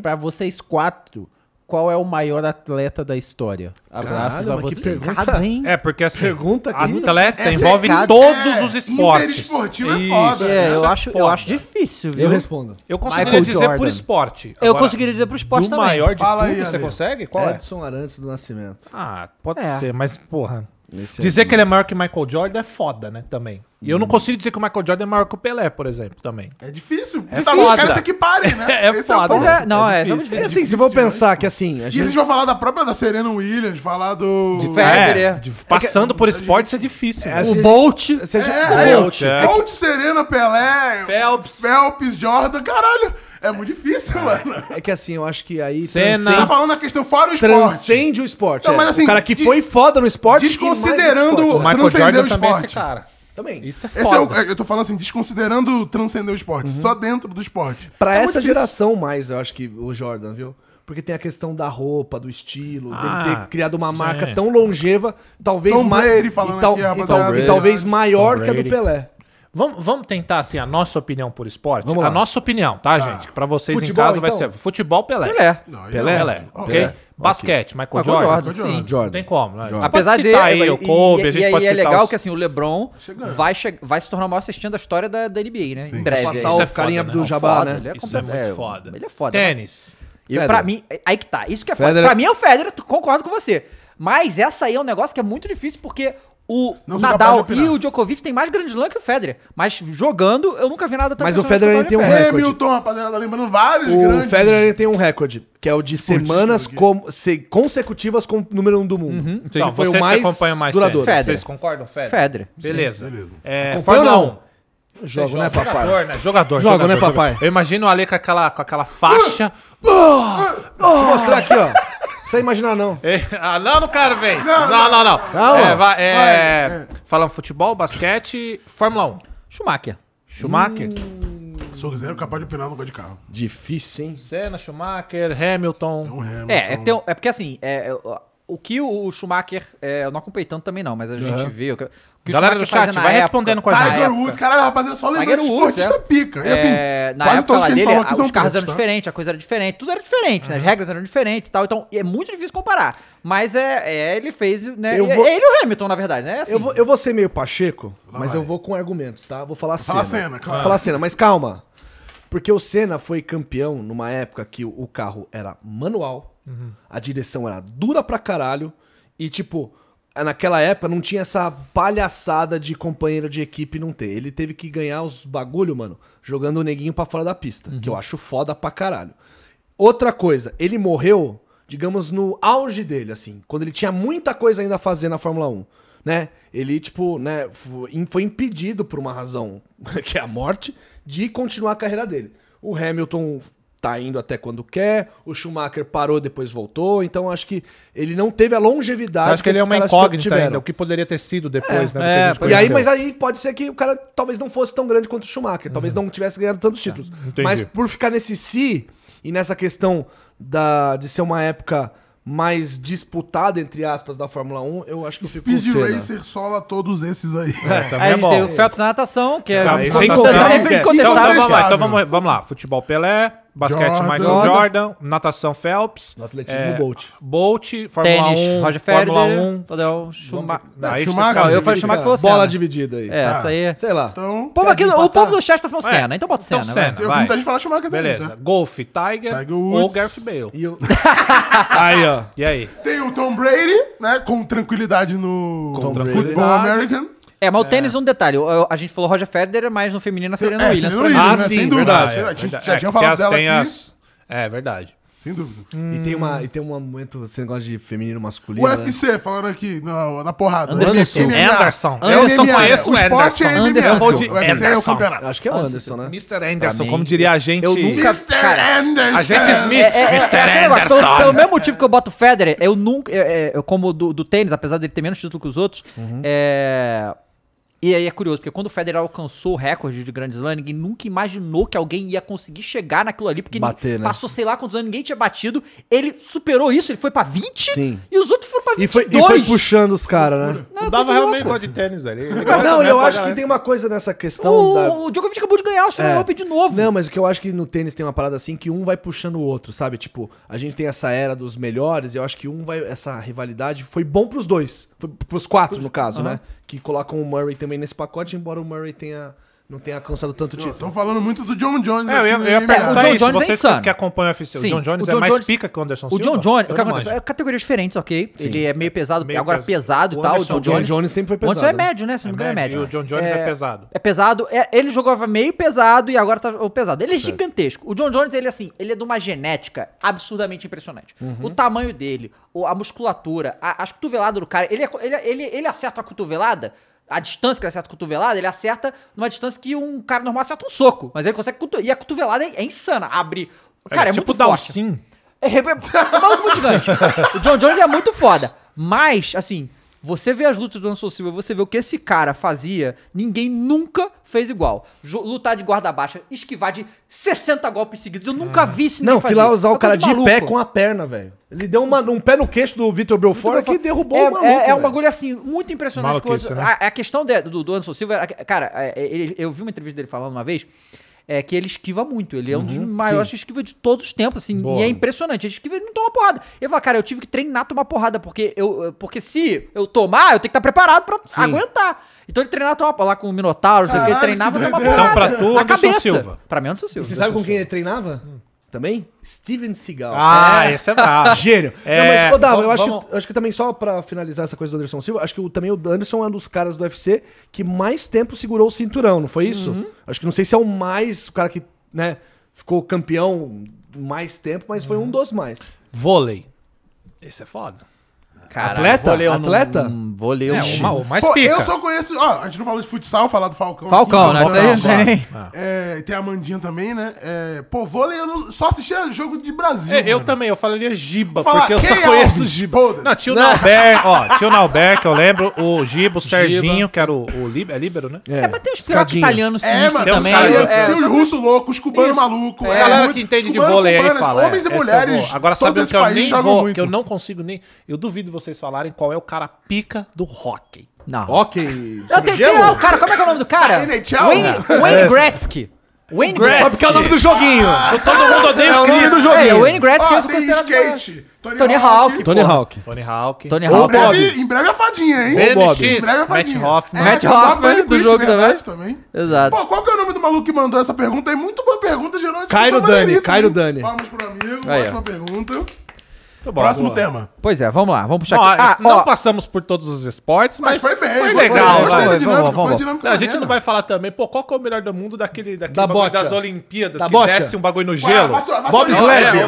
Pra vocês quatro, qual é o maior atleta da história? Abraços Caralho, a mas que vocês. pergunta. É, porque assim, Pergunta aqui. atleta É envolve secado. todos É, os esportes. interesportivo é foda. Isso. É, eu Isso acho, eu foda. acho difícil, viu? Eu respondo. Eu conseguiria Michael dizer Jordan. por esporte. Eu Agora, conseguiria dizer pro esporte do também. maior de Fala tudo, aí, você Ale. consegue? Qual é? Edson Arantes do Nascimento. Ah, pode É. ser, mas porra. dizer que ele é maior que Michael Jordan é foda, né? Também. E Hum. eu não consigo dizer que o Michael Jordan é maior que o Pelé, por exemplo, também. É difícil. É tá bom, os foda. caras se equiparem, né? <laughs> É Esse o foda. Pois ponto. é, não, é, difícil. realmente É assim, se um eu vou pensar que assim, a E eles gente. vão falar da própria da Serena Williams, falar do. De Fer- Federer. É, de- passando por esportes é difícil. É, né? o Bolt. Se a gente É, é, Bolt. é. Colt, Serena, Pelé, Phelps. Phelps, Jordan, caralho. É muito difícil, mano. É que assim, eu acho que aí Senna. transcende- Tá falando a questão fora o esporte. transcende o esporte. Não, é. mas assim, o cara que de- foi foda no esporte. e mais no desconsiderando- O esporte, né? Michael transcendeu Jordan o também é esse esporte. cara. Também. Isso é Esse é o, foda. é, eu tô falando assim, desconsiderando transcender o esporte, só dentro do esporte. Uhum. Pra É muito essa difícil. geração mais, eu acho que o Jordan, viu? Porque tem a questão da roupa, do estilo, Ah, dele ter criado uma sim. marca tão longeva, talvez Tom mais Brady falando e, tal- aqui, e rapaziada. tal- Tom e Brady. talvez maior Tom que a do Brady. Pelé. Vamos, vamos tentar, assim, a nossa opinião por esporte? Vamos lá. a nossa opinião, tá, gente? Que Pra vocês Futebol, em casa vai então? ser futebol, Pelé. é. Pelé. Não, Pelé, ok? Basquete, Michael Michael, Jordan. Jordan, sim. Não tem como, né? A gente pode Apesar dele, citar aí o Kobe, a gente e, pode e é citar legal os- que assim, o LeBron vai, che- vai se tornar o maior cestinha da história da, da NBA, né? Em breve. Passar Isso é o foda, é carinha né? do Não, Jabá, foda, né? Ele é, Isso é completo- muito foda. Ele é foda. Tênis. E pra Federer. mim, aí que tá. Isso que é foda. Federer. Pra mim é o Federer, tu- concordo com você. Mas essa aí é um negócio que é muito difícil porque o Não sou capaz de Nadal opinar. e o Djokovic têm mais Grand Slam que o Federer. Mas jogando, eu nunca vi nada tão Mas o impressionante Federer quanto tem um Federer. recorde. Hamilton, rapaziada, tá lembrando vários O grandes. Federer ele tem um recorde, que é o de semanas com- se- consecutivas com o número um do mundo. Então, Ele foi vocês o mais que acompanham mais duradouro. tênis, Federer. vocês concordam, Federer? Federer. Beleza. Beleza. É, Acompanha Fórmula ou 1. não? Jogo, Jogo, né, papai? Jogador, né? Jogador, Joga, jogador, né, papai? jogador. Eu imagino o Ale com aquela, com aquela faixa. Vou mostrar aqui, ó. Não precisa imaginar, não. <laughs> É, ah, não, não quero ver isso. Não, não, não. Calma. É, vai, é, Falando futebol, basquete, Fórmula 1. Schumacher. Schumacher, Sou zero capaz de opinar no gosto de carro. Difícil, hein? Senna, Schumacher, Hamilton. Um Hamilton. É, é, que tem um- é porque assim, é, o- o que o Schumacher. é, eu não acompanhei tanto também, não, mas a gente vê. O que, o que o Galera Schumacher do chat, fazia na vai respondendo com a na gente. Tiger época. Woods, caralho, rapaziada, só lembrando Tiger de Woods, esportista é. pica. E assim, É, na quase época todos lá que a gente dele, falou aqui a- são os carros eram pica, tá? diferentes, a coisa era diferente, tudo era diferente, né? As regras eram diferentes e tal. Então, é muito difícil comparar. Mas é, é, ele fez, né? Eu e- vou- Ele e o Hamilton, na verdade, né? Assim, Eu vou, eu vou ser meio pacheco, mas vai. eu vou com argumentos, tá? Vou falar cena. Fala Senna, claro. Vou falar cena, mas calma. Porque o Senna foi campeão numa época que o- o carro era manual, a direção era dura pra caralho, e tipo, naquela época não tinha essa palhaçada de companheiro de equipe não ter. Ele teve que ganhar os bagulho, mano, jogando o neguinho pra fora da pista, que eu acho foda pra caralho. Outra coisa, ele morreu, digamos, no auge dele, assim, quando ele tinha muita coisa ainda a fazer na Fórmula 1, né? Ele, tipo, né, fo- im- foi impedido por uma razão, <laughs> que é a morte, de continuar a carreira dele. O Hamilton tá indo até quando quer, o Schumacher parou, depois voltou, então acho que ele não teve a longevidade Você acha que ele é esses uma caras to- incógnita tiveram. ainda? O que poderia ter sido depois, né? do que É, a gente pois E aí, conheceu. mas aí pode ser que o cara talvez não fosse tão grande quanto o Schumacher, talvez não tivesse ganhado tantos títulos. Mas por ficar nesse si e nessa questão da, de ser uma época mais disputada, entre aspas, da Fórmula 1, eu acho que eu fico com o Speed Senna. Racer sola todos esses aí. Aí Também a é gente tem o bom. Phelps na natação, que é. Tá, é isso é bem incontestável. bem Então, então contestável. vamos lá, então vamos, vamos lá. Futebol Pelé, basquete Jordan. Michael Jordan, natação Phelps, No atletismo, É. Bolt. Bolt, Fórmula Tênis, 1, Roger Fórmula Federer, 1. Tadeu Schumacher. Não, aí Schumacher, esses caras- eu falei Dividida, Schumacher, você, Bola né? dividida aí. Tá. É, essa aí. Sei lá. Então, O povo, aqui, o empatar. povo do chat tá falando É, Senna, então bota então Senna. vai. Senna. eu vai. muita gente fala Schumacher também, Beleza. tá? Golfe, Tiger, Tiger ou Woods. Gareth Bale. E o- Aí, ó. E aí? Tem o Tom Brady, né, com tranquilidade no Com futebol tranquilidade. American. É, mas o tênis, um detalhe. eu- eu- A gente falou Roger Federer, mas no feminino a Serena É, Williams. Serena pra mim. Williams. Ah, né? sim, Sem dúvida. verdade. Já- já É, tinham porque falado as- dela tem aqui. as- É verdade. Sem dúvida. E tem, uma, e tem um momento, esse negócio de feminino masculino. O né? UFC, falando aqui na, na porrada. Anderson. Anderson. É Eu só MMA. conheço o esporte é Anderson. MMA. Anderson. Eu vou de O Anderson. UFC é o Anderson. campeonato. Acho que é o Anderson, né? Mr. Anderson, mim, como diria a gente. eu nunca- Mr. Anderson. A gente Smith. É, é, é, Mr. aquele negócio, pelo- Anderson. Pelo, mesmo motivo que eu boto o Federer, eu nunca. é, é, eu como do, do tênis, apesar dele ter menos título que os outros. É. E aí é curioso, porque quando o Federer alcançou o recorde de Grand Slam, ninguém nunca imaginou que alguém ia conseguir chegar naquilo ali, porque Bater, ele né? passou sei lá quantos anos, ninguém tinha batido. Ele superou isso, ele foi pra 20 Sim. e os outros foram pra E foi, 22. e foi puxando os caras, né? Não, dava coisa realmente louca. de tênis, velho. Não, eu acho que tem uma coisa nessa questão da, O, o Djokovic acabou de ganhar o Australian É. Open de novo. Não, mas o que eu acho que no tênis tem uma parada assim que um vai puxando o outro, sabe? Tipo, a gente tem essa era dos melhores, e eu acho que um vai. Essa rivalidade foi bom pros dois. Foi pros quatro, no caso, né? Que colocam o Murray também nesse pacote, embora o Murray tenha, não tenha alcançado tanto título. Estão falando muito do John Jones. É, eu ia, eu ia aqui, né? perguntar O John isso. Jones é Vocês insano. que acompanham o UFC, Sim, o John Jones o John é mais Jones- pica que o Anderson O Silva? John Jones, Eu o que não acontece? manjo. É categorias diferentes, ok? Ele é meio pesado, Meio agora pesado pesado. e O tal. Anderson O John Jones, Jones sempre foi O Anderson é pesado, né? médio, né? Se não me engano, é médio. médio, e o John Jones é pesado. É pesado. é- ele jogava meio pesado e agora tá o pesado. Ele é gigantesco. O John Jones, ele assim, ele é de uma genética absurdamente impressionante. Uhum. O tamanho dele, o- a musculatura, a, as cotoveladas do cara, ele, é co- ele, ele, ele acerta a cotovelada. A distância que ele acerta a cotovelada, ele acerta numa distância que um cara normal acerta um soco. Mas ele consegue. coto- E a cotovelada é, é insana. Abre. Cara, é, tipo muito forte. Dalsim. É, é, é, é maluco muito gigante. O John Jones é muito foda. Mas, assim, você vê as lutas do Anderson Silva, você vê o que esse cara fazia, ninguém nunca fez igual. Jo- lutar de guarda baixa, esquivar de 60 golpes seguidos. Eu nunca vi isso É. Não, fui lá usar o cara de, pé com a a perna, velho. Ele deu uma- um pé no queixo do Vitor Belfort que derrubou é, o maluco. É, é um velho. bagulho assim, muito impressionante. Maluquice, Quando- né? a, a questão de- do, do Anderson Silva, era que- cara, é, ele- eu vi uma entrevista dele falando uma vez. É que ele esquiva muito, ele é um dos maiores esquivas de todos os tempos, assim, e é impressionante. Ele esquiva e não toma porrada. Ele fala, cara, eu tive que treinar a tomar porrada, porque eu. Porque se eu tomar, eu tenho que estar preparado pra aguentar. Então ele treinava a tomar lá com o Minotauro, não sei o que, Caralho, treinava que a tomar doideira. porrada. Então, pra tu, na Anderson cabeça. Silva. Pra mim, Anderson Silva. Você sabe com quem ele treinava? também? Steven Seagal. Ah, esse é <laughs> brabo. Gênio. <laughs> É, não, mas, ô, Dava, eu vamos- acho, que, vamos- eu acho que também, só pra finalizar essa coisa do Anderson Silva, acho que o- também o Anderson é um dos caras do UFC que mais tempo segurou o cinturão, não foi isso? Acho que não sei se é o mais, o cara que, né, ficou campeão mais tempo, mas foi um dos mais. Vôlei. Esse é foda. Atleta? Atleta? um vou ler É, um- o ma- o mais Pô, pica. eu só conheço. Ó, a gente não falou de futsal, falar do Falcão. Falcão, aqui, né? Isso aí não tem nem- É, tem a Mandinha também, né? É, pô, vôlei, eu não- só assistia jogo de Brasil. É, eu mano. também, eu falaria Giba, Vou falar, porque eu só Key conheço Alves, Giba. foda-se. Não, tio Nauber, ó, tio Nauber, que eu lembro, o Giba, o Serginho, que era o, o Lib- é líbero, né? É, mas tem uns pirocos italianos É, sinistros mano, tem tem, uns também. caras- né? é, tem os russos loucos, os cubanos malucos. É, a galera que entende de vôlei aí fala. Homens é, e essa eu mulheres. vou. Agora sabe o todos que eu esses nem países jogam vou, muito. que eu não consigo nem. Eu duvido vocês falarem qual é o cara pica do hockey. Não. Ok. Eu tentei lá o cara, como é que é o nome do <laughs> cara? Da NHL? Wayne, Wayne Gretzky. Wayne Gretzky. Só porque é o nome do joguinho. Todo <laughs> mundo odeia É o o nome Chris. do É, joguinho. o Wayne Gretzky Ah, Ó, é tem considerado maior. skate. Tony Hawk. Tony Hawk. Tony Hawk. Tony Em Hawk. breve, em breve é a fadinha, hein? Ben Bob. X, Em breve é a Matt fadinha. Hoffman. Matt eu tava Hoffman vendo do isso, jogo verdade, também. Exato. Pô, qual que é o nome do maluco que mandou essa pergunta? Tem muito boa pergunta, gerou uma Cairo discussão Dani, maneiríssima, Cairo hein? Dani. Palmas pro amigo, Aí, ótima ó. pergunta. Muito bom, Próximo boa. tema. Pois é, vamos lá, vamos puxar Ó, aqui. Ah, não ó, passamos por todos os esportes, Mas mas, foi bem, foi gostei, gostei legal. né? vai. da vai, dinâmica, vamos, foi vamos. dinâmica A gente maneira. não vai falar também, pô, qual que é o melhor do mundo daquele, daquele Da bagulho bocha. das Olimpíadas Da que bocha. desce um bagulho no Ué, gelo? vassoura- Bob É, vassourinha, Sled.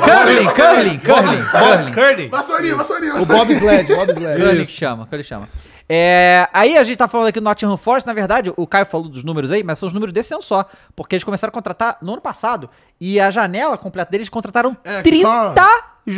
curling, vassourinha, vassourinha. curling, curling. Curling. Curling. Vassourinha, vassourinha. O Bob Sled, Bob Sled. Curling que chama, curling que chama. É, aí a gente tá falando aqui do Nottingham Forest, na verdade, o Caio falou dos números aí, mas são os números desse ano só, porque eles começaram a contratar no ano passado, e a janela completa deles contrataram É, que 30 só-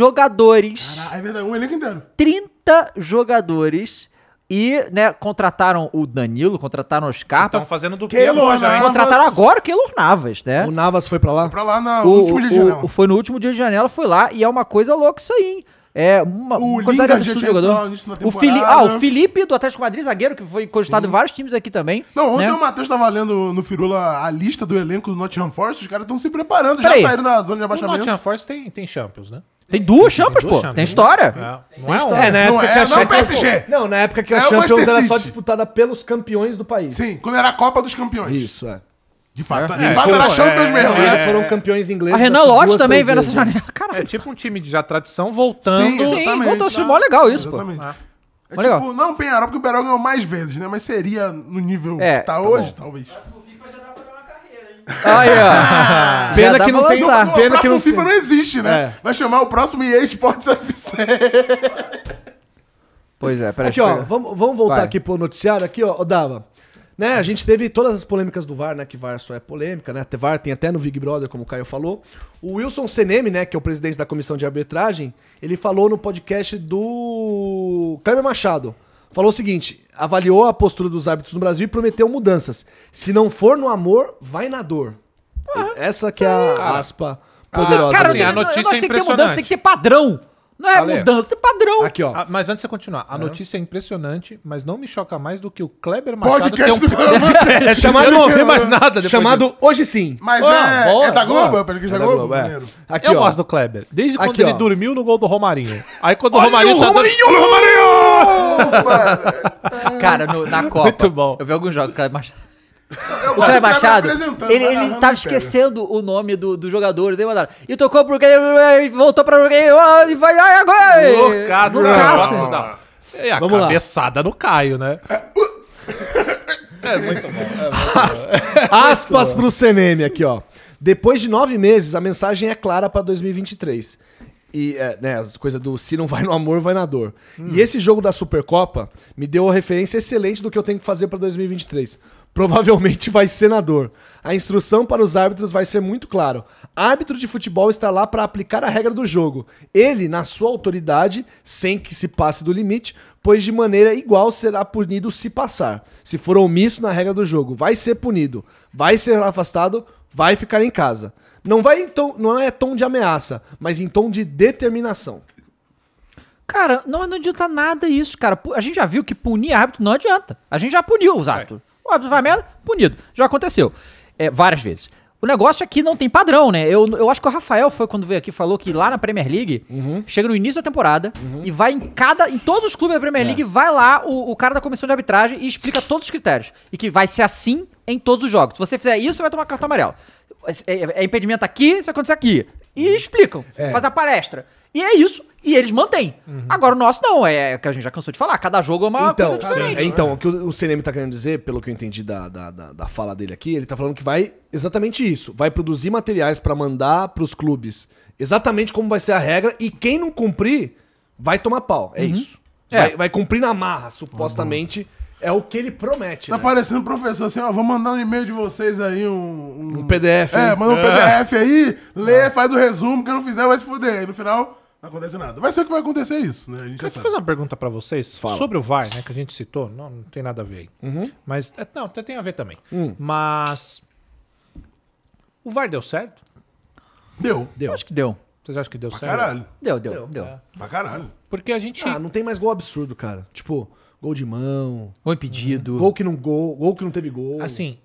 jogadores. Caralho, é verdade, um elenco inteiro. 30 jogadores e, né, contrataram o Danilo, contrataram o Scarpa, Estão fazendo do Que pelo loja, hein? já, hein? contrataram Navas- agora o Keylor Navas, né? O Navas foi pra lá? Pra lá na, O, no último dia de o- janela. o- foi no último dia de janela, foi lá, e é uma coisa louca isso aí, hein? É uma, O uma quantidade Lingard já absurda de tinha entrado nisso na O Fili ah, temporada. o Felipe do Atlético de Madrid, zagueiro, que foi cogitado em vários times aqui também. Não, ontem né? o Matheus tava lendo no Firula a lista do elenco do Nottingham Forest, os caras estão se preparando, já Peraí. saíram da zona de O abaixamento. Nottingham Forest tem, tem Champions, né? Tem duas Champions, duas pô. Champions. Tem história. Não é um. É, na Não época é- que a não é o Champions- PSG. Não, na época que a É o Champions Manchester era só City. disputada pelos campeões do país. Sim, quando era a Copa dos Campeões. Isso, é. De fato, É. de fato era foram- Champions é, mesmo. né? Eles foram campeões ingleses. A Renan acho que Lodge duas, também três vendo essa vezes, né? janela. Cara, É tipo um time de já tradição voltando. Sim, sim, exatamente. voltou a ser mó legal isso, pô. Exatamente. É Olha tipo, não Penharol, porque o Penharol ganhou mais vezes, né? Mas seria no nível É, que tá, tá hoje, talvez. Aí, <laughs> ó. Pena Já dá que não pra tem- lançar. Pô, Pena o próximo que não- FIFA não existe, né? Vai chamar o próximo EA Sports <laughs> FC. Pois é, peraí. Aqui, ó, deixa eu pegar. vamos, vamos voltar Vai. aqui pro noticiário. Aqui, ó, ô, Dava. Né, a gente teve todas as polêmicas do VAR, né? Que VAR só é polêmica, né? Até VAR tem até no Big Brother, como o Caio falou. O Wilson Seneme, né, que é o presidente da comissão de arbitragem, ele falou no podcast do Kleber Machado. Falou o seguinte: avaliou a postura dos árbitros no Brasil e prometeu mudanças. Se não for no amor, vai na dor. Ah, Essa que é a aspa poderosa. Cara, assim, tem- a eu não- eu notícia não acho é que tem que ter mudança, impressionante. tem que ter padrão. Não é Ale. mudança, é padrão. Aqui, ó. Ah, mas antes de você continuar, a notícia é impressionante, mas não me choca mais do que o Kleber Machado Podcast ter um... do Gama. <laughs> É chamado... Eu não ouvi mais nada depois chamado Hoje Sim. Mas Boa, é, boa, é da Globo? boa. É podcast É da da Globo? Globo, é. maneiro. Aqui, eu ó. gosto do Kleber. Desde quando Aqui, ele ó. dormiu no voo do Romarinho. Aí quando o Romarinho tá... dando- Cara, no- <laughs> na Copa. Muito bom. Eu vi alguns jogos, Cleber Machado. Eu O Cleber gosto do cara Machado, apresentando, ele, vai ele narrando, tava pega. esquecendo o nome do- dos jogadores, aí mandaram. E tocou pro e voltou pra e vai, ai, agora! e- Loucaço, Loucaço. Não, não. É a Vamos lá. É. cabeçada no Caio, né? Aspas pro CNM aqui, ó. Depois de nove meses, a mensagem é clara pra 2023. E, é, né, as coisas do se não vai no amor, vai na dor. E esse jogo da Supercopa me deu a referência excelente do que eu tenho que fazer pra 2023. Provavelmente vai ser na dor. A instrução para os árbitros vai ser muito claro. Árbitro de futebol está lá para aplicar a regra do jogo. Ele, na sua autoridade, sem que se passe do limite, pois de maneira igual será punido se passar. Se for omisso na regra do jogo, vai ser punido, vai ser afastado, vai ficar em casa. Não vai em tom, não é tom de ameaça, mas em tom de determinação. Cara, não, não adianta nada isso, cara. Pu- A gente já viu que punir árbitro não adianta. A gente já puniu os árbitros. O árbitro vai merda, punido. Já aconteceu. É, várias vezes. O negócio é que não tem padrão, né? Eu, eu acho que o Rafael foi quando veio aqui falou que lá na Premier League chega no início da temporada e vai em cada. em todos os clubes da Premier League, vai lá o, o cara da comissão de arbitragem e explica todos os critérios. E que vai ser assim em todos os jogos. Se você fizer isso, você vai tomar cartão amarelo. É, é- é impedimento aqui, se acontecer aqui. e explicam, faz a palestra. E é isso, e eles mantêm. Agora o nosso não, é o que a gente já cansou de falar, cada jogo é uma Então, coisa diferente. é, então, o que o o CNM tá querendo dizer, pelo que eu entendi da, da, da, da fala dele aqui, ele tá falando que vai exatamente isso. Vai produzir materiais pra mandar pros clubes exatamente como vai ser a regra e quem não cumprir vai tomar pau. É isso. É. Ah, Vai, vai cumprir na marra, supostamente. É o que ele promete. Tá né? parecendo professor assim, ó, vou mandar um e-mail de vocês aí, um... Um PDF. É, né? manda um PDF aí, lê, faz o resumo, quem não fizer vai se fuder. E no final, não acontece nada. Vai ser o que vai acontecer isso, né? A gente já Deixa eu sabe. fazer uma pergunta pra vocês sobre o VAR, né? Que a gente citou. Não, não tem nada a ver aí. Uhum. Mas. é, não, tem tem a ver também. Hum. Mas. O VAR deu certo? Deu. Eu Acho que deu. Vocês acham que deu certo? Caralho. Deu, deu, deu. Pra caralho. Porque a gente. Ah, não tem mais gol absurdo, cara. Tipo, gol de mão, Gol impedido. gol que não gol, gol que não teve gol. Assim,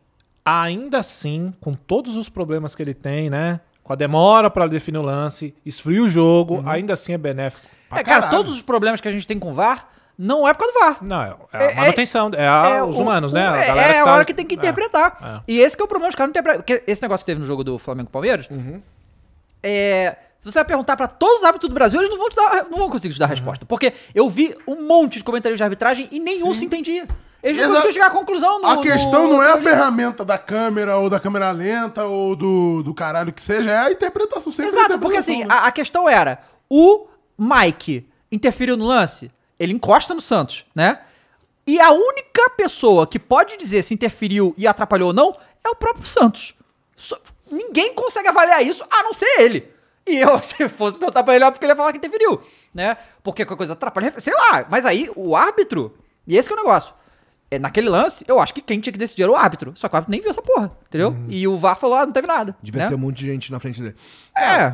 ainda assim, com todos os problemas que ele tem, né? Com a demora pra definir o lance, esfria o jogo, Uhum. ainda assim é benéfico. É, cara, caralho. todos os problemas que a gente tem com o VAR não é por causa do VAR. Não, é- é É- a manutenção, é, a- os o- humanos, o- né? É, galera é a tá- hora que tem que é. interpretar. E esse que é o problema, os caras não interpretam. Porque esse negócio que teve no jogo do Flamengo e Palmeiras, Uhum. é, se você vai perguntar pra todos os árbitros do Brasil, eles não vão, te dar- não vão conseguir te dar a Uhum. resposta. Porque eu vi um monte de comentários de arbitragem e nenhum se entendia. Eles não Exa- conseguiam chegar à conclusão no- A questão no- não é a ferramenta da câmera, ou da câmera lenta, ou do, do caralho que seja, é a interpretação. Sempre a Exato, interpretação, porque assim, né? a, a questão era: o Mike interferiu no lance, ele encosta no Santos, né? E a única pessoa que pode dizer se interferiu e atrapalhou ou não é o próprio Santos. Só- ninguém consegue avaliar isso a não ser ele. E eu, <laughs> se fosse perguntar pra ele, óbvio que ele ia falar que interferiu, né? Porque qualquer coisa atrapalha, sei lá. Mas aí, o árbitro, e esse que é o negócio. É, naquele lance, eu acho que quem tinha que decidir era o árbitro. Só que o árbitro nem viu essa porra, entendeu? E o VAR falou, ah, não teve nada. Hum. Devia né? ter um monte de gente na frente dele. É.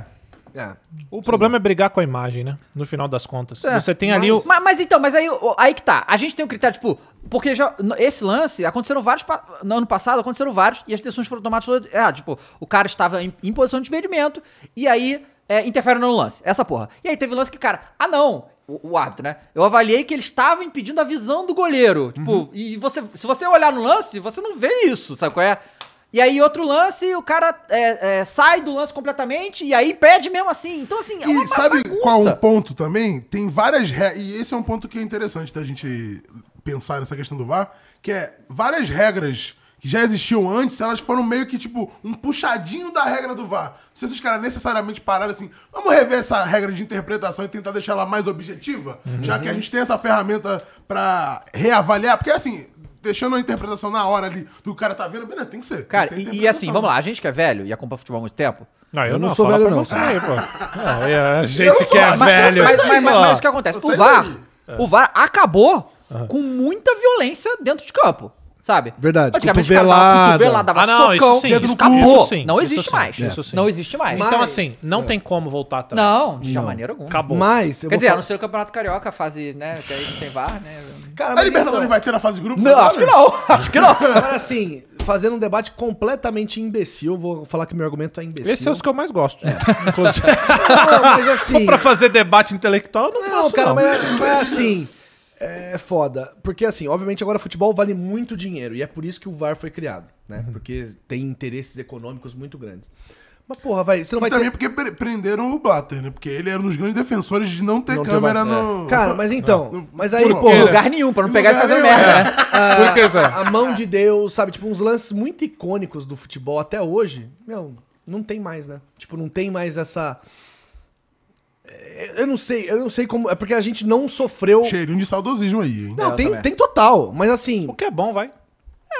É. O problema é brigar com a imagem, né? No final das contas. É, Você tem ali o. Ma- Mas, então, mas aí, o- aí que tá. A gente tem um critério, tipo, porque já, n- esse lance, aconteceram vários. pa- No ano passado, aconteceram vários, e as decisões foram tomadas. todas- É, tipo, o cara estava em, em posição de impedimento, e aí é, interfere no lance. Essa porra. E aí teve lance que, cara, ah não! O, o árbitro, né? Eu avaliei que ele estava impedindo a visão do goleiro. Tipo, e você, se você olhar no lance, você não vê isso, sabe qual é? E aí, outro lance, o cara é, é, sai do lance completamente e aí pede mesmo assim. Então, assim, é E uma sabe bagunça. qual é um ponto também? Tem várias regras. E esse é um ponto que é interessante da gente pensar nessa questão do VAR, que é várias regras que já existiam antes, elas foram meio que tipo um puxadinho da regra do VAR. Não sei se os caras necessariamente pararam assim, vamos rever essa regra de interpretação e tentar deixar ela mais objetiva, já que a gente tem essa ferramenta pra reavaliar, porque assim, deixando a interpretação na hora ali do cara tá vendo, beleza, tem que ser. Cara, e, e assim, vamos lá, a gente que é velho e acompanha futebol há muito tempo. Não, Ah, eu, Eu não, não sou fala velho, pra não. Você aí, pô. Não, é a gente que é Mas, mas, velho. mas, mas- mas- Ó, mas o que acontece? O Vocês VAR, aí. o VAR acabou com muita violência dentro de campo. Sabe? Verdade, Antigamente os caras davam cotovelada. cotovelada, dava Ah, não, socão, isso sim, dedo no isso cu. sim, Acabou. isso sim, não isso existe sim, mais. isso sim. Não existe mais. assim, Então, assim, não tem como voltar atrás. não, de maneira alguma. Acabou. Mas eu Quer vou dizer, a falar- não ser o Campeonato Carioca, a fase, né, que aí não tem VAR, né? Cara, A mas Libertadores então- vai ter na fase de grupo? né? Não, acho que não, acho que não. Agora, assim, fazendo um debate completamente imbecil, vou falar que meu argumento é imbecil. Esse é os que eu mais gosto. <laughs> Inclusive, Não, mas <laughs> assim. pra fazer debate intelectual, eu não, Não, faço, cara, não. Mas, mas assim. É foda. Porque, assim, obviamente agora futebol vale muito dinheiro. E é por isso que o VAR foi criado, né? Uhum. Porque tem interesses econômicos muito grandes. Mas, porra, vai. Você não E vai também ter. porque pre- prenderam o Blatter, né? Porque ele era um dos grandes defensores de não ter Não ter câmera VAR. no. Cara, mas então. Mas aí, Por quê, Em porra. lugar nenhum, pra não pegar e lugar fazer nenhum, merda, né? Por que, Zé? A mão de Deus, sabe? Tipo, uns lances muito icônicos do futebol até hoje. Meu, não tem mais, né? Tipo, não tem mais essa. É, Eu não sei, eu não sei como. É porque a gente não sofreu. <laughs> Cheirinho de saudosismo aí, hein? Não, eu tem, também. tem total. Mas assim. O que é bom, vai.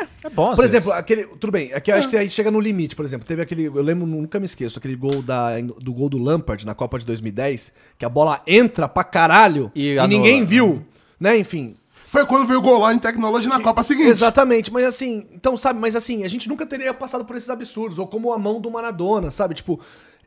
É, é bom, às Por vezes. exemplo, aquele. Tudo bem, aqui eu acho que aí chega no limite, por exemplo. Teve aquele. Eu lembro, nunca me esqueço, aquele gol da, do gol do Lampard na Copa de 2010, que a bola entra pra caralho E e, anula. ninguém viu. Né, enfim. Foi quando veio o Golan Technology na Copa seguinte. Exatamente, mas assim, então, sabe, mas assim, a gente nunca teria passado por esses absurdos, ou como a mão do Maradona, sabe? Tipo,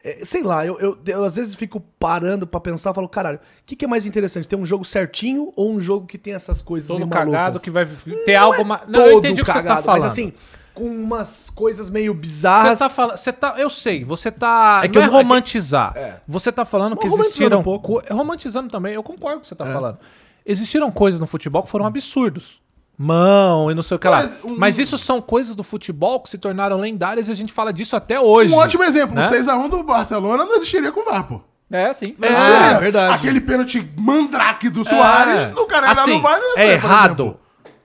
é, sei lá, eu, eu- eu às vezes fico parando pra pensar, falo, caralho, o que, que é mais interessante, ter um jogo certinho ou um jogo que tem essas coisas Todo meio cagado malucas? que vai ter Não algo... é ma- todo Não, eu entendi o que você tá cagado, falando. Mas assim, com umas coisas meio Você bizarras. tá falando, você tá, eu sei, você tá, É que não é eu não- é que- romantizar. Você tá falando que romantizando existiram é um pouco. É. co- romantizando também, eu concordo com o que você tá falando. Existiram coisas no futebol que foram absurdos. mão e não sei o que lá. Mas um- Mas isso são coisas do futebol que se tornaram lendárias e a gente fala disso até hoje. Um ótimo exemplo. né? O 6x1 do Barcelona não existiria com o VAR, pô. É, sim. Não é existiria. verdade. É. Aquele pênalti mandrake do Soares, o cara assim, não vai não sei, É por exemplo. errado.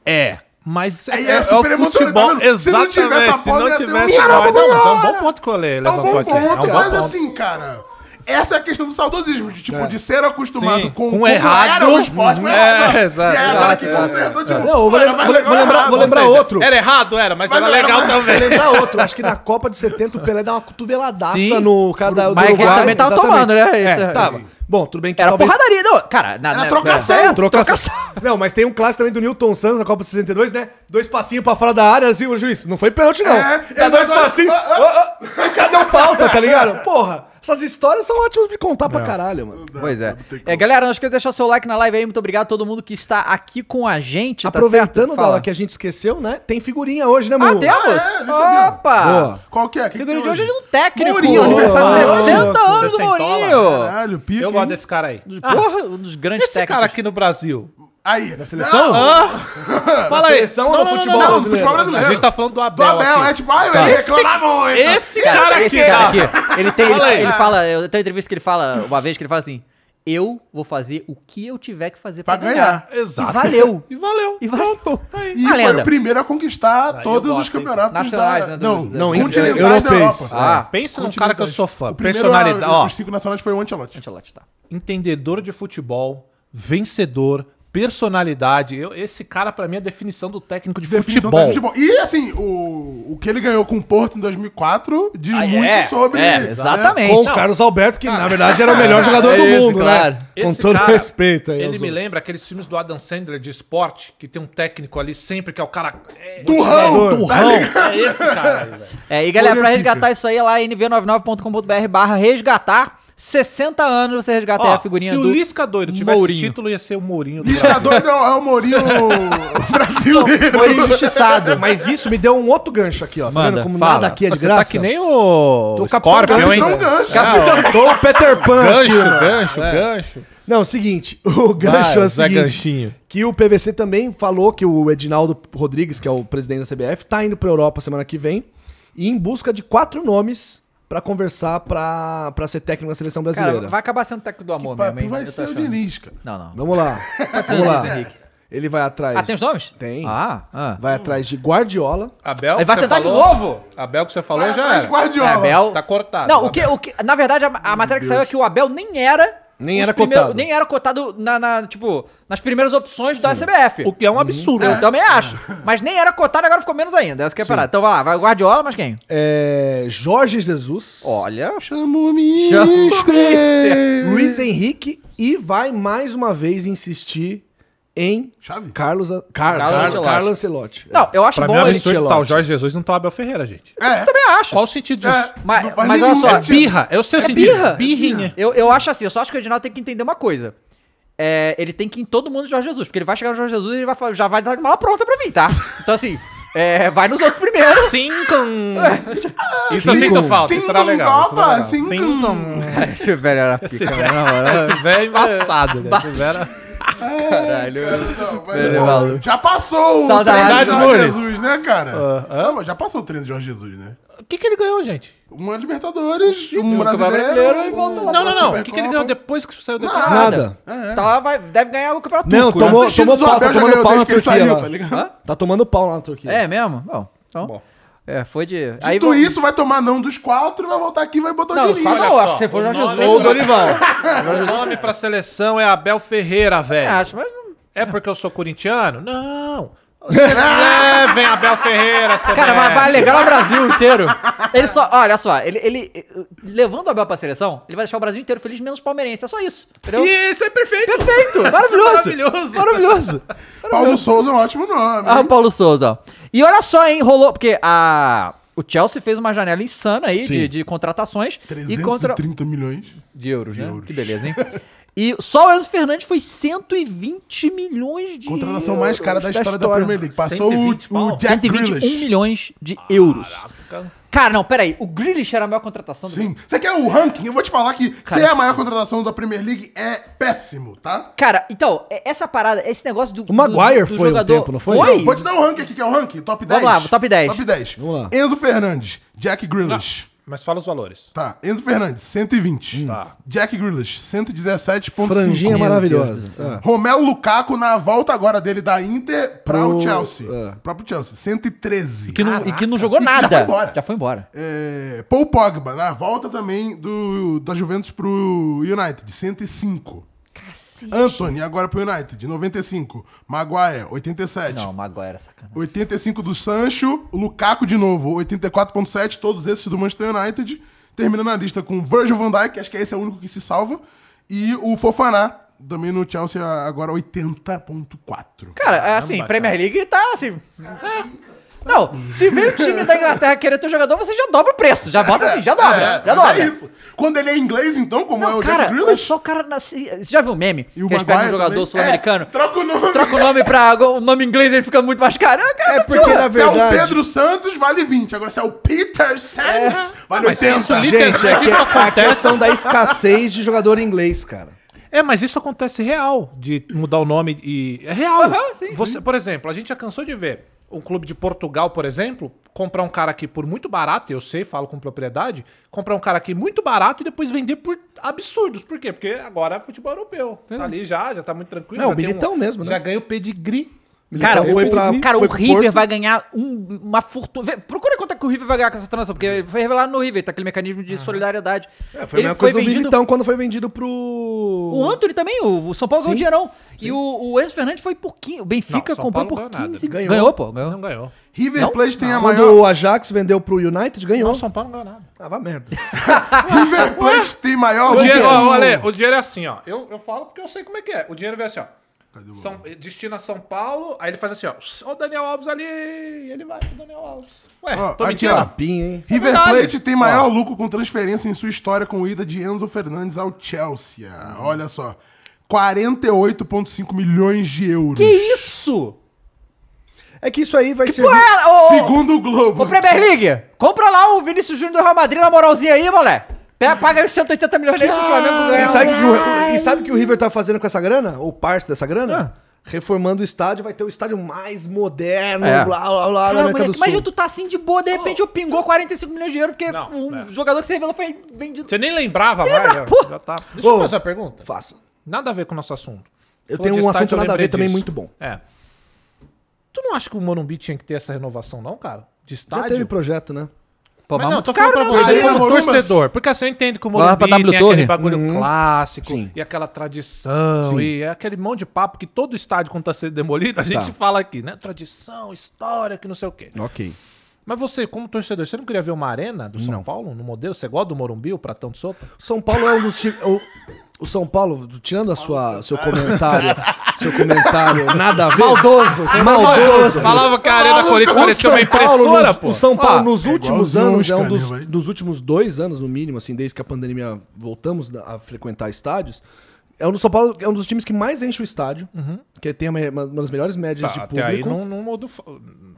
É. Mas é, Aí é, é o super emocionante, tá futebol. vendo? Se não Exatamente. tivesse a Se bola, não ia ter um tivesse a Caramba, bola. Não, mas é um bom ponto que o Ale É um bom levantou ponto, aqui. É um bom mas ponto. assim, cara... Essa é a questão do saudosismo, de tipo, É. de ser acostumado Sim, com, com como errado. era o esporte, mas É, errado. exato, E aí agora que exato, consertou, tipo, é. Não, eu vou pô, era lembrar- mais vou- legal vou lembrar- errado. vou Ou lembrar seja, outro. Era errado, era, mas, Mas era não era legal mais- também. Vou lembrar outro. Acho que na Copa de 70 o Pelé dá uma cotoveladaça Sim. no cara da, do Mas é que ele Uruguai, também tava exatamente. tomando, né? É, Ele- tava. Bom, tudo bem que Era talvez- porradaria. Não, cara, na, na, trocação. na- É, trocação. <laughs> Não, mas tem um clássico também do Newton Santos na Copa 62, né? Dois passinhos pra fora da área, assim, o juiz, não foi pênalti não. É, É, é, dois mas- passinhos, ah, ah, <laughs> cadê o falta, tá ligado? Porra, essas histórias são ótimas de contar pra caralho, mano. Pois é. é. Galera, não esqueça de deixar seu like na live aí. Muito obrigado a todo mundo que está aqui com a gente. tá Aproveitando, certo? Dala, Fala. que a gente esqueceu, né? Tem figurinha hoje, né, Ah, Muru? temos? Ah, é, nem sabia. Opa! Boa. Qual que é? O que que Figurinha de tem hoje é de um técnico. Mourinho, aniversário Opa, do 60 anos do Sessentola. Mourinho. Caralho, pica, Eu é? hein? gosto desse cara aí. Ah. Porra, um dos grandes Esse técnicos. cara aqui no Brasil. Aí. Seleção? Fala aí. seleção ou no futebol Não, não, do brasileiro? futebol A brasileiro. gente tá falando do é. do Abel. Abel, aqui. Tá. é tipo, ai, ele Esse- reclama muito. Esse cara aqui. Esse cara aqui, ele tem, Fala ele, aí. ele fala, eu tenho uma entrevista que ele fala, uma vez que ele fala assim, eu vou fazer o que eu tiver que fazer pra, Pra ganhar. Tá E valeu. E valeu. E valeu. E Uma foi lenda. o primeiro a conquistar todos os gosto, hein? campeonatos Nacionais, né, da... do- Não, do- não, Não, continentais da europeus. Europa. Ah, pensa num cara que eu sou fã. Personalidade, a, ó. Os cinco nacionais foi o Antelote. Ancelotti, tá. Entendedor de futebol, vencedor, personalidade. Eu- esse cara, pra mim, é a definição do técnico de Definição futebol. técnica de futebol. E assim, o, o que ele ganhou com o Porto em 2004 diz Ah, muito é, sobre. é, né? exatamente. Com o Não. Carlos Alberto, que na verdade era o melhor jogador É do isso, mundo, claro. né? Com Esse todo cara, respeito aí. Ele me aos outros. lembra aqueles filmes do Adam Sandler de esporte, que tem um técnico ali sempre que é o cara. É, Turrão, Jogador. turrão. é esse cara aí, <laughs> velho. É, e galera, pra resgatar isso aí, é lá nv99.com.br barra resgatar. 60 anos você resgata aí Ó, a figurinha se do... o Lisca doido tivesse Mourinho. título, ia ser o Mourinho <laughs> do Lisca Brasil. doido é o é o Mourinho brasileiro. Foi injustiçado. Mas isso me deu um outro gancho aqui, ó. Tá Manda, vendo como fala. nada aqui é de Você graça? tá que nem o, Tô o capitão Scorpion, hein? Então um gancho. Tô o Peter Pan aqui, Gancho, mano. gancho, É. gancho. Não, seguinte, o gancho é Vai, o Zé seguinte, Ganchinho. que o PVC também falou que o Edinaldo Rodrigues, que é o presidente da CBF, tá indo pra Europa semana que vem e em busca de quatro nomes pra conversar pra pra ser técnico na seleção brasileira. Cara, vai acabar sendo o técnico do <laughs> amor mesmo, Papi, hein? vai Eu tô ser o tá achando. Diniz, cara. Não, não. Vamos lá. ser Vamos o lá. Luiz Henrique. Ele vai atrás. Ah, tem os nomes? Tem. Ah, ah. Vai atrás de Guardiola. Abel, Ele vai que você tentar de falou- novo? Abel que você falou Vai já atrás de era. É, Guardiola. Abel... Tá cortado. Não, o que, o que, na verdade, a, a matéria que saiu é que o Abel nem era... Nem os era primeiros- cotado. Nem era cotado, na, na, tipo, nas primeiras opções da CBF. O que é um absurdo. Eu também acho. Mas nem era cotado, agora ficou menos ainda. Essa que é a parada. Então vai lá, vai o Guardiola, mas quem? É, Jorge Jesus. Olha. Chama o Mister. Chama o Luiz Henrique. E vai mais uma vez insistir em Chave? Carlos, An- Car- Car- Ancelotti. Carlos Ancelotti. Não, eu acho Pra mim bom é um ele. absurdo Ancelotti. tá o Jorge Jesus não tá o Abel Ferreira, gente. É. Também acho. Qual o sentido disso? É. Mas, Não faz mas olha nenhum só, sentido. Birra, é o seu sentido. birra. Birrinha. eu, eu acho assim, eu só acho que o Edinaldo tem que entender uma coisa. É, ele tem que ir em todo mundo de Jorge Jesus, porque ele vai chegar no Jorge Jesus e ele vai, fa- já vai dar uma pronta pra mim, tá? Então assim, é, vai nos outros primeiro. <laughs> Cinco. Isso eu sinto falta. Isso era Cinco legal. isso era Copa, legal. cinco- <laughs> <laughs> Esse velho era pica, Esse velho é embaçado. né? Esse velho era- Caralho. É, Não, mas, pô, já passou o Saudades, treino do Jorge Loures. Jesus, né, cara? Não, mas já passou o treino do Jorge Jesus, né? O que, que ele ganhou, gente? Uma Libertadores, um Brasileiro, brasileiro. Ah, tá e volta lá. Não, não, não. O Supercopa. que, que ele ganhou depois que saiu daqui? Nada. Nada. é. Então ela vai, deve ganhar o campeonato Não, turco, né? tomou, Vestido tomou do pau, Abel tá já tomando ganhou pau na desde que Turquia. ele saiu, lá. tá ligado? Hã? Tá tomando pau lá na Turquia. É mesmo? Bom, então. É, foi de. Aí Dito vamos- isso, vai tomar não dos quatro, vai voltar aqui e vai botar Não, o os Diniz. quatro Olha não, só, acho que você for o Jorge nome Jesus. é Ou o Dorival. O nome pra seleção é Abel Ferreira, velho. Acho, mas não- É porque eu sou corintiano? Não. Vocês Levem Abel Ferreira, CBF. Cara, é. vai, vai alegrar o Brasil inteiro. Ele só, olha só, ele, ele eh, levando o Abel pra seleção, ele vai deixar o Brasil inteiro feliz, menos o palmeirense. É só isso. Entendeu? Isso é perfeito. Perfeito! Maravilhoso! maravilhoso. Maravilhoso! Paulo Souza é um ótimo nome. Ah, o Paulo Souza, ó. E olha só, hein, rolou. Porque a. O Chelsea fez uma janela insana aí de, de contratações. E contra. 330 milhões. De euros, né? Que beleza, hein? E só o Enzo Fernandes foi 120 milhões de Contratação mais cara da euros história da, Premier League. Passou o, 120 pau? o Jack 121 Grealish. milhões de euros. Cara, não, peraí. O Grealish era a maior contratação do Sim. Você quer o ranking? Eu vou te falar que é ser a maior contratação da Premier League é péssimo, tá? Cara, então, é- essa parada, esse negócio do. O Maguire do- do foi um tempo, não foi? Foi? Não, Vou te dar um ranking aqui, que é o ranking. Top 10. Vamos lá, top 10. Top 10. Vamos lá. Enzo Fernandes, Jack Grealish. Mas fala os valores. Tá, Enzo Fernandes, 120. Tá. Jack Grealish, 117.5. <laughs> Hum. Meu Franjinha Deus do maravilhosa. Ah. Romelo Lukaku na volta agora dele da Inter pra o Pro- Chelsea. é. Próprio Chelsea, 113. Que não, e que não jogou E nada. <laughs> Já foi embora. Já foi embora. É, Paul Pogba na volta também do, da Juventus pro United, 105. Cacete. Anthony agora pro United, 95. Maguire, 87. Não, Maguire, é sacanagem. 85 do Sancho, o Lukaku de novo, 84.7, todos esses do Manchester United. Terminando a lista com Virgil van Dijk, acho que esse é o único que se salva. E o Fofaná, também no Chelsea agora 80.4. Cara, é assim, Premier League tá assim. é. Não, se vem o time da Inglaterra querer teu jogador, você já dobra o preço. Já bota assim, já dobra. É, já mas dobra. é isso. Quando ele é inglês, então, como é Não, o cara, Jack olha Grealish... só o cara nasce. Você já viu o meme? E o que eles pegam um Maguire jogador também. sul-americano, É, troca o nome. troca o nome pra o nome inglês ele fica muito mais caro. Ah, cara, É porque, na Se é o verdade... Pedro Santos, vale 20. Agora, se é o Peter Sands, vale 80. Gente, é Mas que É. isso a acontece. questão da escassez de jogador inglês, cara. É, mas isso acontece real, de mudar o nome e. É real. Aham, sim. Você, por exemplo, a gente já cansou de ver um clube de Portugal, por exemplo, comprar um cara aqui por muito barato, eu sei, falo com propriedade, comprar um cara aqui muito barato e depois vender por absurdos. Por quê? Porque agora é futebol europeu. Tá ali já, já tá muito tranquilo. É, o já tem um- bilhetão mesmo, né? Já ganha o pedigree. Cara, Então, o, foi pra- cara, foi o pro River Porto. vai ganhar um- uma fortuna. Vê, Procura quanto é que o River vai ganhar com essa transação, porque foi revelado no River, tá aquele mecanismo de solidariedade. É, foi a mesma coisa do Militão quando foi vendido pro... O Anthony também, o, o São Paulo ganhou Sim, dinheirão. E o, o Enzo Fernandes foi por 15. O Benfica Não, São comprou Paulo por ganhou nada. 15. Ganhou. Ganhou. pô, ganhou. Não ganhou. River Plate tem a Quando maior... o Ajax vendeu pro United, ganhou. Não, São Paulo não ganhou nada. Ah, vá merda. River Plate tem maior... O dinheiro, ó, ó, Ale, o dinheiro é assim, ó. Eu, eu falo porque eu sei como é que é. O dinheiro vem assim, ó. Tá São, destino a São Paulo, aí ele faz assim, ó. Ó, o Daniel Alves ali. E ele vai pro Daniel Alves. Ué, Ó, tô aqui, mentindo. ó. Pinha, hein? River verdade. Plate tem maior lucro com transferência em sua história com ida de Enzo Fernandes ao Chelsea. Olha só. 48,5 milhões de euros. Que isso? É que isso aí vai ser... Pô, é, ô, Segundo o Globo. ô, ô, Premier League, compra lá o Vinícius Júnior do Real Madrid na moralzinha aí, moleque. Pega, paga os 180 milhões dele pro Flamengo ganhar. um E sabe o que o- e sabe o que o River tá fazendo com essa grana? Ou parte dessa grana? Reformando o estádio, vai ter o estádio mais moderno, É. blá, blá, Cara, blá, na América do moleque, Sul. imagina tu tá assim de boa, de repente eu pingou 45 milhões de euros, porque Não, um é. jogador que você revelou foi vendido. Você nem lembrava, Lembra, mais. já- pô. Já tá. Deixa eu Ô. fazer uma pergunta. Faça. Nada a ver com o nosso assunto. Eu Falou tenho um de estádio, assunto eu nada a lembrei ver também disso. muito bom. É. Tu não acha que o Morumbi tinha que ter essa renovação, não, cara? De Já estádio? teve projeto, né? Pô, Mas não, tô cara, falando pra não, mas você aí como na Morumbi- torcedor. Porque assim eu entendo que o Vai lá Morumbi pra tem W Torre? aquele bagulho clássico Sim. e aquela tradição e é aquele monte de papo que todo estádio, quando tá sendo demolido, a gente fala aqui, né? Tradição, história, que não sei o quê. Ok. Mas você, como torcedor, você não queria ver uma arena do São Não. Paulo no modelo? Você gosta do Morumbi, o pratão de sopa? O São Paulo é um dos times... O, o São Paulo, tirando a sua, seu comentário, seu comentário nada a ver... Maldoso. Maldoso. Falava que a Arena Corinthians um O parecia uma São Paulo impressora, nos- pô. O São Paulo, Ó, nos últimos igualzinho anos, o é um Oscar, dos, né, velho? dos últimos dois anos, no mínimo, assim, desde que a pandemia voltamos a frequentar estádios, é um do São Paulo, é um dos times que mais enche o estádio, que tem uma, uma- uma das melhores médias Uhum. tá, de até aí público. não, não mudou. fa-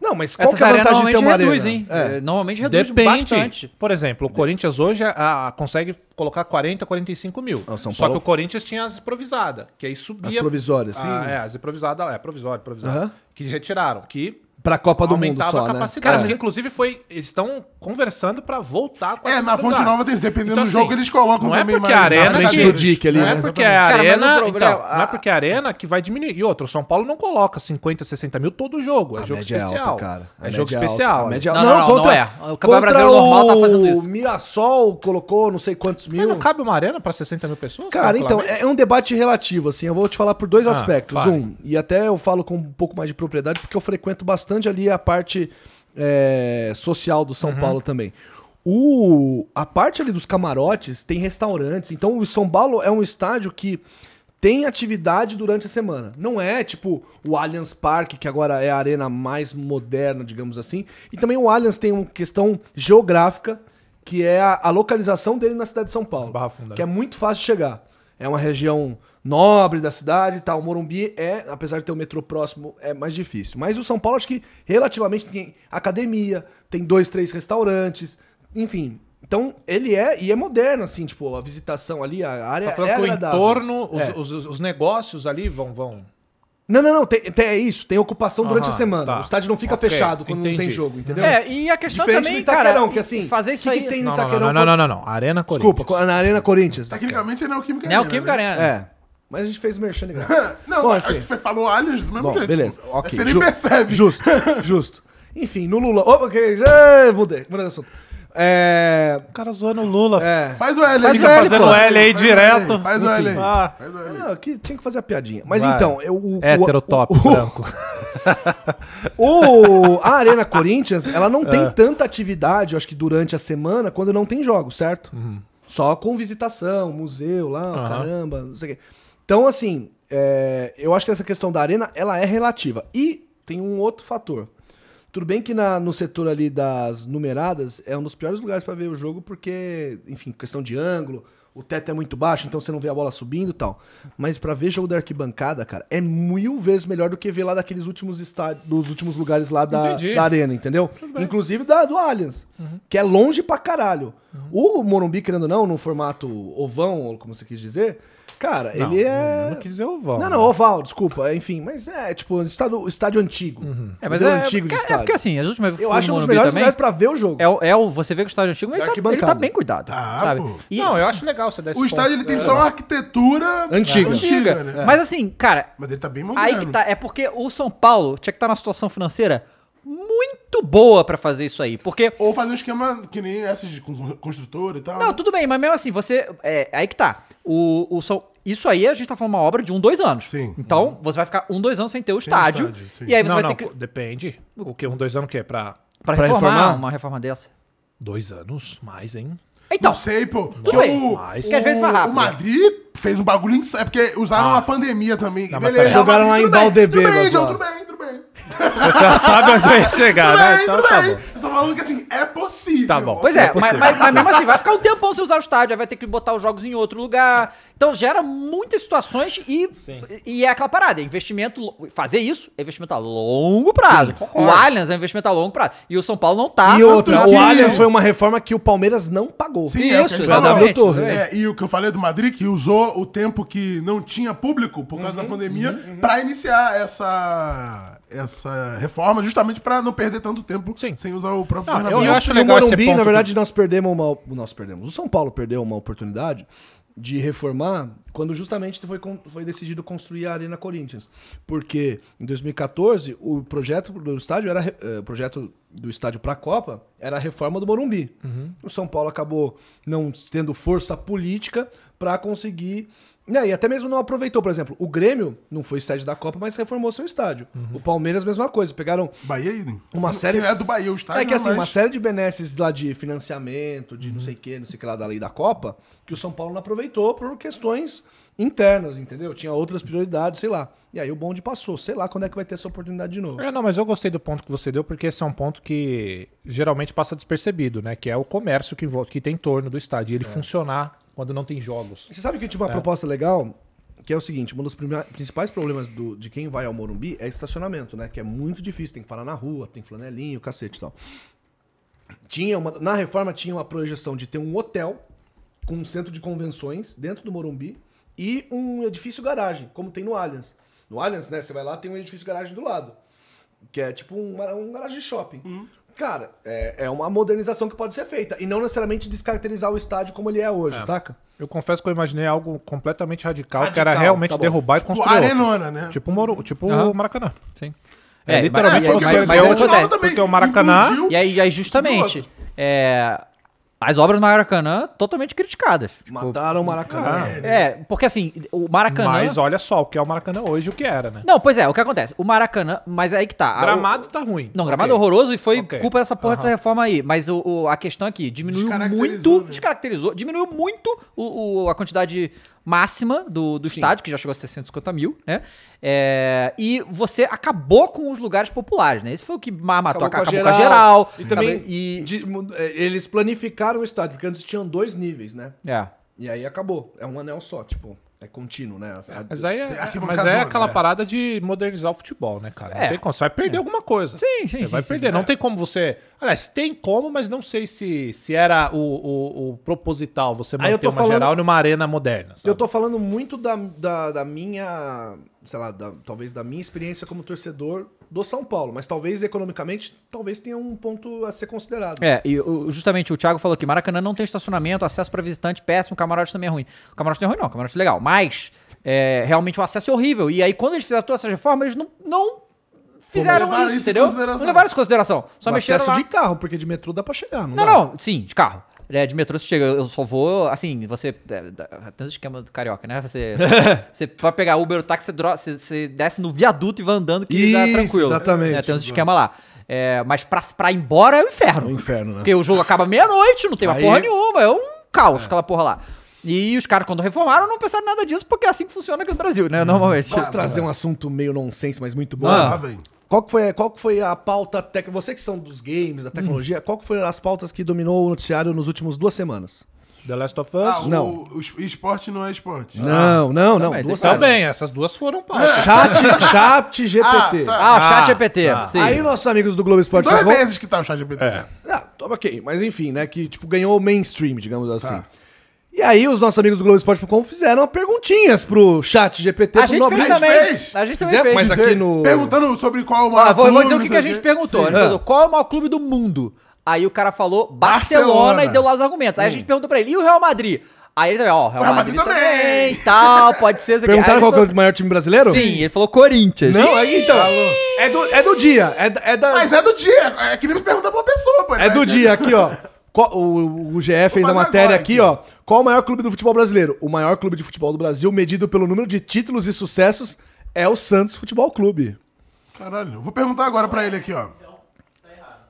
Não, mas qual Essas que é a arenas vantagem de ter uma normalmente arena? reduz, hein? É. É, Normalmente reduz Depende. bastante. Por exemplo, o Corinthians hoje ah, consegue colocar 40, 45 mil. Ah, o São Só que Paulo- o Corinthians tinha as improvisadas, que aí As subia. provisórias, sim. Ah, é, as improvisadas, é, provisório, provisório. Aham. Que retiraram, que Pra Copa do Mundo aumentava só, a né? capacidade. É. que inclusive foi, eles estão conversando pra voltar com É, esse na lugar. Fonte Nova tem isso. Dependendo Então, do jogo, assim, eles colocam não é também porque a arena na que- frente do Dick ali, É, né? exatamente. Porque a Cara, mas arena, o problema- então, não é porque a arena que vai diminuir. E outro, o São Paulo não coloca 50, 60 mil todo jogo. É A jogo média é especial. alta, cara. A É média jogo alta. especial. A média... Não, não, não, não, não, não contra, é. O contra O Campeonato Brasileiro normal tá fazendo isso. Mirassol colocou não sei quantos mil. Mas não cabe uma arena pra 60 mil pessoas? Tá Cara, então, é tranquilamente? é um debate relativo, assim. Eu vou te falar por dois Ah, aspectos. fale. Um, e até eu falo com um pouco mais de propriedade, porque eu frequento bastante ali a parte é, social do Uhum. São Paulo também. O, a parte ali dos camarotes tem restaurantes. Então, o São Paulo é um estádio que tem atividade durante a semana. Não é tipo o Allianz Parque, que agora é a arena mais moderna, digamos assim. E também o Allianz tem uma questão geográfica, que é a, a localização dele na cidade de São Paulo. Barra Funda, né? Que é muito fácil chegar. é uma região nobre da cidade e tal. O Morumbi é, apesar de ter o metrô próximo, é mais difícil. Mas o São Paulo acho que relativamente tem academia, tem dois, três restaurantes, enfim. Então, ele é, e é moderno, assim, tipo, a visitação ali, a área Tá é falando que o agradável. entorno, os, É. os- os- os negócios ali vão. vão. Não, não, não, tem, tem- é isso, tem ocupação durante a Aham, semana. tá. O estádio não fica Ok, fechado quando não tem entendi. jogo, entendeu? É, e a questão Diferente também, do Itaquerão, cara, que assim, fazer isso o que aí... que tem no Não, não, não, Itaquerão? não, não, não, não, não. Arena Corinthians. Desculpa, na Arena Corinthians. Tecnicamente é Neoquímica Né, o Kim né? Garena. É. Mas a gente fez o merchan legal. <laughs> Não, Bom, mas enfim. você falou aliens do mesmo assim. Bom, jeito. beleza. Aí ok, Você nem ju- percebe. <laughs> Justo, justo. Enfim, no Lula. Opa, que isso? Ei, mudei, mudei de assunto. É. O cara zoando o Lula. É. Faz o L Faz aí, o L, rapaz. fazendo Faz L aí direto. Faz o L aí. Enfim. Ah. Faz o L aí. Ah, que tinha que fazer a piadinha. Mas Vai. então, eu, o, o- Heterotop, o- branco. <laughs> O, a Arena Corinthians, ela não tem Ah. tanta atividade, eu acho que durante a semana, quando não tem jogo, certo? Só com visitação, museu lá, o Uhum. Aham. caramba, não sei o quê. Então, assim, é, eu acho que essa questão da Arena, ela é relativa. E tem um outro fator. Tudo bem que na- no setor ali das numeradas é um dos piores lugares pra ver o jogo, porque, enfim, questão de ângulo, o teto é muito baixo, então você não vê a bola subindo e tal. Mas pra ver jogo da arquibancada, cara, é mil vezes melhor do que ver lá daqueles últimos estádios, dos últimos lugares lá da, Entendi. da arena, entendeu? Inclusive da, do Allianz, que é longe pra caralho. Uhum. O Morumbi, querendo ou não, no formato ovão, ou como você quis dizer, cara, ele é. Não quis dizer o Val. Não, não, oval, desculpa, é, enfim, mas é tipo estádio, estádio antigo. É, mas é, Entendeu? antigo de porque- é estádio. porque assim, as últimas vezes Eu fui acho no um dos Morumbi melhores também, lugares pra ver o jogo. É, o- é o, você vê que o estádio antigo, mas Da ele tá, ele tá arquibancada. bem cuidado, Tá, sabe? pô. E- Não, eu acho legal você dar esse É. O estádio ele tem só uma arquitetura Antiga. É. antiga. né? Mas assim, cara, Mas ele tá bem moderno. aí que tá. É porque o São Paulo tinha que estar numa situação financeira muito boa pra fazer isso aí. Porque Ou fazer um esquema que nem essas de con- construtora e tal. Não, tudo bem, mas mesmo assim, você. É, aí que tá. O, o São- Isso aí a gente tá falando uma obra de um, dois anos. Sim. Uhum. Então, você vai ficar um, dois anos sem ter o estádio. estádio, sim. e aí você não, vai não, ter que. pô, depende. O que? Um, dois anos o quê? Pra Pra, pra reformar, reformar? uma reforma dessa. dois anos mais, <laughs> hein? Então, Não sei, pô. Porque bem, o, mas- que às vezes vai o, rápido. o Madrid fez um bagulho insano. É porque usaram a pandemia também. Não, mas Beleza, peraí. Jogaram lá em tudo bem, Valdebebas Tudo bem, João, lá. tudo bem, tudo bem. Você já sabe onde vai chegar, tudo né? bem, Então tudo tá bem. bom. Eu tô falando que assim, é possível. Tá bom. Pois é, Não é mas, possível. mas- mas mesmo assim, vai ficar um tempão sem usar o estádio, aí vai ter que botar os jogos em outro lugar. Então gera muitas situações e, e é aquela parada, é investimento. lo- Fazer isso é investimento a longo prazo. o Allianz é investimento a longo prazo. E o São Paulo não tá. E outra, Tanto o que- Allianz foi uma reforma que o Palmeiras não pagou. Sim, é o que Isso, ele foi a falou. W Torre, né? É, e o que eu falei do Madrid, que usou o tempo que não tinha público por Uhum, causa da pandemia pra iniciar essa, essa reforma, justamente pra não perder tanto tempo Sim. sem usar o próprio Não, Bernabéu. eu E E o- o- acho e legal o esse Morumbi, ponto na que- verdade, nós perdemos uma. Nós perdemos. O São Paulo perdeu uma oportunidade de reformar quando justamente foi, con- foi decidido construir a Arena Corinthians. Porque em 2014, o projeto do estádio era. re- eh, O projeto do estádio para a Copa era a reforma do Morumbi. Uhum. O São Paulo acabou não tendo força política para conseguir. né, e até mesmo não aproveitou, por exemplo, o Grêmio não foi sede da Copa, mas reformou seu estádio. Uhum. O Palmeiras, mesma coisa. Pegaram Bahia, Idem. Uma Não, série- que É do Bahia, o estádio. é que né, assim, mas- uma série de benesses lá de financiamento, de não sei o que, não sei o que lá da lei da Copa, que o São Paulo não aproveitou por questões internas, entendeu? Tinha outras prioridades, sei lá. E aí o bonde passou. Sei lá quando é que vai ter essa oportunidade de novo. É, não, mas eu gostei do ponto que você deu, porque esse é um ponto que geralmente passa despercebido, né? Que é o comércio que, vo- que tem em torno do estádio. E É. ele funcionar quando não tem jogos. Você sabe que eu tinha uma proposta legal, que é o seguinte, um dos prime- principais problemas do- de quem vai ao Morumbi é estacionamento, né? Que é muito difícil, tem que parar na rua, tem flanelinho, cacete e tal. Tinha uma, na reforma tinha uma projeção de ter um hotel com um centro de convenções dentro do Morumbi e um edifício garagem, como tem no Allianz. No Allianz, né, você vai lá, tem um edifício garagem do lado, que é tipo um, um garagem de shopping. Cara, é, é uma modernização que pode ser feita e não necessariamente descaracterizar o estádio como ele é hoje, saca? Eu confesso que eu imaginei algo completamente radical, que Radical, era realmente tá bom. derrubar e Tipo, construir. outro. arenona, né? Tipo o Moro, tipo Aham. o Maracanã. Sim. É, É, literalmente mas- mas- você vai mas ver eu vou te dar- outro, porque o Maracanã. Implodiu. E aí, e aí justamente, é, as obras do Maracanã totalmente criticadas. Tipo, Mataram o Maracanã. é, porque assim, o Maracanã. Mas olha só o que é o Maracanã hoje e o que era, né? Não, pois é, o que acontece? O Maracanã, mas aí que tá. a- o- Gramado tá ruim. Não, gramado é Ok. horroroso e foi Ok. culpa dessa porra dessa reforma aí. Mas o, o- a questão aqui, diminuiu Descaracterizou, muito. né? Descaracterizou, diminuiu muito o, o- a quantidade máxima do, do estádio, que já chegou a 650 mil, né? É, e você acabou com os lugares populares, né? Esse foi o que ma- matou, acabou, com a geral. E também acabou- e- de- mu- é, eles planificaram o estádio, porque antes tinham dois níveis, né? é. E aí acabou. É um anel só, tipo. É contínuo, né? A- Mas aí, Tem é, arquibancada mas aí é dura, aquela né? parada de modernizar o futebol, né, cara? Não É. tem como. Você vai perder alguma coisa. Sim, sim, Você sim, vai sim, É. perder. não tem como você. Aliás, tem como, mas não sei se, se era o, o- o proposital você Aí eu manter tô uma falando- geral numa arena moderna. sabe? Eu tô falando muito da, da, da minha, sei lá, da- talvez da minha experiência como torcedor do São Paulo, mas talvez economicamente, talvez tenha um ponto a ser considerado. É, e o- justamente o Thiago falou que Maracanã não tem estacionamento, acesso pra visitante péssimo, camarote também é ruim. O camarote não é ruim, não, o camarote é legal. Mas é, realmente o acesso é horrível. E aí, quando eles fizeram todas essas reformas, eles não, não fizeram levaram isso, isso em entendeu? consideração. Não levaram isso em consideração. Só o mexeram acesso lá. de carro, porque de metrô dá pra chegar, não Não, dá? não, sim, de carro. É, de metrô você chega, eu só vou, assim, você. é, dá- Tem os esquema do carioca, né? Você, <laughs> você vai pegar Uber ou táxi, você, dro- você, você desce no viaduto e vai andando que dá Isso, tranquilo. exatamente. É, tem uns esquema lá. É, mas pra, pra ir embora é o inferno. É o inferno, né? Porque o jogo acaba meia-noite, não tem uma Aí- porra nenhuma, é um caos aquela porra lá. E os caras, quando reformaram, não pensaram nada disso, porque é assim que funciona aqui no Brasil, né? Normalmente. Hum. Posso trazer um assunto meio nonsense, mas muito bom? Ah. Lá, velho. Qual, que foi, qual que foi a pauta técnica? Você que são dos games, Hum. da tecnologia, qual que foram as pautas que dominou o noticiário nos últimos duas semanas? The Last of Us. Ah, o- Não. O, es- esporte não é esporte. Ah. não, não, não. também, tem duas que- semanas. Também, essas duas foram para. <laughs> É. Chat, chat GPT. Ah, o chat Ah, GPT. tá. Sim. um- Aí nossos amigos do Globo Esporte é Dois estavam- meses que tá o ChatGPT. É. Ah, tá, ok, mas enfim, né? Que tipo, ganhou o mainstream, digamos assim. E aí os nossos amigos do Globoesporte.com fizeram perguntinhas pro chat GPT. a pro gente fez Nobel. também. fez. A gente também Fizemos, fez. mas aqui no... Perguntando sobre qual Ó, o maior Ah, vou, vou clube, dizer o não que, que sei a gente perguntou. A gente Ah. perguntou qual é o maior clube do mundo? Aí o cara falou Barcelona, Barcelona. e deu lá os argumentos. Aí a gente perguntou pra ele, e o Real Madrid? Aí ele também, ó, Real, Real Madrid, Madrid também também. e tal, pode ser. sei o quê. Perguntaram Aí qual ele que é o maior time brasileiro? falou- Sim, ele falou Corinthians. Não, é, então. É do, é do dia. É, da- é da, Mas é do dia. É que nem me pergunta pra uma pessoa, pô. Né? É do dia aqui, ó. Qual- o, o GE fez a fazer matéria agora aqui, aqui. ó. Qual o maior clube do futebol brasileiro? O maior clube de futebol do Brasil, medido pelo número de títulos e sucessos, é o Santos Futebol Clube. Caralho, eu vou perguntar agora pra ele aqui, ó.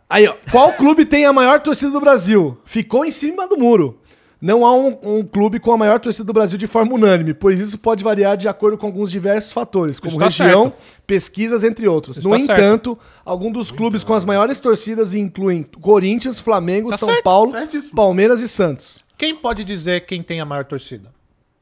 Aí, ó. Qual clube tem a maior torcida do Brasil? Ficou em cima do muro. Não há um, um clube com a maior torcida do Brasil de forma unânime, pois isso pode variar de acordo com alguns diversos fatores, como Isso tá região, pesquisas, entre outros. no tá certo. entanto, alguns dos clubes com as maiores torcidas incluem Corinthians, Flamengo, São Tá certo, Paulo, certíssimo. Palmeiras e Santos. Quem pode dizer quem tem a maior torcida?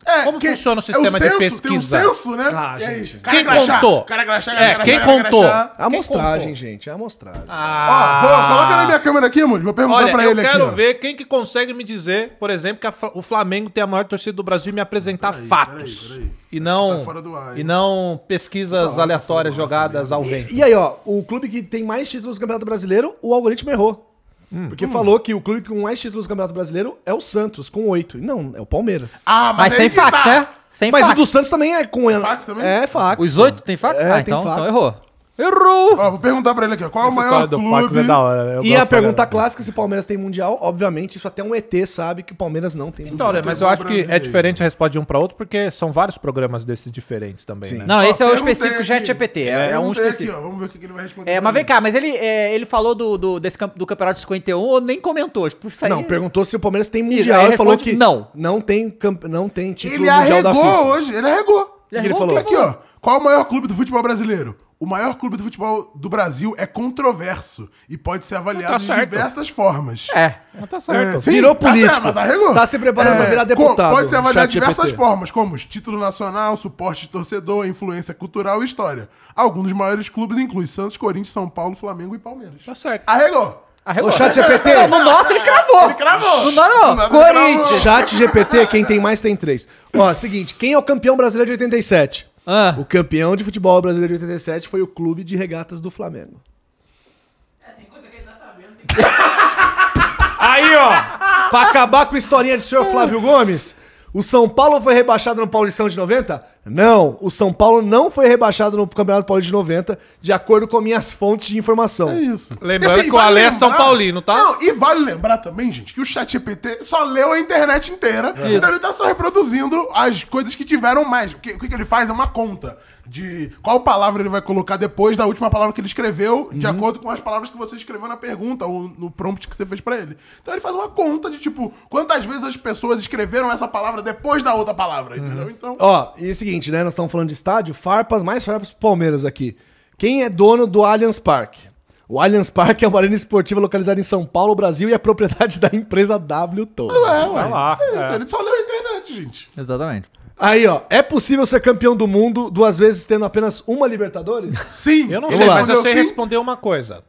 É, Como funciona o sistema de pesquisa? Tem um censo, né? Ah, E aí, gente. cara Quem crachá, contou? Cara crachá, É, cara crachá, quem Ah. cara contou? crachá. A amostragem, gente, a amostragem. Ah. Ó, vou, coloca na minha câmera aqui, amor. Vou perguntar Olha, pra eu ele aqui. quero ó. ver quem que consegue me dizer, por exemplo, que a Fla- o Flamengo tem a maior torcida do Brasil e me apresentar fatos. peraí, peraí. E não, Tá fora do ar, e hein? Tá, não pesquisas aleatórias jogadas ao vento. E aí, ó, o clube que tem mais títulos do Campeonato Brasileiro, o algoritmo errou. Hum. Porque falou que o clube com mais títulos do Campeonato Brasileiro é o Santos, com oito. E Não, é o Palmeiras. Ah, Mas sem aí que fax, tá. né? Sem Mas fax. o do Santos também é com... É fax também? É fax. Os oito tem fax? É, ah, tem então, fax. então errou. Errou! Ó, vou perguntar pra ele aqui, ó. Qual é o Essa maior história do Fox clube... é da hora. eu E gosto a pra pergunta caramba. clássica, se o Palmeiras tem Mundial, obviamente, isso até um ET sabe que o Palmeiras não tem Então, Mundial. olha, mas eu acho que é diferente a resposta de um para outro, porque são vários programas desses diferentes também, né? Não, esse é Ó, o perguntei específico aqui. ChatGPT. É, é um Perguntei específico. aqui, ó. Vamos ver o que que ele vai responder. É, mas vem também. cá, mas ele, é, ele falou do, do, desse, camp- do campeonato 51 ou nem comentou? Tipo, isso aí... Não, perguntou se o Palmeiras tem aí Mundial e falou responde que não. não tem, camp- não tem Tipo, título Ele Mundial da arregou FIFA. hoje, ele arregou. Ele arregou o quê? Aqui, ó. Qual é o maior clube do futebol brasileiro? O maior clube do futebol do Brasil é controverso e pode ser avaliado Tá de certo. diversas formas. É. tá É, sim, Virou tá político. certo, mas arregou. É, Tá se preparando pra virar co- deputado, Pode ser avaliado de ChatGPT. diversas formas, como título nacional, suporte de torcedor, influência cultural e história. Alguns dos maiores clubes incluem Santos, Corinthians, São Paulo, Flamengo e Palmeiras. Tá certo. Arregou. Arregou. O chat GPT... Não, no nosso ele cravou. Ele cravou. No nosso, não. No nosso ele Corinthians. Chat GPT, quem tem mais tem três. Ó, seguinte, quem é o campeão brasileiro de 87? Ah. O campeão de futebol brasileiro de 87 foi o Clube de Regatas do Flamengo. Aí, ó, pra acabar com a historinha de senhor Flávio Gomes, o São Paulo foi rebaixado no Paulistão de 90? Não, o São Paulo não foi rebaixado no Campeonato Paulista de 90, de acordo com minhas fontes de informação. É isso. Lembrando E que o Ale é lembrar- São Paulino, tá? Não, e vale lembrar também, gente, que o ChatGPT só leu a internet É. inteira. Então ele tá só reproduzindo as coisas que tiveram mais. O que, o que que ele faz é uma conta de qual palavra ele vai colocar depois da última palavra que ele escreveu, Uhum. de acordo com as palavras que você escreveu na pergunta ou no prompt que você fez pra ele. Então ele faz uma conta de, tipo, quantas vezes as pessoas escreveram essa palavra depois da outra palavra, Uhum. entendeu? Então. Tá Ó, e é o seguinte, né? Nós estamos falando de estádio, farpas, mais farpas pro Palmeiras aqui. Quem é dono do Allianz Parque? O Allianz Parque é uma arena esportiva localizada em São Paulo, Brasil, e é <laughs> propriedade da empresa W Tour. É, ué. lá, É isso, é. Ele só leu a internet, gente. Exatamente. Aí, ó. É possível ser campeão do mundo duas vezes tendo apenas uma <laughs> Libertadores? Sim. Eu não Vamos sei, lá. mas eu Respondeu sei sim. responder uma coisa.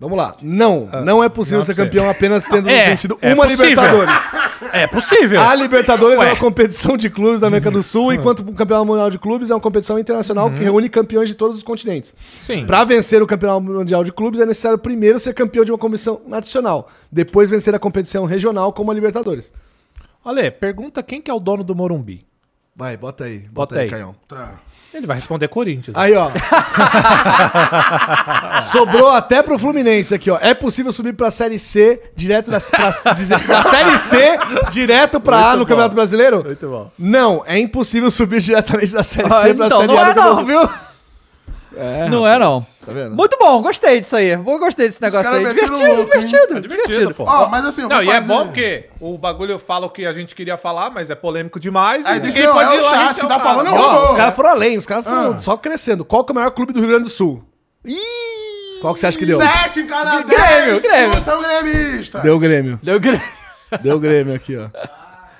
Vamos lá. Não, não é possível não é ser possível. campeão apenas tendo É, vencido é uma possível. Libertadores. <laughs> É possível. A Libertadores é Ué. uma competição de clubes da América do Sul, enquanto o Campeonato Mundial de Clubes é uma competição internacional que reúne campeões de todos os continentes. Sim. Para vencer o Campeonato Mundial de Clubes, é necessário primeiro ser campeão de uma competição nacional, depois vencer a competição regional como a Libertadores. Ale, pergunta quem que é o dono do Morumbi. Vai, bota aí. Bota, Bota aí, aí. Caião. Tá. Ele vai responder Corinthians. Aí, ó. Sobrou até pro Fluminense aqui, ó. É possível subir pra Série C direto da, pra- dizer- da Série C direto pra A no Campeonato Brasileiro? Muito bom. Não, é impossível subir diretamente da Série Ah, C pra então, Série não A é no Campeonato não, viu? não é não. Tá vendo? Muito bom, gostei disso aí. Bom, gostei desse Tá negócio caras aí. meteram É Divertido, É louco, hein? divertido, divertido. divertido, pô. Ó, mas assim, eu Não, vou e é fazer- bom porque o bagulho eu falo o que a gente queria falar, mas é polêmico demais. Aí e diz, ninguém não, é o lá, a chat gente é que o tá cara. falando, eu Ó, Ah. vou. os caras foram além, os caras foram só crescendo. Qual que é o maior clube do Rio Grande do Sul? Qual que você acha que deu? Sete em cada Grêmio, dez. Grêmio. Você é um gremista. Deu o Grêmio. Deu grande. Deu o Grêmio aqui, ó.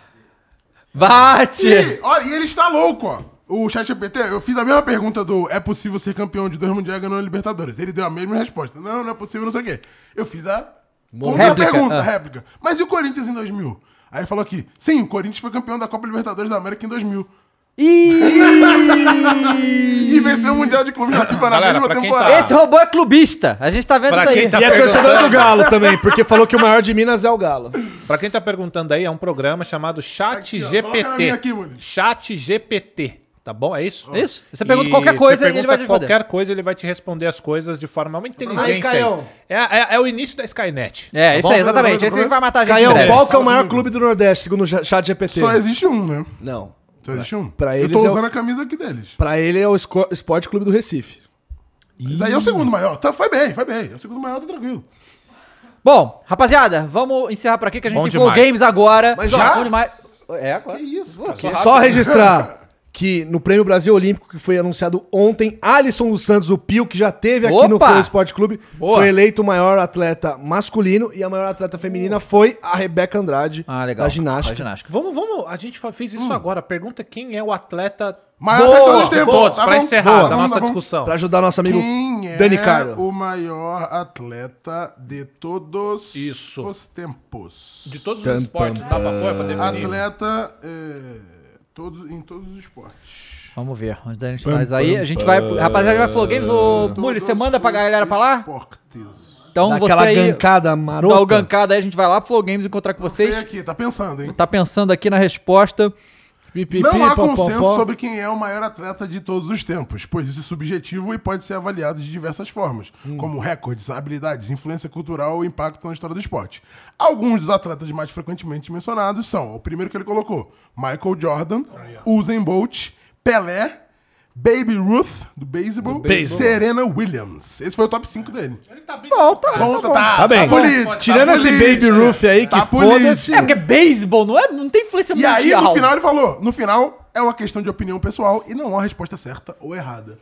<laughs> Bate! E, olha, e ele está louco, ó. O chat GPT, eu fiz a mesma pergunta do é possível ser campeão de dois mundiais ganhando a Libertadores. Ele deu a mesma resposta. Não, não é possível, não sei o quê. Eu fiz a outra Réplica, pergunta, ah. réplica. Mas e o Corinthians em 2000? Aí falou aqui, sim, o Corinthians foi campeão da Copa Libertadores da América em 2000. <laughs> E venceu o Mundial de Clubes da FIFA na Galera, pra mesma quem temporada. tá- Esse robô é clubista. A gente tá vendo Pra isso aí. quem tá- E é <laughs> torcedor do Galo também, porque falou que o maior de Minas é o Galo. Pra quem tá perguntando aí, é um programa chamado Aqui, Chat ó, coloca na GPT. minha aqui, Muniz. Chat GPT. Tá bom? É isso? Isso. Você pergunta E qualquer coisa você e ele vai te responder. Qualquer coisa ele vai te responder as coisas de forma uma Aí, inteligência. Caião. aí. É, é- é o início da Skynet. É, isso aí, Vamos- exatamente. vamos- Esse aí que vai matar a gente. Caião, em breve. qual que é o maior clube do Nordeste, segundo o chat GPT? Só existe um, né? Não. Só existe um. pra eu eles tô é o- usando a camisa aqui deles. Pra ele é o Esco- Esporte Clube do Recife. Mas aí é o segundo maior. Tá, foi bem, foi bem. É o segundo maior, tá tranquilo. Bom, rapaziada, vamos encerrar por aqui que a gente Bom tem Flow demais. Games agora. Mas, ó, já? Bom demais. É, agora. Que isso, cara. Só <laughs> registrar que no Prêmio Brasil Olímpico, que foi anunciado ontem, Alisson dos Santos, o Pio, que já teve aqui no Opa! Flow Esporte Clube, Boa. foi eleito o maior atleta masculino e a maior atleta feminina foi a Rebeca Andrade, Ah, legal. da ginástica. Da ginástica. Vamos, vamos. A gente fa- fez Hum. isso agora. Pergunta quem é o atleta. Maior Boa, de todos os tempos. Todos, Tá pra bom? encerrar Boa. da Tá bom, nossa tá bom. Então, discussão. Pra ajudar nosso amigo Quem Dani é Carlo. o maior atleta de todos Isso. os tempos? De todos Tam, os esportes, pam, dá pra pôr pra definir. Atleta é, todos, em todos os esportes. Vamos ver. Onde a gente faz aí? A gente vai. Rapaziada, vai Flow Games. Ô, Muli, Todos você manda pra os galera pra lá? Esportes. Então Dá você aquela aí. gancada Dá o marota. gancada aí, a gente vai lá pro Flow Games encontrar com Sei vocês. aqui, tá pensando, hein? Tá pensando aqui na resposta. Pi, pi, Não pi, há pó, pó, consenso pó. sobre quem é o maior atleta de todos os tempos, pois isso é subjetivo e pode ser avaliado de diversas formas, Hum. como recordes, habilidades, influência cultural ou impacto na história do esporte. Alguns dos atletas mais frequentemente mencionados são, o primeiro que ele colocou, Michael Jordan, Usain Bolt, Pelé, Baby Ruth, do beisebol, Serena Williams. Esse foi o top 5 dele. Bom, tá. Bom, tá, Tá bem. político, Tirando tá esse político. Baby Roof aí, que Tá foda-se. político. É porque beisebol não, é, não tem influência E aí, mundial. no final, ele falou: no final é uma questão de opinião pessoal e não há resposta certa ou errada.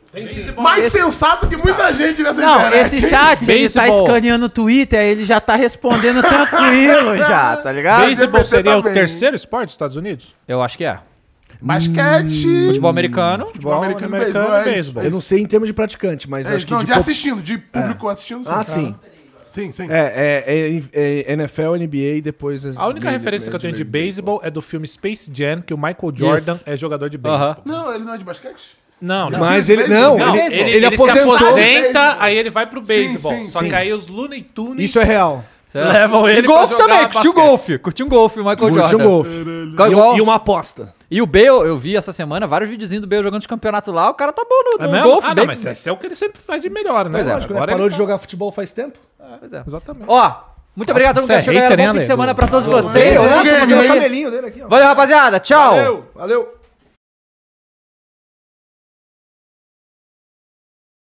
Mais sensato que muita gente nessa Não, esse hein? chat, ele tá Beisebol. escaneando o Twitter, ele já tá respondendo tranquilo já, tá ligado? Beisebol GPT seria o também. terceiro esporte dos Estados Unidos? Eu acho que é. Basquete. Futebol americano. Futebol americano, beisebol. americano, é isso. beisebol. Eu não sei em termos de praticante, mas É acho isso. que Não, de de pop- assistindo, de público assistindo, sim. Ah, sim. Sim, sim. É, é, é, é NFL, NBA e depois... as- A única referência que eu tenho de beisebol é do filme Space Jam, que o Michael Jordan Isso. é jogador de beisebol. Aham. Não, ele não é de basquete? Não, não. Mas ele... Não, Não, ele, ele, ele ele aposentou. se Ah, aposenta, beisebol. aí ele vai pro beisebol. sim, só sim. que aí os Looney Tunes... Isso é real. Levam ele E golfe pra jogar também, curtiu basquete. golfe. Curtiu um golfe, o Michael Jordan. Curte um golfe. Igual- E, igual- um- e uma aposta. E o Bale, eu vi essa semana vários videozinhos do Bale jogando os campeonatos lá, o cara tá bom no, É no mesmo? golfe. ah, bem- não, mas esse é o que ele sempre faz de melhor, né? Pois é, Lógico, Agora ele parou tá- de jogar futebol faz tempo? Pois é. Exatamente. Ó, muito obrigado a todo você mundo que é chegou, galera. hater, Bom hein, fim de Ale? semana pra todos Ei, vocês. olha, tô fazendo o Valeu, cabelinho dele aqui, ó. rapaziada. Tchau. Valeu.